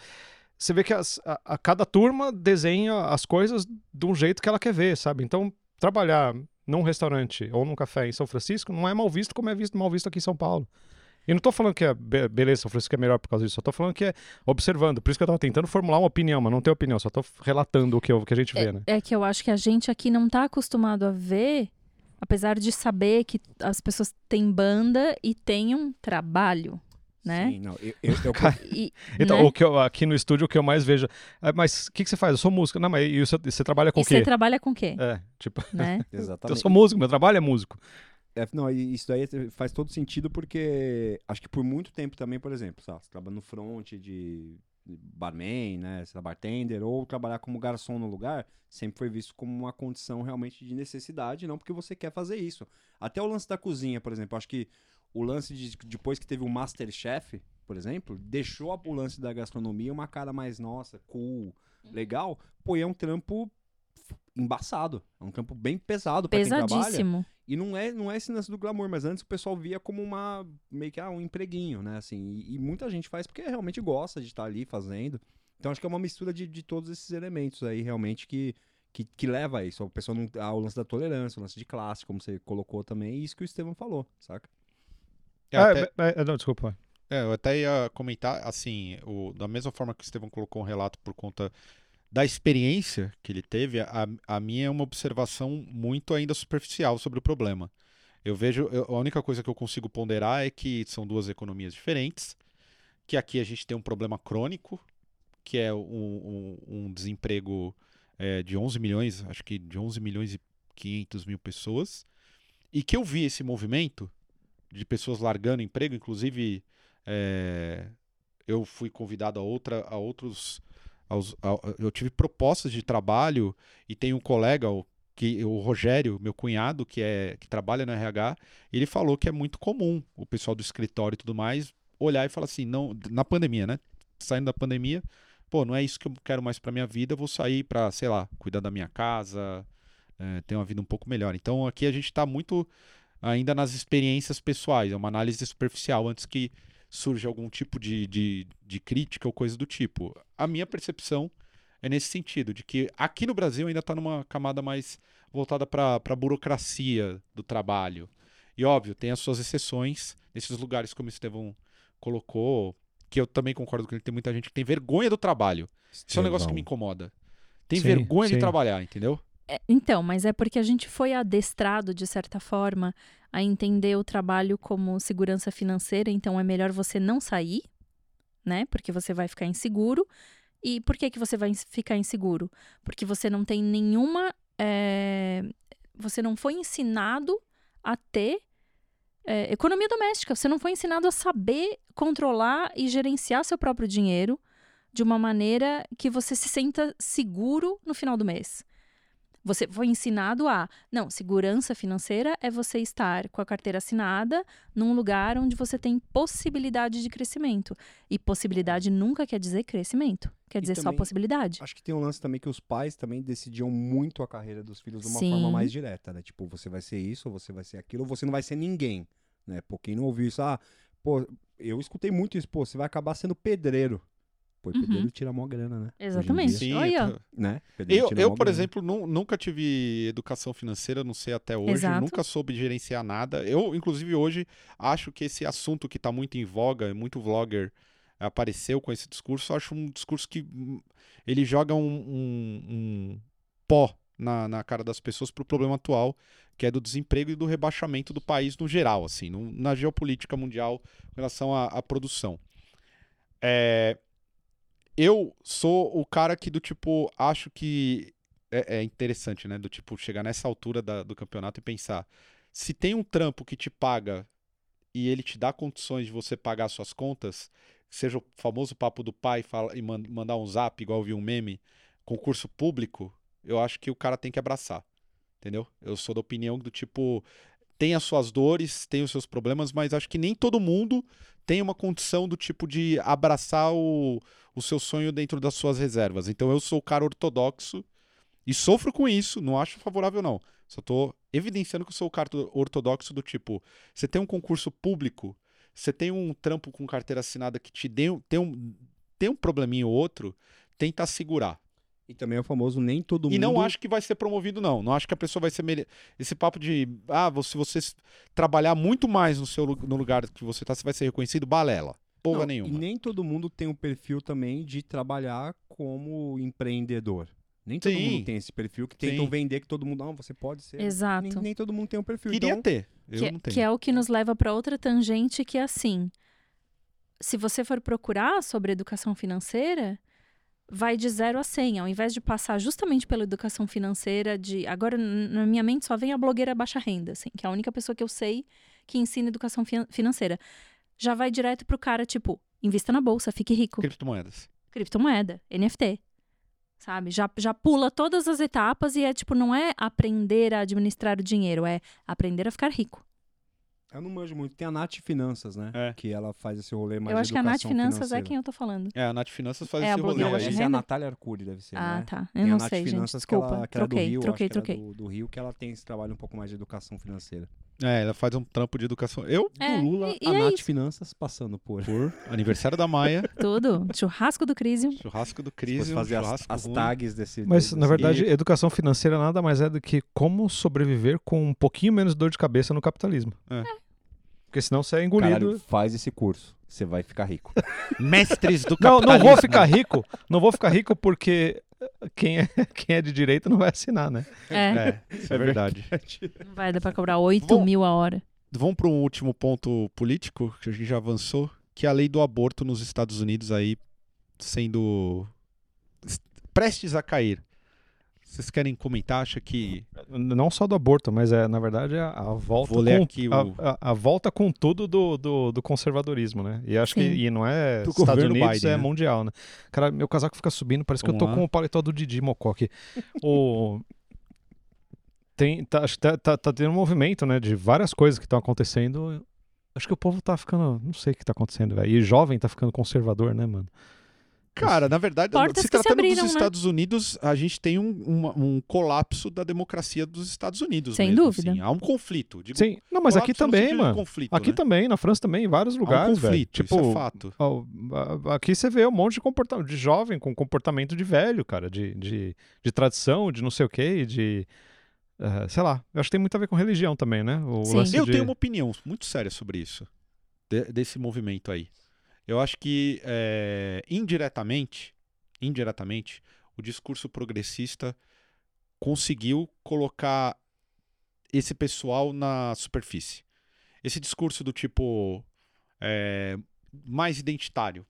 D: você vê que as- a, a cada turma desenha as coisas de um jeito que ela quer ver, sabe? Então, trabalhar num restaurante ou num café em São Francisco não é mal visto como é visto, mal visto aqui em São Paulo. E não tô falando que é be- beleza, São Francisco é melhor por causa disso, só tô falando que é observando. Por isso que eu tava tentando formular uma opinião, mas não tenho opinião, só tô relatando o que, eu- o que a gente vê, né?
B: É que eu acho que a gente aqui não tá acostumado a ver, apesar de saber que as pessoas têm banda e têm um trabalho. né?
E: Sim, não. Eu, eu, eu-
B: E,
D: Então,
B: né?
D: o que eu- aqui no estúdio, o que eu mais vejo. "Ah, mas o que, que você faz? Eu sou músico. Não, mas e você, você trabalha com
B: E
D: o quê?
B: você trabalha com o quê?
D: É, tipo,
B: Né?
D: eu
E: exatamente.
D: sou músico, meu trabalho é músico.
E: É, não, e isso daí faz todo sentido porque acho que por muito tempo também, por exemplo, sei lá, você trabalha no front de de barman, né, sei lá, bartender, ou trabalhar como garçom no lugar, sempre foi visto como uma condição realmente de necessidade, não porque você quer fazer isso. Até o lance da cozinha, por exemplo, acho que o lance de depois que teve o Masterchef, por exemplo, deixou a- o lance da gastronomia uma cara mais nossa, cool, legal, pô, e é um trampo embaçado, é um trampo bem pesado pra quem trabalha.
B: Pesadíssimo.
E: E não é, não é esse lance do glamour, mas antes o pessoal via como uma meio que ah, um empreguinho, né? Assim, e, e muita gente faz porque realmente gosta de estar ali fazendo. Então acho que é uma mistura de, de todos esses elementos aí realmente que, que, que leva a isso. O pessoal não. Ao lance da tolerância, o lance de classe, como você colocou também, e isso que o Estevam falou, saca?
C: É,
D: Ah,
C: até-
D: é, é, não, desculpa.
C: É, eu até ia comentar, assim, o- da mesma forma que o Estevão colocou um relato por conta da experiência que ele teve, a, a minha é uma observação muito ainda superficial sobre o problema. Eu vejo, eu- a única coisa que eu consigo ponderar é que são duas economias diferentes, que aqui a gente tem um problema crônico, que é um, um- um desemprego é, de 11 milhões, acho que de 11 milhões e 500 mil pessoas, e que eu vi esse movimento de pessoas largando emprego, inclusive é, eu fui convidado a outra a outros aos- a- eu tive propostas de trabalho e tem um colega o, que o Rogério meu cunhado que é que trabalha no RH ele falou que é muito comum o pessoal do escritório e tudo mais olhar e falar assim não na pandemia né saindo da pandemia pô não é isso que eu quero mais para minha vida eu vou sair para sei lá cuidar da minha casa é, ter uma vida um pouco melhor então aqui a gente está muito ainda nas experiências pessoais é uma análise superficial antes que surge algum tipo de, de, de crítica ou coisa do tipo. A minha percepção é nesse sentido, de que aqui no Brasil ainda está numa camada mais voltada para a burocracia do trabalho. E óbvio, tem as suas exceções, nesses lugares como o Estevão colocou, que eu também concordo com ele, tem muita gente que tem vergonha do trabalho. Isso é um negócio que me incomoda. Tem
D: Sim,
C: vergonha
D: sim.
C: de trabalhar, entendeu?
B: É, Então, mas é porque a gente foi adestrado, de certa forma, a entender o trabalho como segurança financeira, então é melhor você não sair, né? Porque você vai ficar inseguro. E por que, que você vai ins- ficar inseguro? Porque você não tem nenhuma. eh, Você não foi ensinado a ter eh, economia doméstica. Você não foi ensinado a saber controlar e gerenciar seu próprio dinheiro de uma maneira que você se sinta seguro no final do mês. Você foi ensinado a. Não, segurança financeira é você estar com a carteira assinada num lugar onde você tem possibilidade de crescimento. E possibilidade nunca quer dizer crescimento. Quer
E: E
B: dizer só
E: também-
B: possibilidade.
E: Acho que tem um lance também que os pais também decidiam muito a carreira dos filhos de uma forma
B: Sim.
E: mais direta, né? Tipo, você vai ser isso, ou você vai ser aquilo, ou você não vai ser ninguém, né? Pô, quem não ouviu isso, ah, pô, eu escutei muito isso, pô, você vai acabar sendo pedreiro. Pô, e
B: Uhum.
E: pedreiro tira mó grana, né? Hoje em
B: Exatamente.
E: dia,
B: Sim, Olha.
C: eu tô-
E: né? Pedreiro
C: Eu,
E: tira
C: eu
E: mó
C: por
E: grana.
C: exemplo, nu- nunca tive educação financeira, não sei até hoje,
B: Exato.
C: nunca soube gerenciar nada. Eu, inclusive, hoje acho que esse assunto que tá muito em voga, muito vlogger apareceu com esse discurso, eu acho um discurso que hum, ele joga um, um- um pó na, na cara das pessoas pro problema atual, que é do desemprego e do rebaixamento do país no geral, assim, no- na geopolítica mundial em relação à, à produção. É, eu sou o cara que do tipo, acho que é, é interessante, né? Do tipo, chegar nessa altura da- do campeonato e pensar, se tem um trampo que te paga e ele te dá condições de você pagar suas contas, seja o famoso papo do pai fala- e man- mandar um zap, igual eu vi um meme, concurso público, eu acho que o cara tem que abraçar, entendeu? Eu sou da opinião do tipo, tem as suas dores, tem os seus problemas, mas acho que nem todo mundo tem uma condição do tipo de abraçar o, o seu sonho dentro das suas reservas. Então eu sou o cara ortodoxo e sofro com isso, não acho favorável não. Só tô evidenciando que eu sou o cara do- ortodoxo do tipo, você tem um concurso público, você tem um trampo com carteira assinada que te dê, um- tem, um, tem um probleminha ou outro, tenta segurar.
E: E também é o famoso nem todo
C: E
E: mundo.
C: não acho que vai ser promovido, não. Não acho que a pessoa vai ser. mere- Esse papo de. Ah, vo- se você s- trabalhar muito mais no, seu, lu- no lugar que você tá, você vai ser reconhecido, balela. Porra
E: Não, E
C: nenhuma.
E: nem todo mundo tem o perfil também de trabalhar como empreendedor. Nem todo
C: Sim.
E: mundo tem esse perfil que tentam
C: Sim.
E: vender que todo mundo, não, você pode ser.
B: Exato.
E: Nem, nem todo mundo tem um perfil.
C: Queria
E: então,
C: ter. Eu
B: que,
C: não tenho.
B: que é o que nos leva para outra tangente que é assim. é se você for procurar sobre educação financeira, vai de 0 a 100. Ao invés de passar justamente pela educação financeira, de agora n- na minha mente só vem a blogueira baixa renda, assim, que é a única pessoa que eu sei que ensina educação fian- financeira. Já vai direto pro cara, tipo, invista na bolsa, fique rico
C: Criptomoedas.
B: criptomoeda, NFT. Sabe? Já, já pula todas as etapas e é tipo, não é aprender a administrar o dinheiro, é aprender a ficar rico.
E: Eu não manjo muito. Tem a Nath Finanças, né?
C: É.
E: Que ela faz esse rolê mais
B: eu acho que a Nath
E: educação
B: Finanças é
E: financeira.
B: quem eu tô falando.
C: É, a Nath Finanças faz
B: É, a
C: esse rolê
E: Não,
B: blogueira
C: aí.
B: Baixa
E: esse é a
B: Renda?
E: Natália Arcuri, deve ser,
B: ah,
E: né?
B: tá.
E: Tem
B: Eu não
E: a Nath
B: sei, gente.
E: Finanças que
B: Desculpa.
E: ela, que ela é do
B: troquei,
E: Rio, acho
B: troquei,
E: que ela é
B: troquei.
E: do, do Rio, que ela tem esse trabalho um pouco mais de educação financeira.
C: É, ela faz um trampo de educação. Eu,
B: É,
E: do Lula,
B: e- e
E: a
B: é
E: Nath
B: isso.
E: Finanças passando por...
C: aniversário da Maia,
B: Tudo. Churrasco do Crisium.
C: churrasco do
E: Depois
C: Cris,
E: fazer as,
C: um churrasco
E: as
C: ruim.
E: tags desse...
D: Mas,
E: desse-
D: na verdade,
C: E-
D: educação financeira nada mais é do que como sobreviver com um pouquinho menos dor de cabeça no capitalismo.
C: É.
D: Porque senão você é
E: Caralho,
D: engolido.
E: faz esse curso. Você vai ficar rico.
C: Mestres do
D: Não,
C: capitalismo.
D: não vou ficar rico. Não vou ficar rico porque quem é, quem é de direita não vai assinar, né?
B: É,
C: É, isso é verdade.
B: não vai dar pra cobrar 8
C: Bom.
B: mil a hora.
C: Vamos para um último ponto político, que a gente já avançou, que é a lei do aborto nos Estados Unidos aí sendo s- prestes a cair. Vocês querem comentar? Acha que
D: Não só do aborto, mas é, na verdade, é a, a volta.
C: Vou ler
D: com,
C: aqui o-
D: a, a- a volta com tudo do, do, do conservadorismo, né? E acho
B: Sim.
D: que e não é
C: Do
D: Estados
C: governo
D: Unidos,
C: Biden,
D: é
C: né?
D: mundial, né? Cara, meu casaco fica subindo, parece que
C: Vamos
D: eu tô
C: lá.
D: com o paletó do Didi Mocó aqui. o... Tem, tá, acho que tá, tá, tá tendo um movimento, né? De várias coisas que estão acontecendo. Acho que o povo tá ficando. Não sei o que tá acontecendo, velho. E jovem tá ficando conservador, né, mano?
C: Cara, na verdade,
B: Portas
C: se
B: que se
C: tratando
B: abriram, né?
C: dos Estados Unidos, a gente tem um, uma- um colapso da democracia dos Estados Unidos.
B: Sem
C: mesmo,
B: dúvida.
C: assim. Há um conflito. Digo,
D: Sim. Não, mas aqui
C: colapso no
D: também,
C: sentido de
D: mano.
C: Conflito,
D: Aqui
C: né?
D: também, na França também, em vários
C: Há um
D: lugares, velho.
C: conflito,
D: Tipo,
C: isso é fato.
D: Ó, a- a- Aqui você vê um monte de comportamento de jovem com comportamento de velho, cara, de, de, de tradição, de não sei o quê, de. eh, sei lá, eu acho que tem muito a ver com religião também, né? O
B: Sim.
D: lance
C: Eu
D: de-
C: tenho uma opinião muito séria sobre isso, de- desse movimento aí. Eu acho que é, indiretamente, indiretamente, o discurso progressista conseguiu colocar esse pessoal na superfície. Esse discurso do tipo é, mais identitário,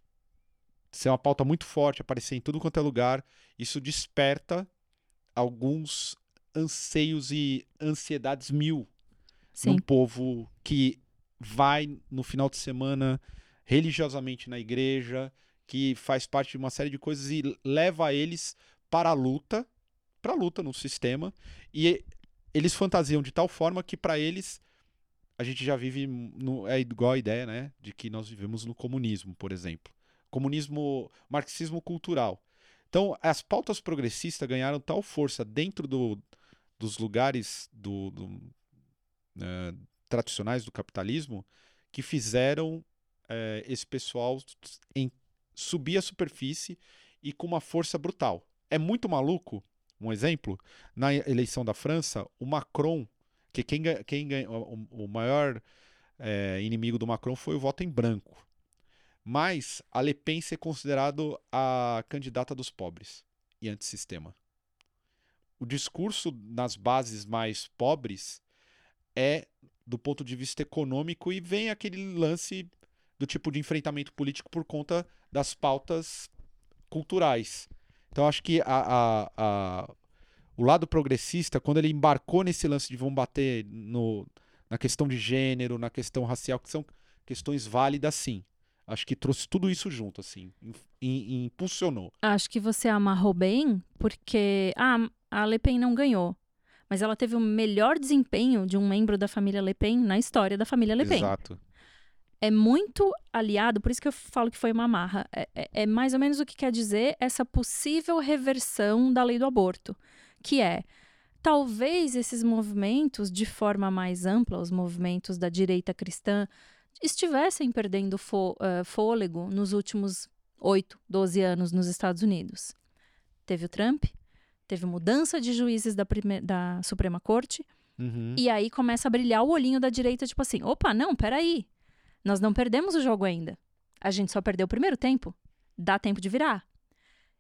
C: ser uma pauta muito forte, aparecer em tudo quanto é lugar, isso desperta alguns anseios e ansiedades mil
B: Sim.
C: num povo que vai no final de semana religiosamente na igreja, que faz parte de uma série de coisas e leva eles para a luta, para a luta no sistema, e eles fantasiam de tal forma que para eles a gente já vive no- é igual a ideia, né, de que nós vivemos no comunismo, por exemplo. Comunismo, marxismo cultural. Então, as pautas progressistas ganharam tal força dentro do, dos lugares do- do, né, tradicionais do capitalismo que fizeram eh, esse pessoal s- em- subir a superfície e com uma força brutal. É muito maluco, um exemplo, na e- eleição da França, o Macron, que quem, ga- quem ganha- o, o maior eh, inimigo do Macron foi o voto em branco. Mas a Le Pen ser considerado a candidata dos pobres e antissistema. O discurso nas bases mais pobres é do ponto de vista econômico e vem aquele lance do tipo de enfrentamento político por conta das pautas culturais. Então acho que a- a- a- o lado progressista, quando ele embarcou nesse lance de vão bater no- na questão de gênero, na questão racial, que são questões válidas sim. Acho que trouxe tudo isso junto, assim, in- in- impulsionou.
B: Acho que você amarrou bem, porque ah, a Le Pen não ganhou. Mas ela teve o melhor desempenho de um membro da família Le Pen na história da família Le Pen.
C: Exato.
B: é muito aliado, por isso que eu falo que foi uma amarra. É, é- é mais ou menos o que quer dizer essa possível reversão da lei do aborto, que é talvez esses movimentos, de forma mais ampla, os movimentos da direita cristã, estivessem perdendo fô- eh, fôlego nos últimos 8, 12 anos nos Estados Unidos. Teve o Trump, teve mudança de juízes da prime- da Suprema Corte,
C: Uhum.
B: e aí começa a brilhar o olhinho da direita, tipo assim: opa, não, peraí. Nós não perdemos o jogo ainda. A gente só perdeu o primeiro tempo. Dá tempo de virar.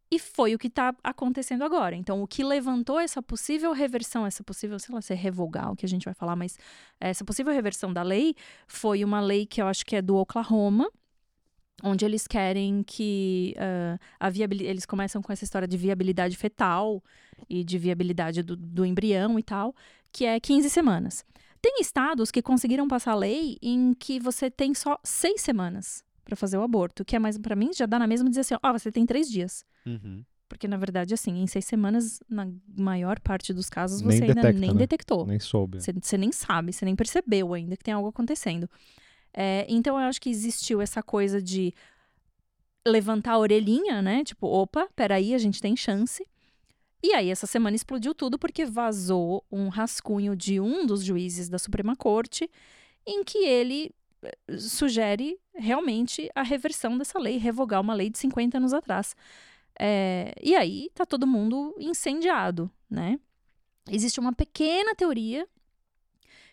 B: E foi o que tá acontecendo agora. Então, o que levantou essa possível reversão, essa possível, sei lá, se é revogar o que a gente vai falar, mas essa possível reversão da lei foi uma lei que eu acho que é do Oklahoma, onde eles querem que ah, a viabilidade, eles começam com essa história de viabilidade fetal e de viabilidade do, do embrião e tal, que é 15 semanas. Tem estados que conseguiram passar lei em que você tem só seis semanas para fazer o aborto, que é mais para mim já dá na mesma dizer assim, ó, você tem três dias,
C: Uhum.
B: porque na verdade assim, em seis semanas na maior parte dos casos
D: Nem
B: você ainda
D: detecta,
B: nem
D: né?
B: detectou.
D: Nem soube.
B: Você, você nem sabe, você nem percebeu ainda que tem algo acontecendo. É, então eu acho que existiu essa coisa de levantar a orelhinha, né? Tipo, opa, peraí, a gente tem chance. E aí, essa semana explodiu tudo porque vazou um rascunho de um dos juízes da Suprema Corte em que ele eh, sugere realmente a reversão dessa lei, revogar uma lei de 50 anos atrás. É, e aí, tá todo mundo incendiado, né? Existe uma pequena teoria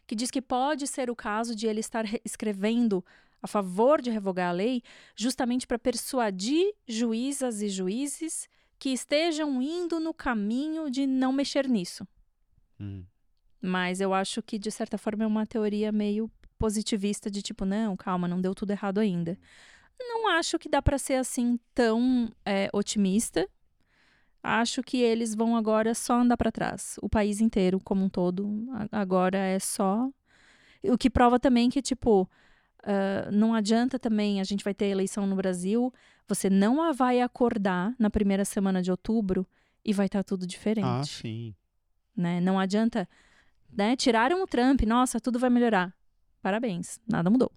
B: que diz que pode ser o caso de ele estar re- escrevendo a favor de revogar a lei, justamente para persuadir juízas e juízes que estejam indo no caminho de não mexer nisso.
C: Uhum.
B: Mas eu acho que, de certa forma, é uma teoria meio positivista de tipo, não, calma, não deu tudo errado ainda. Não acho que dá para ser assim tão é, otimista. Acho que eles vão agora só andar para trás. O país inteiro, como um todo, a- agora é só. O que prova também que, tipo, ah, não adianta também, a gente vai ter eleição no Brasil, você não a vai acordar na primeira semana de outubro e vai estar tudo diferente
C: Ah, sim.
B: né? Não adianta, né? Tiraram o Trump, nossa, tudo vai melhorar. Parabéns, nada mudou.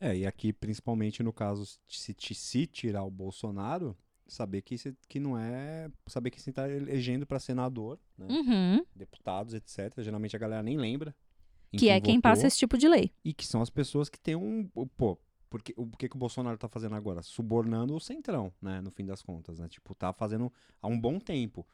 E: É, e aqui, principalmente no caso, se, ti- se tirar o Bolsonaro, saber que, se- que não é. Saber que se está elegendo para senador, né?
B: Uhum,
E: deputados, etc. Geralmente a galera nem lembra. em
B: Que é quem
E: votou,
B: passa esse tipo de lei.
E: E que são as pessoas que têm um. Pô, porque, o que, que o Bolsonaro tá fazendo agora? Subornando o centrão, né? No fim das contas, né? Tipo, tá fazendo há um bom tempo.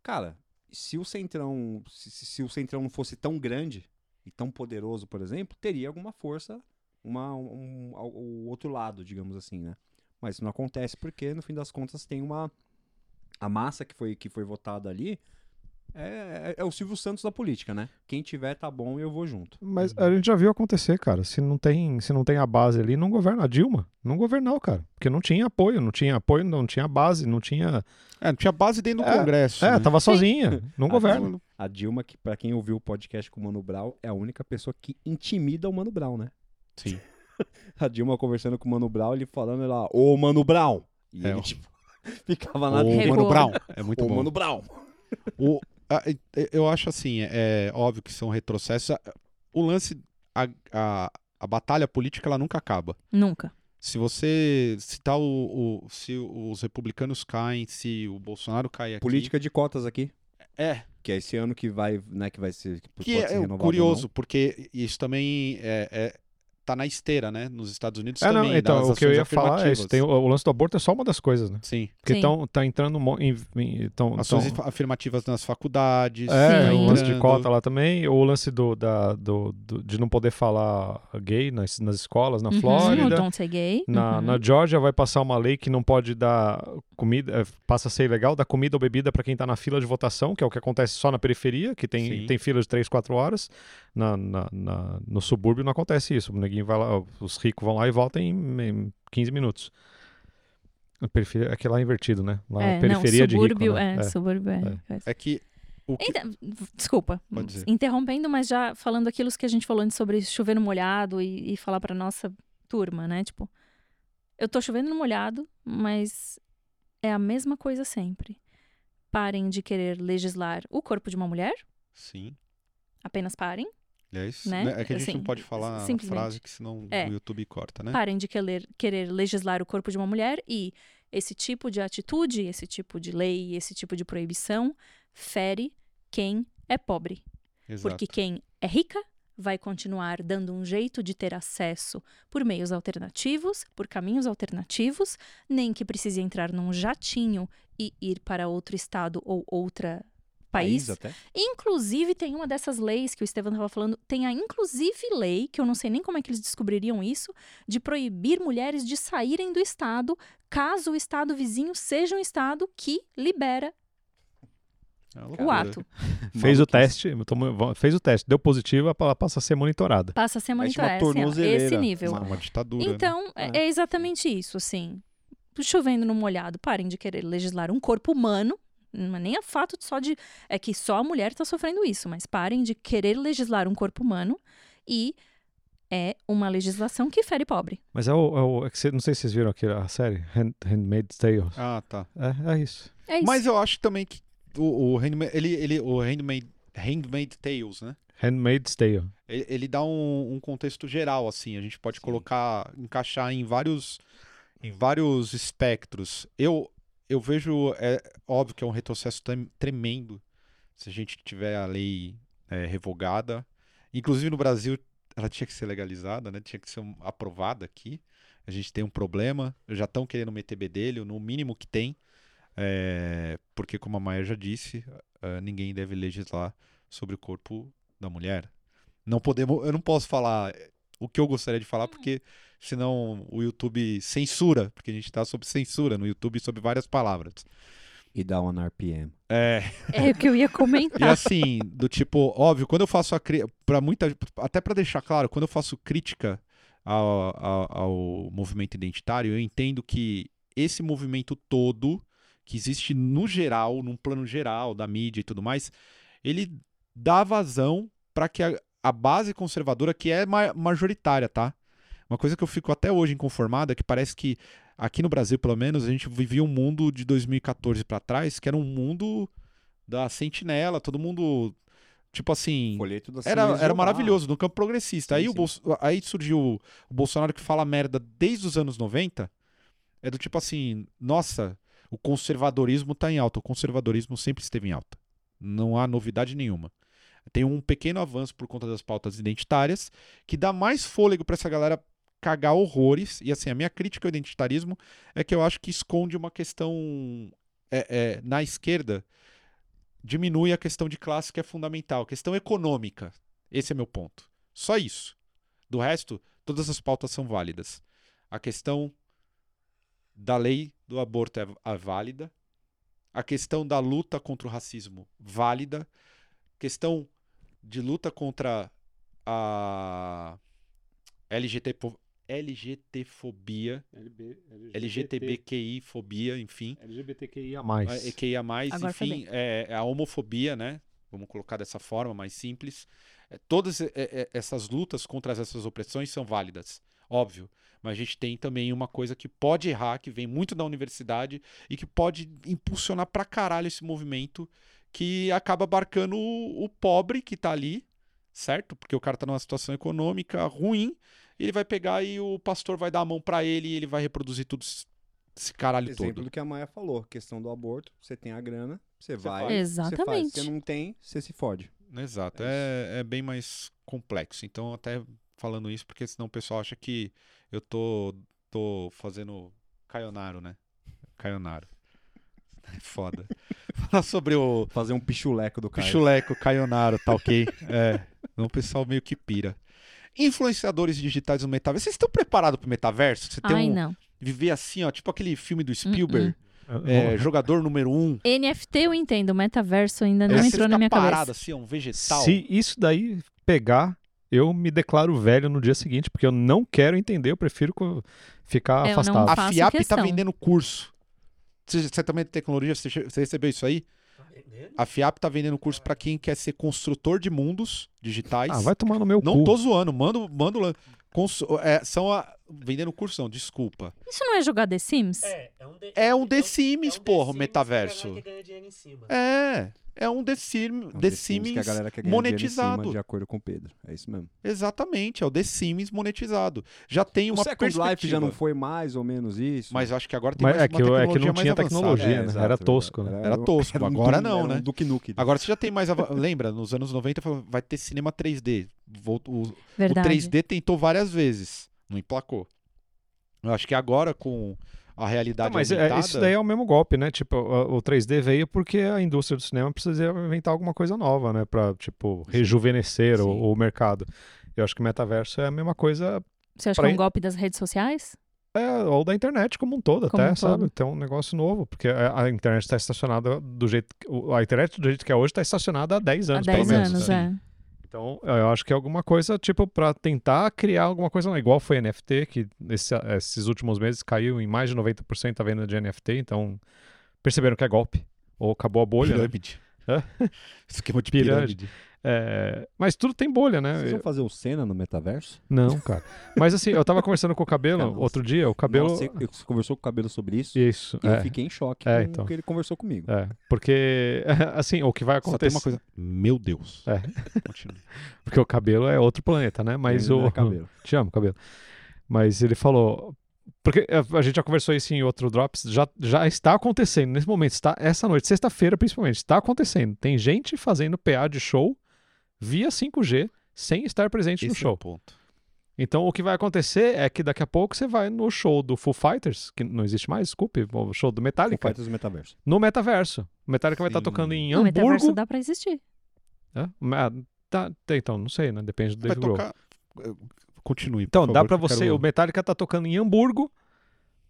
E: Cara, se o centrão. Se, se- se o centrão não fosse tão grande e tão poderoso, por exemplo, teria alguma força, uma, um, um- ao- o outro lado, digamos assim, né? Mas isso não acontece porque, no fim das contas, tem uma. A massa que foi, que foi votada ali é, é- é o Silvio Santos da política, né? Quem tiver tá bom e eu vou junto.
D: Mas a gente já viu acontecer, cara. Se não tem, se não tem a base ali, não governa. A Dilma não governou, cara. Porque não tinha apoio, não tinha apoio, não tinha base, não tinha.
C: É, não tinha base dentro do
D: É,
C: Congresso.
D: É,
C: né?
D: tava sozinha. Não
E: A
D: governa.
E: Dilma- A Dilma, que pra quem ouviu o podcast com o Mano Brown, é a única pessoa que intimida o Mano Brown, né?
C: Sim.
E: A Dilma conversando com o Mano Brown, ele falando lá, ô Mano Brown! E
C: É,
E: ele,
C: o-
E: tipo, ficava lá
C: O
E: dentro. tipo,
B: Recuou.
C: Mano Brown. É muito
E: Ô
C: bom.
E: Mano Brown!
C: O- a- e- e- eu acho assim, é óbvio que são retrocessos. A- O lance, a, a, a batalha política, ela nunca acaba.
B: Nunca.
C: Se você, se tal, o, o- se os republicanos caem, se o Bolsonaro cai aqui...
E: Política de cotas aqui,
C: É,
E: que é esse ano que vai, né, que vai ser,
C: que
E: que pode
C: é
E: ser renovado ou
C: curioso,
E: não.
C: porque isso também é, é- tá na esteira, né? Nos Estados Unidos
D: É,
C: também.
D: não, então,
C: das
D: o que eu
C: ações
D: ia falar é isso.
C: afirmativas.
D: Tem, o, o lance do aborto é só uma das coisas, né?
C: Sim,
D: Porque
B: Sim.
D: tão, tá entrando. mo- Em, em, tão,
C: ações
D: tão-
C: af- afirmativas nas faculdades.
D: Então, É,
B: Sim.
D: o lance de
C: entrando.
D: cota lá também, ou o lance do, da, do, do- de não poder falar gay nas, nas escolas, na
B: Uhum, o
D: Flórida.
B: Don't Say Gay.
D: Na,
B: uhum.
D: na Georgia vai passar uma lei que não pode dar comida, eh, passa a ser ilegal dar comida ou bebida para quem tá na fila de votação, que é o que acontece só na periferia, que tem,
C: Sim.
D: tem fila de 3, 4 horas. Na, na- na- no subúrbio não acontece isso. O neguinho vai lá, os ricos vão lá e votam em, em 15 minutos. A periferia, é que lá é invertido, né? Lá
B: é,
D: é, periferia
B: não,
D: de
B: subúrbio,
D: rico, né?
B: é, subúrbio é.
D: É.
B: coisa.
C: É que o que-
B: Então, v- desculpa,
C: Pode dizer.
B: interrompendo, mas já falando aquilo que a gente falou antes sobre chover no molhado e, e falar pra nossa turma, né? Tipo, eu tô chovendo no molhado, mas é a mesma coisa sempre. Parem de querer legislar o corpo de uma mulher,
C: Sim.
B: apenas parem.
C: Aliás,
B: Né?
C: né? é que a gente
B: Assim,
C: não pode falar a
B: simplesmente.
C: frase que senão
B: É.
C: o YouTube corta, né?
B: Parem de querer, querer legislar o corpo de uma mulher e esse tipo de atitude, esse tipo de lei, esse tipo de proibição fere quem é pobre.
C: Exato.
B: Porque quem é rica vai continuar dando um jeito de ter acesso por meios alternativos, por caminhos alternativos, nem que precise entrar num jatinho e ir para outro estado ou outra país.
E: até.
B: Inclusive, tem uma dessas leis que o Estevam estava falando, tem a inclusive lei, que eu não sei nem como é que eles descobririam isso, de proibir mulheres de saírem do Estado, caso o Estado vizinho seja um Estado que libera
C: É uma
B: O
C: loucura.
B: ato.
D: Fez o
E: Maluquice.
D: teste, tomou- fez o teste, deu positivo, ela passa a ser monitorada.
B: Passa a ser
E: É tipo uma
B: monitorado. assim, ó, esse
E: tornozeleira.
C: É
B: nível.
C: uma ditadura. né?
B: Então, é. é exatamente isso, assim. Chovendo no molhado, parem de querer legislar um corpo humano. Não é nem o fato só de. É que só a mulher está sofrendo isso, mas parem de querer legislar um corpo humano e é uma legislação que fere pobre.
D: Mas é o. É o é que cê- não sei se vocês viram aqui a série, Hand, Handmaid's Tale.
C: Ah, tá.
D: É, é isso.
B: É isso.
C: Mas eu acho também que o, o Handmaid, ele, ele, o Handmaid, Handmaid Tales, né?
D: Handmaid's Tale.
C: Ele, ele dá um, um contexto geral, assim. A gente pode colocar, encaixar em vários, em vários espectros. Eu, eu vejo, é óbvio que é um retrocesso trem- tremendo se a gente tiver a lei é, revogada. Inclusive no Brasil, ela tinha que ser legalizada, né? Tinha que ser um- aprovada aqui. A gente tem um problema. Já estão querendo meter bedelho, no mínimo que tem. É, porque, como a Maia já disse, é, ninguém deve legislar sobre o corpo da mulher. Não podemos, eu não posso falar eh, o que eu gostaria de falar, porque senão o YouTube censura, porque a gente está sob censura no YouTube sobre várias palavras.
E: E dá uma na RPM.
C: É,
B: É o que eu ia
C: e
B: comentar.
C: assim, do tipo, óbvio, quando eu faço a para muita, até para deixar claro, quando eu faço crítica ao, ao- ao movimento identitário, eu entendo que esse movimento todo que existe no geral, num plano geral da mídia e tudo mais, ele dá vazão para que a, a base conservadora, que é ma- majoritária, tá? Uma coisa que eu fico até hoje inconformado é que parece que aqui no Brasil, pelo menos, a gente vivia um mundo de 2014 para trás, que era um mundo da sentinela, todo mundo tipo assim,
E: Folheto da
C: era,
E: Silêncio
C: era
E: Global.
C: maravilhoso, no campo progressista.
E: Sim,
C: Aí, o
E: sim.
C: Bolso- aí surgiu o Bolsonaro que fala merda desde os anos 90. É do tipo assim, nossa, o conservadorismo tá em alta. O conservadorismo sempre esteve em alta. Não há novidade nenhuma. Tem um pequeno avanço por conta das pautas identitárias, que dá mais fôlego pra essa galera cagar horrores. E assim, a minha crítica ao identitarismo é que eu acho que esconde uma questão é, é, na esquerda, diminui a questão de classe, que é fundamental. Questão econômica. Esse é meu ponto. Só isso. Do resto, todas as pautas são válidas. A questão da lei do aborto é, é válida. A questão da luta contra o racismo, válida. Questão de luta contra a LGT, LGTfobia, LGTBQI fobia, enfim.
D: LGBTQIA.
C: E EQIA+,
B: Agora foi
C: enfim, é, é a homofobia, né? Vamos colocar dessa forma, mais simples. É, todas é, é, essas lutas contra essas opressões são válidas, óbvio. Mas a gente tem também uma coisa que pode errar, que vem muito da universidade e que pode impulsionar pra caralho esse movimento que acaba abarcando o, o pobre que tá ali, certo? Porque o cara tá numa situação econômica ruim, ele vai pegar e o pastor vai dar a mão pra ele e ele vai reproduzir tudo esse- esse caralho
E: Exemplo
C: todo.
E: do que a Maia falou, questão do aborto, você tem a grana, você
C: Você faz.
E: vai, você faz.
B: Exatamente.
E: Você não tem, você se fode.
C: Exato,
E: É
C: é, é bem mais complexo. Então, até falando isso, porque senão o pessoal acha que eu tô, tô fazendo caionaro, né? Caionaro. É foda. Falar sobre o
E: Fazer um pichuleco do cara.
C: pichuleco, caionaro, tá ok? É, então o pessoal meio que pira. Influenciadores digitais no metaverso. Vocês estão preparados pro metaverso? Você tem
B: Ai,
C: um,
B: não. Uh-uh.
C: viver assim, ó, tipo aquele filme do Spielberg, é,
D: É,
C: jogador número um.
B: NFT eu entendo, o metaverso ainda
C: É,
B: não
C: você
B: entrou na
C: fica
B: minha
C: parado
B: cabeça.
C: assim, ó, um vegetal.
D: se isso daí pegar, eu me declaro velho no dia seguinte, porque eu não quero entender, eu prefiro co- ficar
B: Eu não
D: afastado.
B: faço.
C: A FIAP tá
B: questão.
C: vendendo curso. Você, você também tem tecnologia, você, che- você recebeu isso aí?
F: Tá vendendo?
C: A FIAP tá vendendo curso pra quem quer ser construtor de mundos digitais.
D: Ah, vai tomar no meu
C: não
D: cu.
C: tô zoando, mando, mando lan- cons- é, são a- vendendo curso, não, desculpa.
B: Isso não é jogar The Sims?
F: É, é um The,
C: É um
F: é
C: The Sims,
F: é um The
C: porra, o
F: Sims
C: metaverso.
F: Que a galera ganha dinheiro em cima.
C: É, é um The, Sim,
E: É um
C: The
E: The Sims que a
C: Sims
E: galera quer ganhar dinheiro em cima,
C: monetizado.
E: de acordo com o Pedro. É isso mesmo.
C: Exatamente, é o The Sims monetizado. Já tem
E: O
C: uma
E: Second Life é já
C: perspectiva.
E: não foi mais ou menos isso.
C: Mas acho que agora tem
D: Mas
C: mais
D: é que,
C: uma
D: eu- é que
C: tecnologia
D: não
C: mais
D: tinha
C: avançada.
D: tecnologia,
E: É,
D: né?
E: exato,
D: era tosco, né?
C: Era tosco,
E: um
C: agora
E: Doom-
C: não,
E: era um
C: né?
E: Duke Nukem.
C: Agora você já tem mais. ava- Lembra, nos anos 90 falou, vai ter cinema 3D. Vol- o- o,
B: Verdade.
C: 3D tentou várias vezes, não emplacou. Eu acho que agora com a
D: Tá,
C: realidade
D: mas é-
C: aumentada,
D: isso daí é o mesmo golpe, né? Tipo, a- o 3D veio porque a indústria do cinema precisa inventar alguma coisa nova, né? Pra, tipo, rejuvenescer
C: Sim.
D: o, o mercado. Eu acho que o metaverso é a mesma coisa.
B: Você acha
D: pra
B: que é um
D: in-
B: golpe das redes sociais?
D: É, ou da internet como um todo,
B: Como
D: até,
B: um todo.
D: sabe? Tem um negócio novo, porque a, a internet está estacionada do jeito. que- o- A internet do jeito que é hoje está estacionada há 10
B: Há
D: anos, pelo
B: 10
D: menos.
B: anos,
D: né?
B: é.
D: Então, eu acho que é alguma coisa, tipo, para tentar criar alguma coisa, igual foi NFT, que esse- esses últimos meses caiu em mais de 90% a venda de NFT, então perceberam que é golpe. Ou acabou a bolha. né?
C: Pirâmide.
D: Hã?
C: Esquema de
D: Pirâmide.
C: pirâmide.
D: É, mas tudo tem bolha, né?
C: é.
E: Vocês vão fazer o Senna no metaverso?
D: Não, cara. Mas assim, eu tava conversando com o
E: Ah,
D: cabelo
E: não.
D: outro dia, o cabelo.
E: Nossa, você você conversou com o cabelo sobre isso
D: Isso.
E: e eu
D: é,
E: fiquei em choque
D: É,
E: com
D: então.
E: o que ele conversou comigo.
D: é. Porque, assim, o que vai
C: Só tem
D: acontecer.
C: uma coisa. Meu Deus.
D: É.
C: Continua.
D: Porque o cabelo é outro planeta, né? Mas
E: Ele não
D: o.
E: é cabelo.
D: Te amo, cabelo. Mas ele falou. Porque a a gente já conversou isso em outro Drops, já, já está acontecendo nesse momento, está, essa noite, sexta-feira principalmente, está acontecendo. Tem gente fazendo PA de show via 5G sem estar presente no
C: Esse é
D: show.
C: o ponto.
D: Então o que vai acontecer é que daqui a pouco você vai no show do Foo Fighters, que não existe mais, desculpe, o show do
E: O
D: Metallica,
E: pai do metaverso.
D: no metaverso. O Metallica vai estar
C: Sim.
D: tocando em
B: No metaverso
D: Hamburgo.
B: dá pra existir.
D: Hã? Ah, tá- tá, então, não sei, né? Depende do
C: Vai
D: Dave Grohl.
C: tocar. Continue. por
D: Então, dá
C: favor,
D: pra
C: que eu
D: você.
C: quero-
D: O Metallica tá tocando em Hamburgo.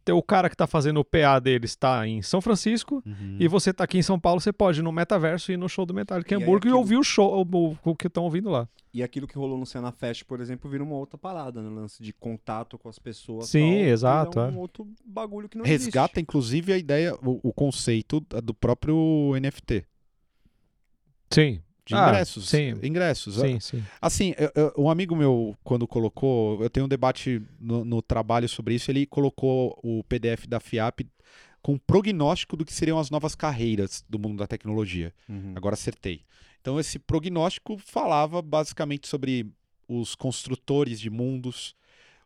D: tem O cara que tá fazendo o PA dele está tá em São Francisco.
C: Uhum.
D: E você tá aqui em São Paulo, você pode ir no metaverso e ir no show do Metallica em
E: E aí
D: Hamburgo e
E: aquilo-
D: ouvir o show, o, o que estão ouvindo lá.
E: E aquilo que rolou no Senna Fest, por exemplo, vira uma outra parada, né? Lance de contato com as pessoas.
D: Sim,
E: tal, vira
D: exato,
E: Um
D: é.
E: outro bagulho que não
C: Resgata, inclusive, a ideia, o, o conceito da- do próprio NFT.
D: Sim,
C: De
D: Ah,
C: ingressos.
D: sim.
C: Ingressos.
D: sim, sim.
C: Assim, eu- eu- um amigo meu, quando colocou, eu tenho um debate no, no trabalho sobre isso, ele colocou o PDF da FIAP com prognóstico do que seriam as novas carreiras do mundo da tecnologia.
E: existe. Uhum.
C: Agora acertei. Então, esse prognóstico falava basicamente sobre os construtores de mundos,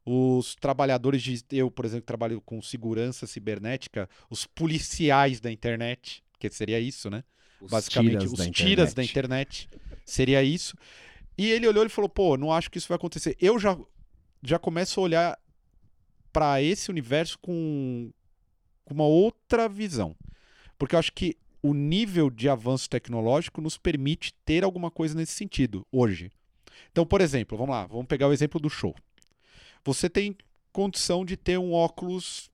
C: os trabalhadores de. Eu, por exemplo, que trabalho com segurança cibernética, os policiais da internet, que seria isso, né?
E: Os
C: basicamente,
E: Uhum. tiras
C: os
E: da
C: tiras
E: internet.
C: da internet. Seria isso. E ele olhou e falou: pô, não acho que isso vai acontecer. Eu já, já começo a olhar para esse universo com, com uma outra visão. Porque eu acho que o nível de avanço tecnológico nos permite ter alguma coisa nesse sentido hoje. Então, por exemplo, vamos lá, vamos pegar o exemplo do show. Você tem condição de ter um óculos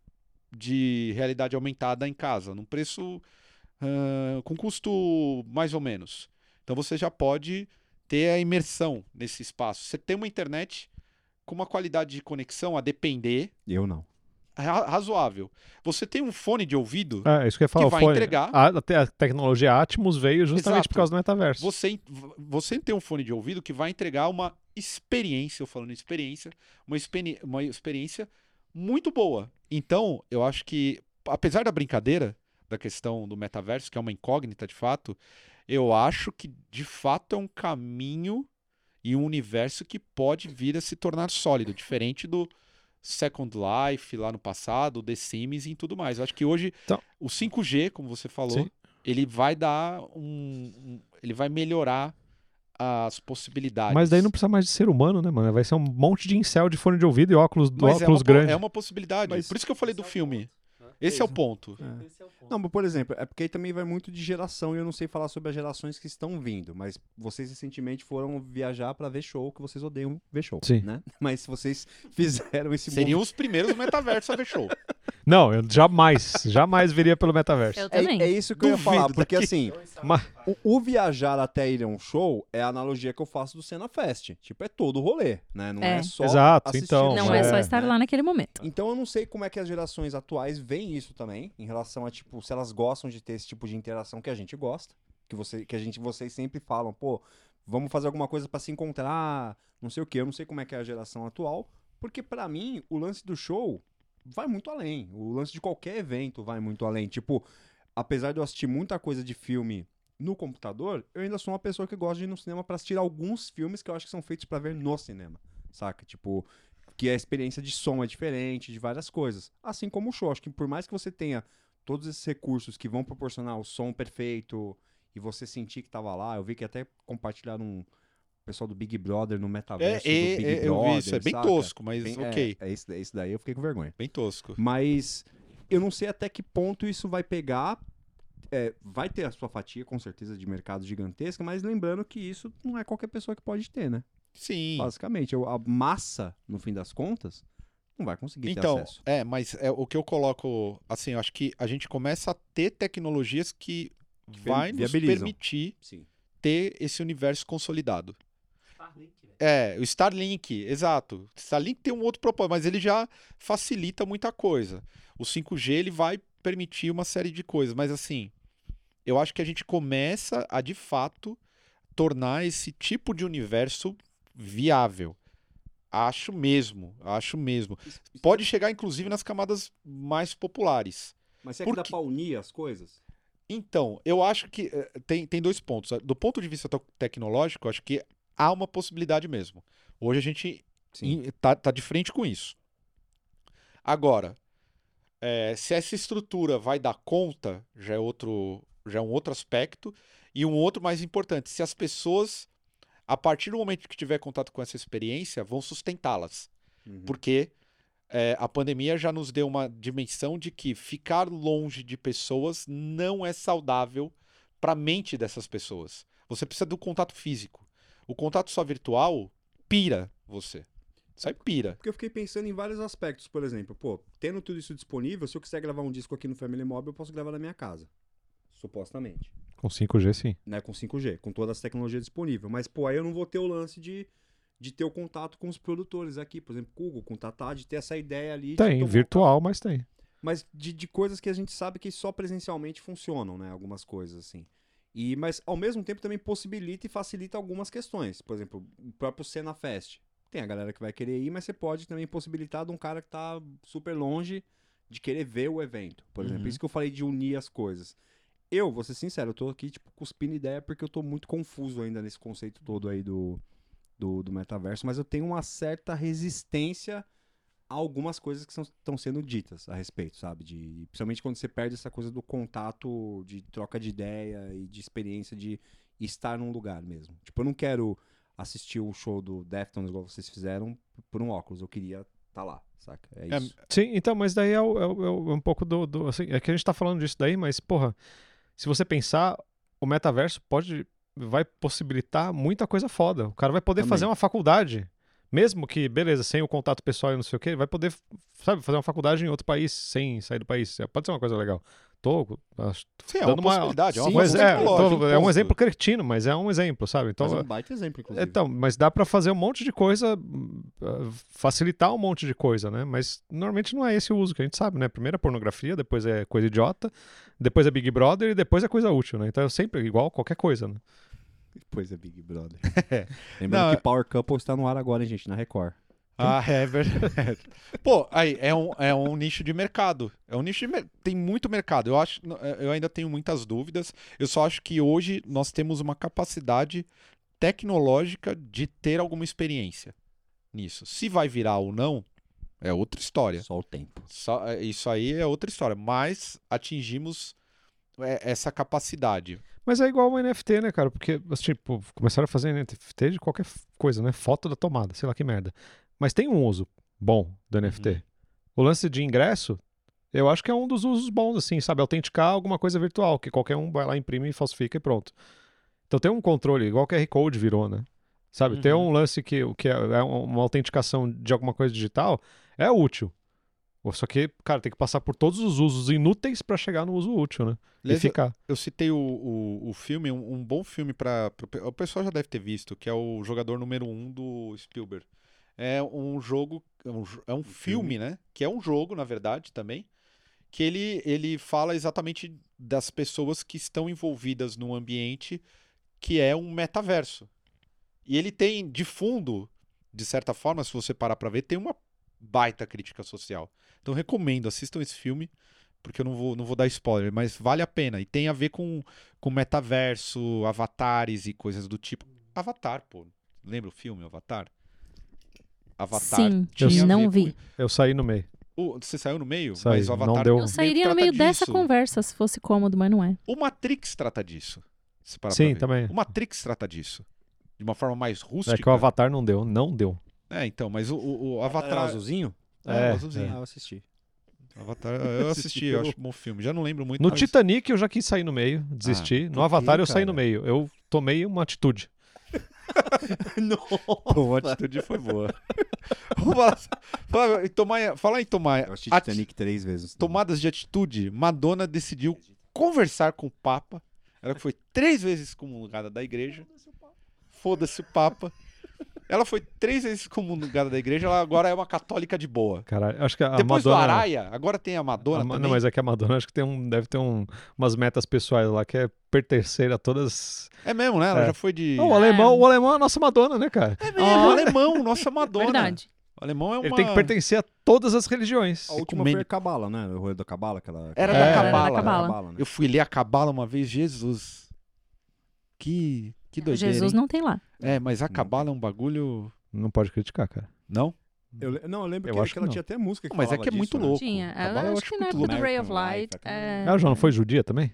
C: de realidade aumentada em casa, num preço ah, com custo mais ou menos. Então você já pode ter a imersão nesse espaço. Você tem uma internet com uma qualidade de conexão a depender
E: Eu não.
C: ra- razoável. Você tem um fone de ouvido
D: É, isso que eu ia falar.
C: Que
D: o
C: vai
D: fone-
C: entregar.
D: A, a te- a tecnologia Atmos veio justamente
C: Exato.
D: por causa do metaverso.
C: Você, você tem um fone de ouvido que vai entregar uma experiência, eu falando em experiência, uma, experi- uma experiência muito boa. Então, eu acho que, apesar da brincadeira da questão do metaverso, que é uma incógnita de fato, eu acho que de fato é um caminho e um universo que pode vir a se tornar sólido, diferente do Second Life lá no passado, The Sims e tudo mais. Eu acho que hoje
D: Então-
C: o 5G, como você falou,
D: Sim.
C: ele vai dar um, um- ele vai melhorar as possibilidades.
D: Mas daí não precisa mais de ser humano, né, mano? Vai ser um monte de incel de fone de ouvido e óculos,
C: Mas é uma,
D: óculos
C: po-
D: grandes.
C: é uma possibilidade.
E: Mas-
C: Por isso que eu falei do
F: Esse é o
C: filme.
F: ponto, né?
C: Esse é o ponto.
E: É.
F: Esse é o ponto.
E: Não, mas por exemplo, é porque aí também vai muito de geração e eu não sei falar sobre as gerações que estão vindo, mas vocês recentemente foram viajar pra ver show, que vocês odeiam ver show,
D: Sim. um
E: né? Mas se vocês fizeram esse Tá
C: Seriam os primeiros do metaverso a ver show.
D: Não, eu jamais, jamais viria pelo metaverso.
B: Eu
E: É,
B: também.
E: é isso que eu ia
C: Duvido
E: falar, porque assim,
D: Mas-
E: o, o viajar até ir a um show é a analogia que eu faço do Cena Fest. Tipo, é todo o rolê, né? Não é,
B: É.
E: só
D: Exato,
E: assistir
D: então,
E: o
B: Não
E: show,
B: é
D: é,
B: só estar
E: né?
B: lá naquele momento.
E: Então eu não sei como é que as gerações atuais veem isso também, em relação a, tipo, se elas gostam de ter esse tipo de interação que a gente gosta, que, você, que a gente, vocês sempre falam, pô, vamos fazer alguma coisa pra se encontrar, não sei o quê. Eu não sei como é que é a geração atual, porque pra mim o lance do show vai muito além. O lance de qualquer evento vai muito além. Tipo, apesar de eu assistir muita coisa de filme no computador, eu ainda sou uma pessoa que gosta de ir no cinema pra assistir alguns filmes que eu acho que são feitos pra ver no cinema, saca? Tipo, que a experiência de som é diferente, de várias coisas. Assim como o show, acho que por mais que você tenha todos esses recursos que vão proporcionar o som perfeito e você sentir que tava lá, eu vi que até compartilharam um o pessoal do Big Brother no metaverso do Big
C: eu
E: Brother,
C: vi isso. É bem
E: saca?
C: tosco, mas
E: Bem- é,
C: ok.
E: É, isso, é isso daí, eu fiquei com vergonha.
C: Bem tosco.
E: Mas eu não sei até que ponto isso vai pegar. É, vai ter a sua fatia, com certeza, de mercado gigantesca, mas lembrando que isso não é qualquer pessoa que pode ter, né?
C: Sim.
E: Basicamente, eu- a massa, no fim das contas, Não vai conseguir ter
C: Então,
E: acesso.
C: é, mas é o que eu coloco, assim, eu acho que a gente começa a ter tecnologias que vai nos
E: viabilizam.
C: permitir
E: Sim.
C: ter esse universo consolidado.
F: Starlink, velho.
C: É, o Starlink, exato. Starlink tem um outro propósito, mas ele já facilita muita coisa. O 5G ele vai permitir uma série de coisas, mas assim, eu acho que a gente começa a de fato tornar esse tipo de universo viável. Acho mesmo, acho mesmo.
E: é
C: Pode chegar inclusive nas camadas mais populares.
E: Mas será que
C: por
E: dá
C: que-
E: pra unir as coisas?
C: Então, eu acho que eh, tem, tem dois pontos. Ah, Do ponto de vista to- tecnológico, eu acho que há uma possibilidade mesmo. Hoje a gente
E: Sim.
C: em- tá, tá de frente com isso. Agora, eh, se essa estrutura vai dar conta, já é outro, já é um outro aspecto. E um outro mais importante, se as pessoas, a partir do momento que tiver contato com essa experiência, vão sustentá-las
E: Uhum.
C: porque é, a pandemia já nos deu uma dimensão de que ficar longe de pessoas não é saudável para a mente dessas pessoas. Você precisa do contato físico. O contato só virtual pira você. Sai pira.
E: Porque eu fiquei pensando em vários aspectos, por exemplo, pô, tendo tudo isso disponível, se eu quiser gravar um disco aqui no Family Mobile, eu posso gravar na minha casa. Supostamente.
D: Com 5G, sim.
E: né, com 5G, com todas as tecnologias disponíveis. Mas, pô, aí eu não vou ter o lance de, de ter o contato com os produtores aqui, por exemplo, com o Google, com o Tatá, de ter essa ideia ali. de
D: Tem,
E: tomar- um
D: virtual,
C: tá?
D: mas tem.
E: Mas de, de coisas que a gente sabe que só presencialmente funcionam, né, algumas coisas, assim. E, mas, ao mesmo tempo, também possibilita e facilita algumas questões. Por exemplo, o próprio Cena Fest. Tem a galera que vai querer ir, mas você pode também possibilitar de um cara que tá super longe de querer ver o evento, por exemplo.
C: Uhum.
E: Isso que eu falei de unir as coisas. Eu, vou ser sincero, eu tô aqui, tipo, cuspindo ideia porque eu tô muito confuso ainda nesse conceito todo aí do, do, do metaverso, mas eu tenho uma certa resistência a algumas coisas que estão sendo ditas a respeito, sabe? De, principalmente quando você perde essa coisa do contato, de troca de ideia e de experiência de estar num lugar mesmo. Tipo, eu não quero assistir o show do Deftones igual vocês fizeram por um óculos, eu queria estar lá, saca? É
C: É,
E: isso.
D: Sim, então, mas daí é, o- é o- é o- é um pouco do. do, assim, é que a gente tá falando disso daí, mas, porra, se você pensar, o metaverso pode. vai possibilitar muita coisa foda. O cara vai poder
E: Também.
D: fazer uma faculdade. Mesmo que, beleza, sem o contato pessoal e não sei o quê, ele vai poder, sabe, fazer uma faculdade em outro país sem sair do país. É, Pode ser uma coisa legal. Tô, acho-
C: Sim, é uma
D: Dando uma-
C: possibilidade. é,
E: Sim,
C: uma
D: mas
C: função
D: é,
C: tecnológica, Então,
D: tô- é um
C: ponto.
D: exemplo cretino, mas é um exemplo, sabe? Então,
E: Mas é um baita exemplo, inclusive.
D: então, mas dá pra fazer um monte de coisa, hum, ah, facilitar um monte de coisa, né? Mas normalmente não é esse o uso que a gente sabe, né? Primeiro é pornografia, depois é coisa idiota, depois é Big Brother e depois é coisa útil, né? Então é sempre igual qualquer coisa, né?
E: Pois é, Big Brother.
C: É.
E: Lembrando
C: Não,
E: que Power Couple está no ar agora, hein, gente, na Record.
C: Ah, é verdade. Pô, aí é um, é um nicho de mercado. É um nicho de mer- tem muito mercado. Eu acho, eu ainda tenho muitas dúvidas. Eu só acho que hoje nós temos uma capacidade tecnológica de ter alguma experiência nisso. Se vai virar ou não, é outra história.
E: Só o tempo.
C: Só- é, isso aí é outra história. Mas atingimos é, essa capacidade.
D: Mas é igual o NFT, né, cara? Porque, assim, tipo, começaram a fazer NFT de qualquer f- coisa, né? Foto da tomada, sei lá que merda. Mas tem um uso bom do NFT. O lance de ingresso, eu acho que é um dos usos bons, assim, sabe? Autenticar alguma coisa virtual, que qualquer um vai lá, imprime, falsifica e pronto. Então tem um controle, igual QR Code virou, né? Sabe? Tem
C: Uhum.
D: um lance que, o que é, é um- uma autenticação de alguma coisa digital, é útil. Só que, cara, tem que passar por todos os usos inúteis pra chegar no uso útil, né? E
C: Beleza?
D: ficar.
C: Eu citei o, o, o filme, um, um bom filme para o pessoal já deve ter visto, que é o jogador número um do Spielberg. É um jogo, é um, jo- é um filme, né? Que é um jogo, na verdade, também, que ele, ele fala exatamente das pessoas que estão envolvidas num ambiente que é um metaverso. E ele tem, de fundo, de certa forma, se você parar pra ver, tem uma baita crítica social. Então recomendo, assistam esse filme, porque eu não vou, não vou dar spoiler, mas vale a pena. E tem a ver com, com metaverso, avatares e coisas do tipo. Avatar, pô. Lembra o filme Avatar? Avatar.
B: Sim,
C: tinha a ver
B: não
C: com-
B: vi.
D: Eu saí no meio.
C: O- você saiu no meio?
D: Saí,
C: mas o
D: não
C: Avatar
D: deu. Eu
B: Eu sairia no
C: trata
B: meio dessa
C: disso.
B: conversa se fosse cômodo, mas não é.
C: O Matrix trata disso. se parar pra
D: Sim,
C: ver.
D: também.
C: O Matrix trata disso. De uma forma mais rústica.
D: É que o Avatar não deu, não deu.
C: É, então, mas o, o, o
E: Era
C: Avatar.
E: azulzinho?
C: É,
D: É,
C: azulzinho.
E: Ah, eu assisti.
C: Avatar, eu assisti, eu acho um bom filme. Já não lembro muito.
D: É. No
C: mas-
D: Titanic eu já quis sair no meio, desisti.
C: Ah, por
D: no Avatar
C: quê,
D: eu saí no
C: cara?
D: meio. Eu tomei uma atitude.
C: Nossa.
E: Pô, a atitude foi boa.
C: Vamos falar, falar em tomar, falar em tomar
E: Eu assisti
C: ati-
E: Titanic três vezes.
C: tomadas de atitude, Madonna decidiu conversar com o Papa. Ela foi três vezes excomungada da igreja. Foda-se o Papa. Ela foi três vezes excomungada da igreja, ela agora é uma católica de boa.
D: Caralho, acho que a
C: Depois do
D: Madonna...
C: Araia, agora tem a Madonna
D: a Ma-
C: também.
D: não, mas é que a Madonna acho que tem um, deve ter um, umas metas pessoais lá que é pertencer a todas.
C: É mesmo, né? Ela
D: É.
C: já foi de.
D: Não, o, alemão, o alemão é a nossa Madonna, né, cara?
C: É mesmo, o alemão, nossa Madonna.
B: Verdade.
C: O alemão é uma...
D: Ele tem que pertencer a todas as religiões.
E: A última foi a
C: Ecumênico.
E: Cabala, né? O rolê da Cabala, aquela.
C: Era
D: É, era
C: da
D: da
C: Cabala.
B: Cabala.
E: né?
C: Eu fui ler a Cabala uma vez, Jesus. Que, que doideira,
B: Jesus
C: hein?
B: não tem lá.
C: É, mas a Cabala é um bagulho...
D: Não pode criticar, cara.
C: Não?
E: Eu le- não, eu lembro
D: Eu
E: que,
D: acho
E: que ela
D: que
E: tinha até música que
C: Mas é
E: falava
C: que é
E: disso,
C: muito
E: né?
C: louco.
B: Tinha.
C: Cabala eu
B: eu acho
C: acho
B: que
C: muito
B: na época do
E: louco.
B: Ray of
E: American
B: Light.
E: Life,
B: é,
D: Ela já Ah, não foi judia também?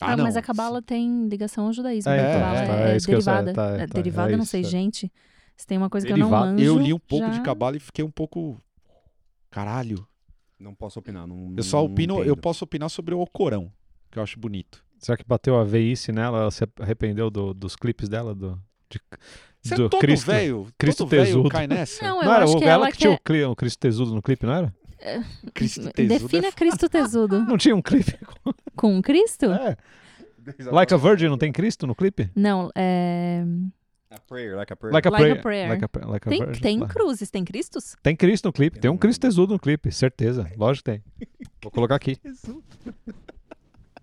B: Ah, mas a Cabala tem ligação ao judaísmo.
D: É,
B: a Cabala
C: é,
B: é,
C: tá,
D: é isso que eu sei,
B: derivada.
D: tá,
B: É
D: tá,
B: derivada,
D: é
B: não
D: isso,
B: sei,
D: é.
B: gente. Se tem uma coisa que eu não
C: Derivado.
B: anjo...
C: Eu li um pouco
B: já-
C: de Cabala e fiquei um pouco... Caralho.
E: Não posso opinar. Não,
C: Eu só
E: não
C: opino... Eu
E: entendo.
C: posso opinar sobre o Alcorão, que eu acho bonito.
D: Será que bateu a veice nela? Ela se arrependeu do- dos clipes dela? Do, de-
C: Você
D: do
C: é todo
D: Cristo?
C: velho.
D: Cristo
C: todo velho
D: tesudo.
C: cai nessa.
B: Não, eu
D: Não era
B: acho
D: o-
B: que
D: ela
B: ela
D: que tinha
B: quer...
D: o, cli- o Cristo tesudo no clipe, não era?
C: Cristo tesudo é
B: Defina Cristo tesudo.
D: Não tinha um clipe com...
B: Com Cristo?
D: É. Like a Virgin não tem Cristo no clipe?
B: Não, é...
E: A prayer, like a prayer.
D: Like a
B: Like a
D: prayer.
B: prayer.
D: Like a, pra- like a
B: Tem,
D: virgin.
B: tem
D: Lá.
B: cruzes, tem cristos?
D: Tem Cristo no clipe.
E: Eu
D: Tem
E: não
D: um Cristo
E: lembro.
D: tesudo no clipe, certeza. Lógico que tem. Vou colocar aqui.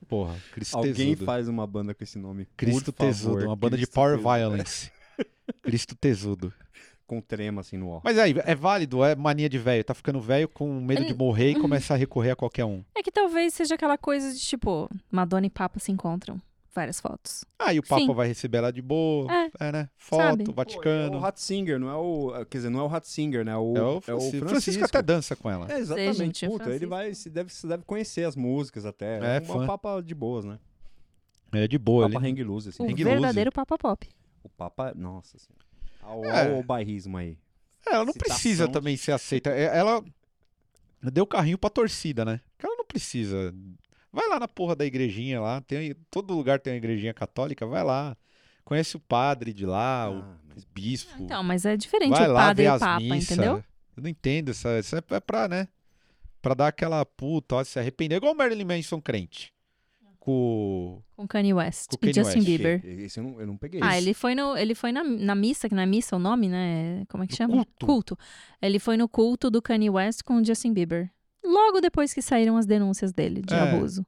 C: Porra, Cristo
E: Alguém
C: tesudo.
E: faz uma banda com esse nome. por
C: Cristo
E: favor.
C: tesudo, uma banda de
E: Cristo
C: power
E: tesudo.
C: violence. Cristo tesudo.
E: Com trema assim no ó.
C: Mas aí, é válido, é mania de velho. Tá ficando velho com medo
B: Hum.
C: de morrer
B: Uhum.
C: e começa a recorrer a qualquer um.
B: É que talvez seja aquela coisa de tipo, Madonna e Papa se encontram. Várias fotos.
C: Aí o Papa
B: Sim.
C: vai receber ela de boa, é, né? Foto,
B: sabe?
E: É o
C: Vaticano.
E: Ratzinger, não é o. Quer dizer, não é o Ratzinger, né? O,
C: É o, Francisco. Francisco até dança com ela.
E: É, exatamente.
B: Sei, gente, é
E: Puta, ele
B: Francisco.
E: vai. Se deve, se deve conhecer as músicas até.
C: É,
E: É, uma
C: fã.
E: papa de boas, né?
C: É de boa.
E: Papa
C: ele-
E: hang loose, assim.
B: O
C: Hang loose.
B: Um verdadeiro Papa Pop.
E: O papa. Nossa senhora. Ao,
C: É.
E: ao bairrismo aí.
C: É, ela não
E: Citação
C: precisa
E: de-
C: também ser aceita. É, Ela deu carrinho pra torcida, né? Porque Ela não precisa. Vai lá na porra da igrejinha lá. Tem, todo lugar tem uma igrejinha católica. Vai lá. Conhece o padre de lá, o
E: Ah, mas-
C: bispo.
B: Então, mas é diferente
C: Vai
B: o
C: lá
B: padre
C: ver
B: e
C: as
B: o Papa,
C: missas.
B: entendeu?
C: Eu não entendo. Essa, isso é é pra, né? Pra dar aquela puta, ó, se arrepender. É Igual o Marilyn Manson crente. Com.
B: Com Kanye West
C: Com
B: e
C: Kanye
B: Justin
C: West,
B: Bieber.
E: Esse eu não, eu não peguei.
B: Ah,
E: esse.
B: ele foi, no, ele foi na, na missa, que na missa é o nome, né? Como é que
C: No
B: chama?
C: culto.
B: Ele foi no culto do Kanye West com o Justin Bieber. Logo depois que saíram as denúncias dele de
C: É.
B: abuso.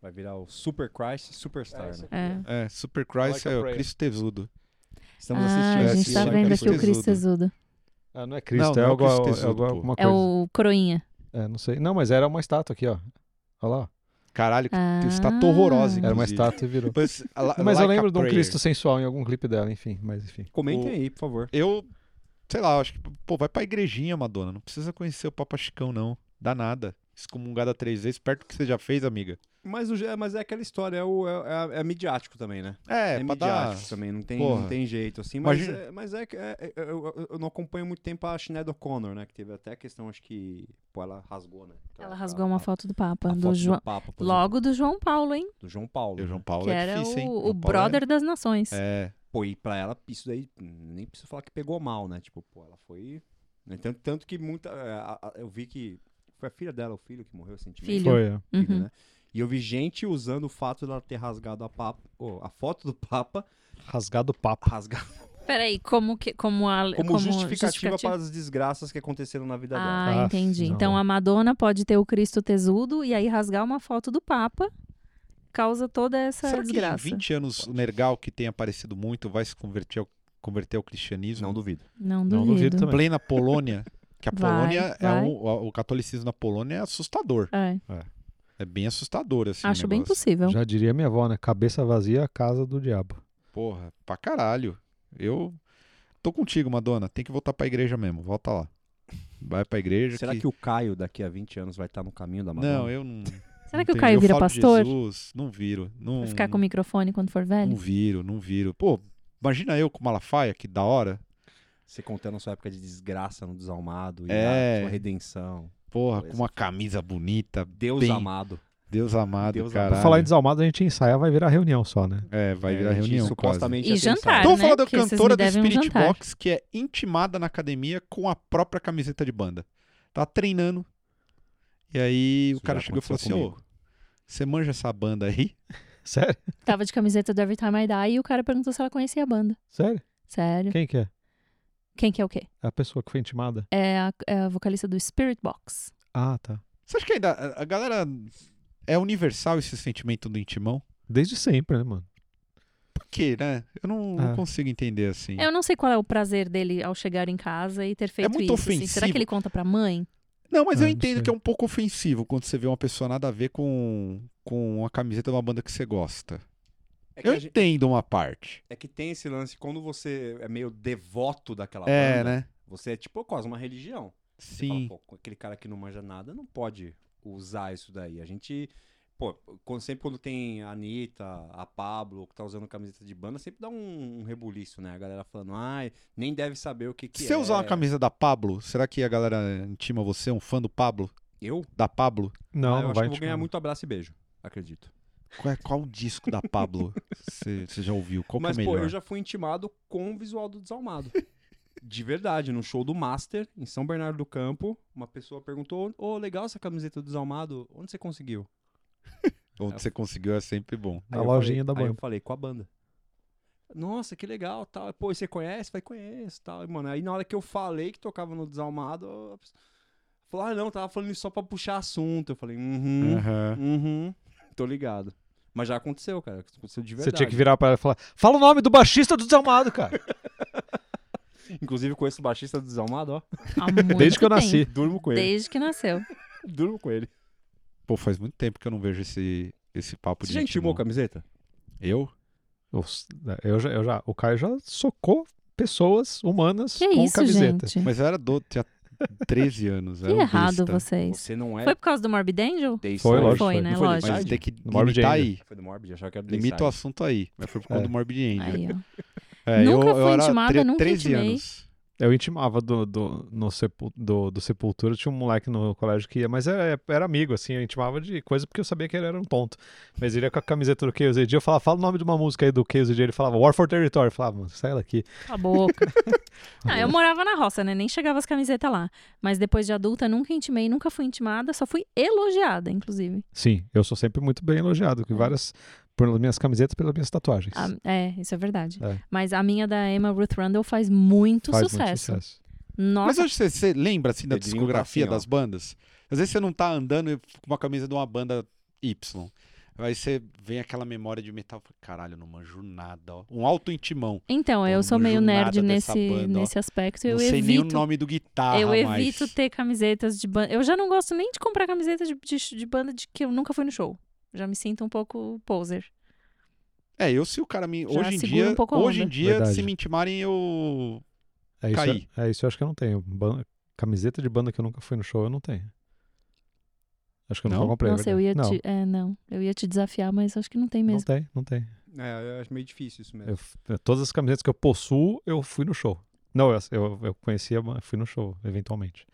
E: Vai virar o Super Christ Superstar, né?
B: É.
C: É, Super Christ
D: Like a
C: é o
D: prayer.
C: Cristo Tesudo.
E: Estamos
B: ah,
E: assistindo
B: a gente
C: esse
B: tá
C: lá,
B: vendo
C: Cristo
B: aqui o Cristo Tesudo.
D: Ah, não é Cristo,
C: Não,
D: é,
C: não é o
D: algo,
C: Cristo
D: é
C: tesudo,
D: algo-
C: pô.
D: alguma
B: É
D: coisa.
B: o Croinha.
D: É, não sei. Não, mas era uma estátua aqui, ó. Olha lá. ó.
C: Caralho, que
B: Ah.
C: estátua horrorosa.
D: Era uma
C: inclusive.
D: estátua e virou.
C: Depois, a la-
D: Mas
C: like a
D: eu lembro de um
C: prayer.
D: Cristo sensual em algum clipe dela, enfim. Mas enfim.
E: Comentem
C: O-
E: aí, por favor.
C: Eu, sei lá, eu acho que, pô, vai pra igrejinha, Madonna. Não precisa conhecer o Papa Chicão, não. Dá nada. Excomungada três vezes, perto do que você já fez, amiga.
E: Mas, o, é- mas é aquela história, é, o, é, é- é midiático também, né?
C: É, pra dar.
E: midiático também, não tem,
C: Porra.
E: não tem jeito, assim. Mas,
C: Imagina-
E: é, mas é que é- é- eu, eu- eu não acompanho muito tempo a Sinead O'Connor, né? Que teve até a questão, acho que. Pô, ela rasgou, né?
B: Ah. Ela rasgou uma foto do Papa,
E: a
B: do
E: foto
B: João.
E: Papa, por exemplo,
B: Logo do João Paulo, hein?
E: do João Paulo.
C: O João
E: né?
C: Paulo
B: Que
C: é
B: era
C: difícil, hein?
B: o, o
C: João Paulo é-
B: brother das nações.
C: É.
E: Pô, e pra ela, isso daí, nem preciso falar que pegou mal, né? Tipo, pô, ela foi. né, Tanto, tanto que muita. é, a- a- Eu vi que. Foi a filha dela, o filho que morreu recentemente.
B: Filho.
D: Foi. é. ó.
B: Uhum.
E: filho, né? E eu vi gente usando o fato dela ter rasgado a, papa, ô, a foto do Papa,
D: Rasgado o papo.
E: rasgar
B: Peraí, como que como a
E: como, justificativa, para as desgraças que aconteceram na vida dela.
B: Ah,
D: Ah,
B: entendi.
D: não.
B: Então a Madonna pode ter o Cristo tesudo e aí rasgar uma foto do Papa causa toda essa
C: Será
B: desgraça.
C: que em 20 anos o Nergal, que tem aparecido muito, vai se converter ao, converter ao cristianismo?
E: Não duvido.
B: Não
D: Não
B: duvido.
D: duvido também.
C: Plena Polônia. Que a
B: Vai,
C: Polônia é
B: vai.
C: um, o, o catolicismo na Polônia é assustador.
B: É,
C: É bem assustador, assim. o
B: acho bem
C: negócio.
B: possível.
D: Já diria minha avó, né? Cabeça vazia, casa do diabo.
C: Porra, pra caralho. Eu tô contigo, Madonna. Tem que voltar pra igreja mesmo. Volta lá. Vai pra igreja.
E: Será que... o Caio daqui a 20 anos vai estar no caminho da Madonna?
C: Não, eu não.
B: Será
C: não
B: que o
C: tenho-
B: Caio
C: eu
B: vira
C: falo de
B: pastor?
C: Jesus, não viro. Não,
B: Vai
D: um
B: ficar com o microfone quando for
C: não
B: velho?
C: viro, não viro. Pô, imagina eu com Malafaia, que da hora.
E: Você contando a sua época de desgraça no desalmado e
C: É.
E: a sua redenção.
C: Porra,
E: Pois
C: com uma camisa bonita.
E: Deus
C: Bem-
E: amado.
C: Deus amado,
E: Deus amado.
C: caralho.
D: Pra falar em desalmado, a gente ensaiar, vai virar reunião só, né?
C: É, vai
E: É,
C: virar
E: a gente
C: reunião. Supostamente.
E: Supostamente
B: E
E: ia ter um
B: jantar.
E: saldo.
C: Então, vamos
B: né?
C: falar da
B: Porque vocês
C: cantora
B: me
C: do
B: devem um
C: Spirit
B: jantar.
C: Box, que é intimada na academia com a própria camiseta de banda. Tá treinando. E aí
E: Isso
C: o cara
E: já
C: chegou e falou assim:
E: aconteceu
C: Ô, você manja essa banda aí?
D: Sério?
B: Tava de camiseta do Every Time I Die e o cara perguntou se ela conhecia a banda.
D: Sério?
B: Sério.
D: Quem que é?
B: Quem que é o quê?
D: É a pessoa que foi intimada?
B: É a, é a vocalista do Spirit Box.
D: Ah, tá.
C: Você acha que ainda. a- A galera. É universal esse sentimento do intimão?
D: Desde sempre, né, mano?
C: Por quê, né? Eu não, não
D: Ah.
C: consigo entender assim.
B: Eu não sei qual é o prazer dele ao chegar em casa e ter feito
C: É
B: isso.
C: muito
B: assim. Será
C: ofensivo.
B: que ele conta pra mãe?
C: Não, mas
D: Ah,
C: eu
D: não
C: entendo
D: sei.
C: que é um pouco ofensivo quando você vê uma pessoa nada a ver com, com a camiseta de uma banda que você gosta.
E: É que,
C: Eu
E: a gente-
C: entendo uma parte.
E: é que tem esse lance, quando você é meio devoto daquela
C: É,
E: banda,
C: né?
E: você é tipo quase uma religião. Tá Você fala,
C: Sim.
E: pô, aquele cara que não manja nada não pode usar isso daí. A gente, pô, quando- sempre quando tem a Anitta, a Pablo, que tá usando camiseta de banda, sempre dá um, um rebuliço, né? A galera falando, ai, nem deve saber o que que
C: Se eu
E: é.
C: usar uma camisa da Pablo, será que a galera intima você, um fã do Pablo?
E: Eu?
C: Da Pablo?
D: Não,
E: Ah, eu
D: não
E: acho
D: vai
E: que eu vou ganhar
D: intimar.
E: muito abraço e beijo, acredito.
C: Qual, é- qual o disco da Pablo? Você você já ouviu? Qual que é o
E: Mas, pô,
C: melhor?
E: eu já fui intimado com o visual do Desalmado. De verdade, no show do Master, em São Bernardo do Campo, uma pessoa perguntou: Ô, legal essa camiseta do Desalmado, onde você conseguiu?
C: Onde você conseguiu é sempre bom.
D: Na
E: Aí eu
D: lojinha
E: falei-
D: da
E: Aí eu
D: banda.
E: falei com a banda. Nossa, que legal, tal. Pô, e você conhece? Falei, conheço, tal. E, mano, aí na hora que eu falei que tocava no Desalmado, a pessoa falou, ah, não, tava falando isso só pra puxar assunto. Eu falei,
D: É.
E: uhum,
C: Aham.
E: uhum, tô ligado. Mas já aconteceu, cara, aconteceu de
D: Você
E: verdade.
D: tinha que virar pra ela e falar: fala o nome do baixista do desalmado, cara.
E: Inclusive conheço o baixista do Desalmado, ó.
B: Há muito
D: Desde que eu
B: tempo.
D: nasci.
E: Durmo com ele,
B: Desde que nasceu.
E: durmo com ele.
C: Pô, faz muito tempo que eu não vejo esse, esse papo
E: Você
C: de
E: já intimou
C: intimão.
E: camiseta?
C: Eu?
D: Os- Eu já, eu já, o Caio já socou pessoas humanas
B: Que
D: com
B: isso,
D: camiseta.
B: gente?
C: Mas eu era do... Tinha 13 anos.
B: Que
C: era um
B: errado
C: besta.
B: vocês.
E: Você não é
B: Foi por causa do Morbid Angel?
D: Foi,
E: Dayside.
D: lógico,
B: foi,
D: foi.
B: né?
E: Não foi
B: lógico.
C: Mas
E: Dayside?
C: tem que
D: No Morbid
C: limitar aí.
E: Foi do Morbid, achava que era do
C: Limita o
E: Dayside.
C: assunto aí. Mas foi por conta
D: É.
C: do Morbid Angel.
B: Aí, ó.
C: É,
B: Nunca
C: eu, eu
B: fui
C: era
B: intimada,
C: tre-
B: nunca
C: 13
B: intimei.
C: anos.
D: Eu intimava do, do, no sepul- do, do Sepultura, tinha um moleque no colégio que ia, mas era, era amigo, assim, eu intimava de coisa porque eu sabia que ele era um tonto. Mas ele ia com a camiseta do KZD, eu falava, fala o nome de uma música aí do KZD, ele falava War for Territory, eu falava, mano, sai daqui.
B: Cala a boca. Não, eu morava na roça, né? Nem chegava as camisetas lá. Mas depois de adulta, nunca intimei, nunca fui intimada, só fui elogiada, inclusive.
D: Sim, eu sou sempre muito bem elogiado,
B: É.
D: com várias, pelas minhas camisetas, pelas minhas tatuagens.
B: A- é, isso é verdade.
D: É.
B: Mas a minha da Emma Ruth Randall faz muito
D: Faz
B: sucesso.
D: muito sucesso.
C: Mas
B: Nossa,
C: hoje você, você lembra assim da
E: Dedinho tá
C: discografia
E: assim, ó.
C: das bandas? Às vezes você não tá andando e com uma camisa de uma banda Y. Aí você vem aquela memória de metal, fala, caralho, eu não manjo nada, ó. Um alto intimão.
B: então, eu
C: não
B: sou meio
C: manjo
B: nerd
C: nada dessa
B: nesse,
C: banda, ó.
B: nesse aspecto. Eu
C: não sei nem o
B: evito.
C: nome do
D: Ah,
C: guitarra,
B: eu
C: mas...
B: evito ter camisetas de banda. Eu já não gosto nem de comprar camiseta de, de- de banda de que eu nunca fui no show. Já me sinto um pouco poser.
C: É, eu se o cara me...
B: Já
C: Hoje em
B: segura
C: dia,
B: um pouco a
C: hoje em
B: onda.
C: dia
D: Verdade.
C: se me intimarem, eu...
D: É isso,
C: Caí.
D: É, isso eu acho que eu não tenho. Ban- camiseta de banda que eu nunca fui no show, eu não tenho. Acho que eu
C: Não?
D: nunca comprei. é
B: Nossa, eu ia
D: verdade.
B: te. É, não. Eu ia te desafiar, mas acho que não tem
D: Não, não
B: mesmo.
D: tem, não tem.
E: É, eu acho meio difícil isso mesmo.
D: Eu f- eu- todas as camisetas que eu possuo, eu fui no show. Não, eu, eu, eu conhecia, mas fui no show, eventualmente.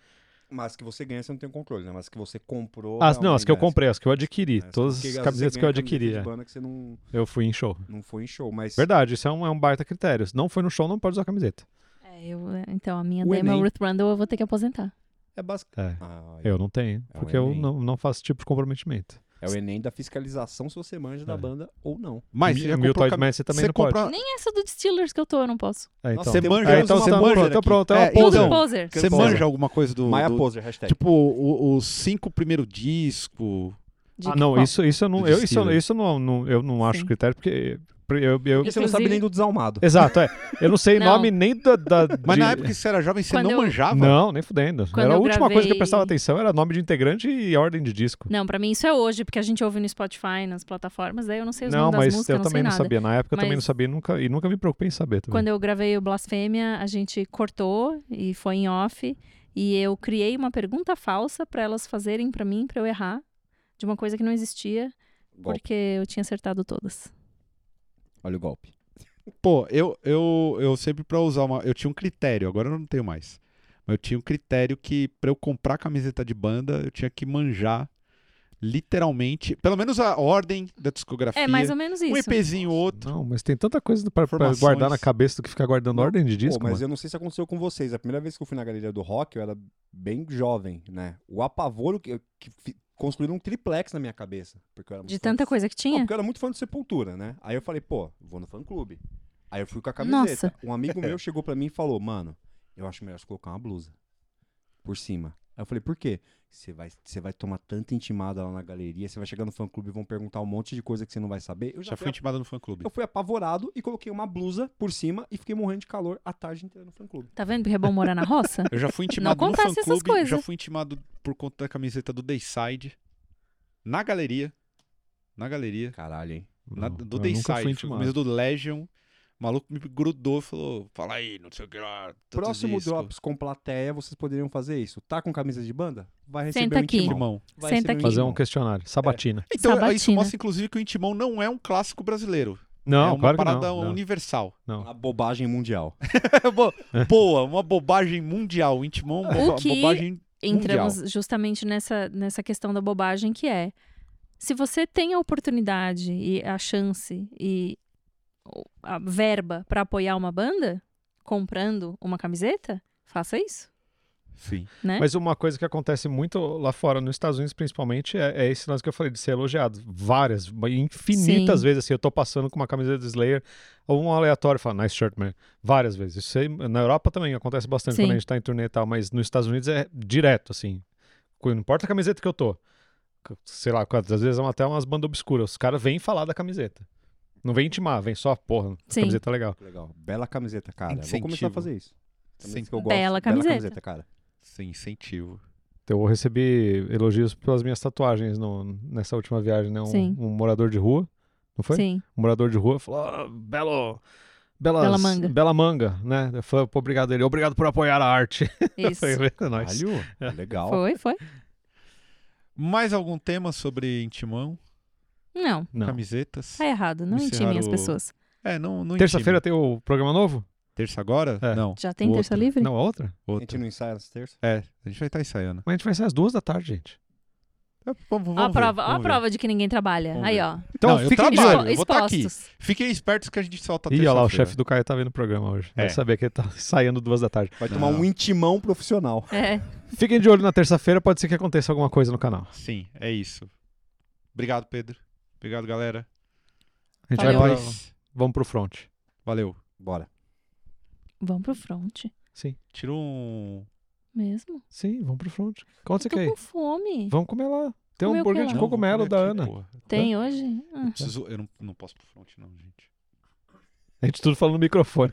E: Mas que você ganha, você não tem controle, né? Mas que você comprou.
D: Ah, não, as que eu
E: realmente,
D: comprei, as que eu adquiri.
E: né? Porque
D: todas
E: às vezes
D: as
E: você
D: camisetas que eu
E: ganha camiseta
D: adquiri,
E: de
D: é,
E: banda que você não,
D: eu fui em show.
E: não foi em show, mas.
D: Verdade, isso é um, é um baita critério. Se não foi no show, não pode usar camiseta.
B: É, eu, então, a minha
E: O
B: da Emma
E: Enem.
B: Ruth Randall eu vou ter que aposentar.
E: É basicamente.
D: É,
E: Ah,
D: eu não tenho,
C: um
E: É o
D: porque eu
E: Enem.
D: não, não faço tipo de comprometimento.
E: É o Enem da fiscalização se você manja da
D: É.
E: banda ou não.
C: Mas
D: Mi-
C: você já
D: Milton
C: comprou... cam-
D: Edmessi também
C: você
D: não
C: compra...
D: pode.
B: Nem essa do Distillers que eu tô, eu não posso.
D: É, então.
E: Nossa,
C: Você
E: tem-
C: manja...
D: É, então
E: Temos
D: você
E: uma
D: pronto,
E: poser
D: então
E: aqui.
D: pronto, é uma
C: É,
D: poser.
B: Tudo
C: Então,
B: poser.
C: Você
E: Cancela.
C: manja alguma coisa do...
D: é
E: Maia
C: do-
E: Poser, hashtag.
C: Tipo, o- os cinco primeiro disco...
B: De
D: Ah, não,
B: qual?
D: isso, isso eu não,
C: Do
D: eu, isso, eu-
C: distiller.
D: isso eu não, não- eu não acho
B: Sim.
D: critério, porque eu, eu- eu-
E: Porque você não sabe
B: Inclusive-
E: nem do desalmado.
D: Exato, é. Eu não sei
B: Não.
D: nome nem da. da-
C: Mas
D: de-
C: na época que você era jovem, você
B: Quando
C: não
B: eu-
C: manjava?
D: Não, nem fudendo.
B: Quando
D: era a
B: eu
D: última coisa que eu
B: gravei-
D: prestava atenção, era nome de integrante e ordem de disco.
B: Não, pra mim isso é hoje, porque a gente ouve no Spotify, nas plataformas, daí eu não sei os
D: Não,
B: nomes das
D: mas
B: músicas,
D: eu
B: não sei
D: também não
B: nada.
D: sabia. Na época eu também não
B: Mas-
D: sabia nunca, e nunca me preocupei em saber também.
B: Quando eu gravei o Blasfêmia, a gente cortou e foi em off. E eu criei uma pergunta falsa pra elas fazerem pra mim, pra eu errar, de uma coisa que não existia,
E: Golpe.
B: porque eu tinha acertado todas.
E: Olha o golpe.
C: Pô, eu, eu, eu sempre pra usar uma. Eu tinha um critério, agora eu não tenho mais. Mas eu tinha um critério que pra eu comprar camiseta de banda, eu tinha que manjar literalmente, pelo menos a ordem da discografia.
B: É mais ou menos
C: um
B: isso.
C: EPzinho outro.
D: Não, mas tem tanta coisa pra, pra
C: Informações.
D: guardar na cabeça do que ficar guardando ordem de disco,
E: Pô, mas
D: mano.
E: eu não sei se aconteceu com vocês. A primeira vez que eu fui na galeria do rock, eu era bem jovem, né? O apavoro que, que fi- construíram um triplex na minha cabeça. Porque eu era muito
B: De
E: fã
B: tanta
E: do-
B: coisa que
E: Não,
B: tinha?
E: porque eu era muito fã do Sepultura, né? Aí eu falei, pô, vou no fã clube. Aí eu fui com a camiseta.
B: Nossa.
E: Um amigo meu chegou pra mim e falou, mano, eu acho melhor você colocar uma blusa por cima. Aí eu falei, por quê? Você vai, você vai tomar tanta intimada lá na galeria, você vai chegar no fã clube e vão perguntar um monte de coisa que você não vai saber. Eu já,
C: Já
E: fui
C: foi intimado no fã
E: ap-
C: clube.
E: eu fui apavorado e coloquei uma blusa por cima e fiquei morrendo de calor a tarde inteira no fã clube.
B: Tá vendo que é bom morar na roça?
C: Eu já fui intimado no
B: acontece
C: fã
B: essas
C: clube,
B: coisas.
C: já fui intimado por conta da camiseta do Dayside. Na galeria. Na galeria.
E: Caralho, hein?
C: na- é do
D: eu nunca fui
C: Dayside. Foi a
D: intimado.
C: camisa do Legion. O maluco me grudou e falou: fala aí, não sei o que lá. tantos
E: Próximo
C: discos."
E: Drops com plateia, vocês poderiam fazer isso. Tá com camisa de banda? Vai receber
B: Senta
E: um
B: aqui.
E: intimão.
C: Irmão.
E: Vai
B: Senta
E: receber
B: aqui.
D: Fazer um
E: intimão.
D: questionário. Sabatina.
C: Então, isso
B: Sabatina.
C: mostra, inclusive, que o Intimão não é um clássico brasileiro.
D: Não,
C: é uma
D: claro que
C: parada
D: não. não.
C: universal.
E: Uma bobagem mundial.
C: É bo- Boa, uma bobagem mundial. O Intimão é uma
B: O que-
C: bobagem.
B: Entramos justamente nessa, nessa questão da bobagem que é. Se você tem a oportunidade e a chance e o- a verba pra apoiar uma banda comprando uma camiseta, faça isso,
C: Sim.
B: né?
D: Mas uma coisa que acontece muito lá fora, nos Estados Unidos principalmente, é, é esse lance que eu falei de ser elogiado. Várias, infinitas
B: Sim.
D: vezes, assim, eu tô passando com uma camiseta do Slayer, ou um aleatório fala, nice shirt, man. Várias vezes. Isso aí, na Europa também acontece bastante
B: Sim.
D: quando a gente tá em turnê e tal, mas nos Estados Unidos é direto, assim. Co- Não importa a camiseta que eu tô. C- Sei lá, quantas às vezes é uma- até umas bandas obscuras. Os caras vêm falar da camiseta. Não vem intimar, vem só, porra, a
B: Sim.
D: camiseta é legal.
E: Legal. Bela camiseta, cara. Vou
C: Incentivo.
E: começar a fazer isso.
C: Sem,
E: Camiseta que eu gosto.
B: Bela camiseta.
E: cara.
C: sem incentivo.
D: Então, Eu recebi elogios pelas minhas tatuagens no- nessa última viagem, né? Um,
B: Sim.
D: um morador de rua, não foi?
B: Sim.
D: Um morador de rua falou, "Ah, belo... Belas,
B: Bela manga."
D: Bela manga, né? Eu falei, "Pô, obrigado ele, obrigado por apoiar a arte. Eu
B: Isso.
D: falei, "É nóis."
E: Caralho, legal.
B: Foi, foi.
C: Mais algum tema sobre Intimão?
B: Não,
D: Não.
C: Camisetas?
B: tá errado. Não
C: Me
B: intimem as
C: encerraram o-
B: pessoas.
C: É, não, não
D: Terça-feira
C: intime.
D: tem o programa novo?
C: Terça agora?
D: É.
C: Não.
B: Já tem
C: o
B: terça
C: outro.
B: livre?
D: Não, a outra?
E: A gente
C: Outra.
E: não ensaia nas terças?
C: É, a gente vai estar ensaiando.
D: Mas a gente vai sair às duas da tarde, gente.
C: É, vamos- vamos
B: Ó a
C: ver,
B: prova, ó a
C: vamos ver.
B: prova de que ninguém trabalha.
C: Vamos
B: Aí,
C: ver.
B: ó.
D: Então,
C: eu
D: fica de
C: trabalho.
D: olho.
B: Expo-
C: eu vou tá aqui.
B: expostos.
C: Fiquem espertos que a gente solta
D: Ih, olha lá, o
C: terça-feira.
D: chefe do Caio tá vendo o programa hoje.
C: É.
D: Vai saber que ele tá saindo duas da tarde.
E: Vai tomar
C: Não.
E: um intimão profissional.
B: É.
D: Fiquem de olho na terça-feira, pode ser que aconteça alguma coisa no canal.
C: Sim, é isso. Obrigado, Pedro. Obrigado, galera.
D: A gente
B: Valeu.
D: vai pra...
C: Depois-
D: Vamos pro front.
C: Valeu.
E: Bora.
B: Vamos pro front.
D: Sim.
C: Tira um.
B: Mesmo?
D: Sim, vamos pro front. Conta
B: Eu
D: você
B: tô
D: quer ir.
B: com fome.
D: Vamos comer lá. Tem um
B: Comer o
D: hambúrguer
B: quê
D: de
B: lá?
D: cogumelo
C: vou comer
D: da
C: aqui,
D: Ana.
C: porra.
B: Tem hoje? Ah.
C: Preciso- Eu não, não posso pro front, não, gente.
D: A gente tudo fala no microfone.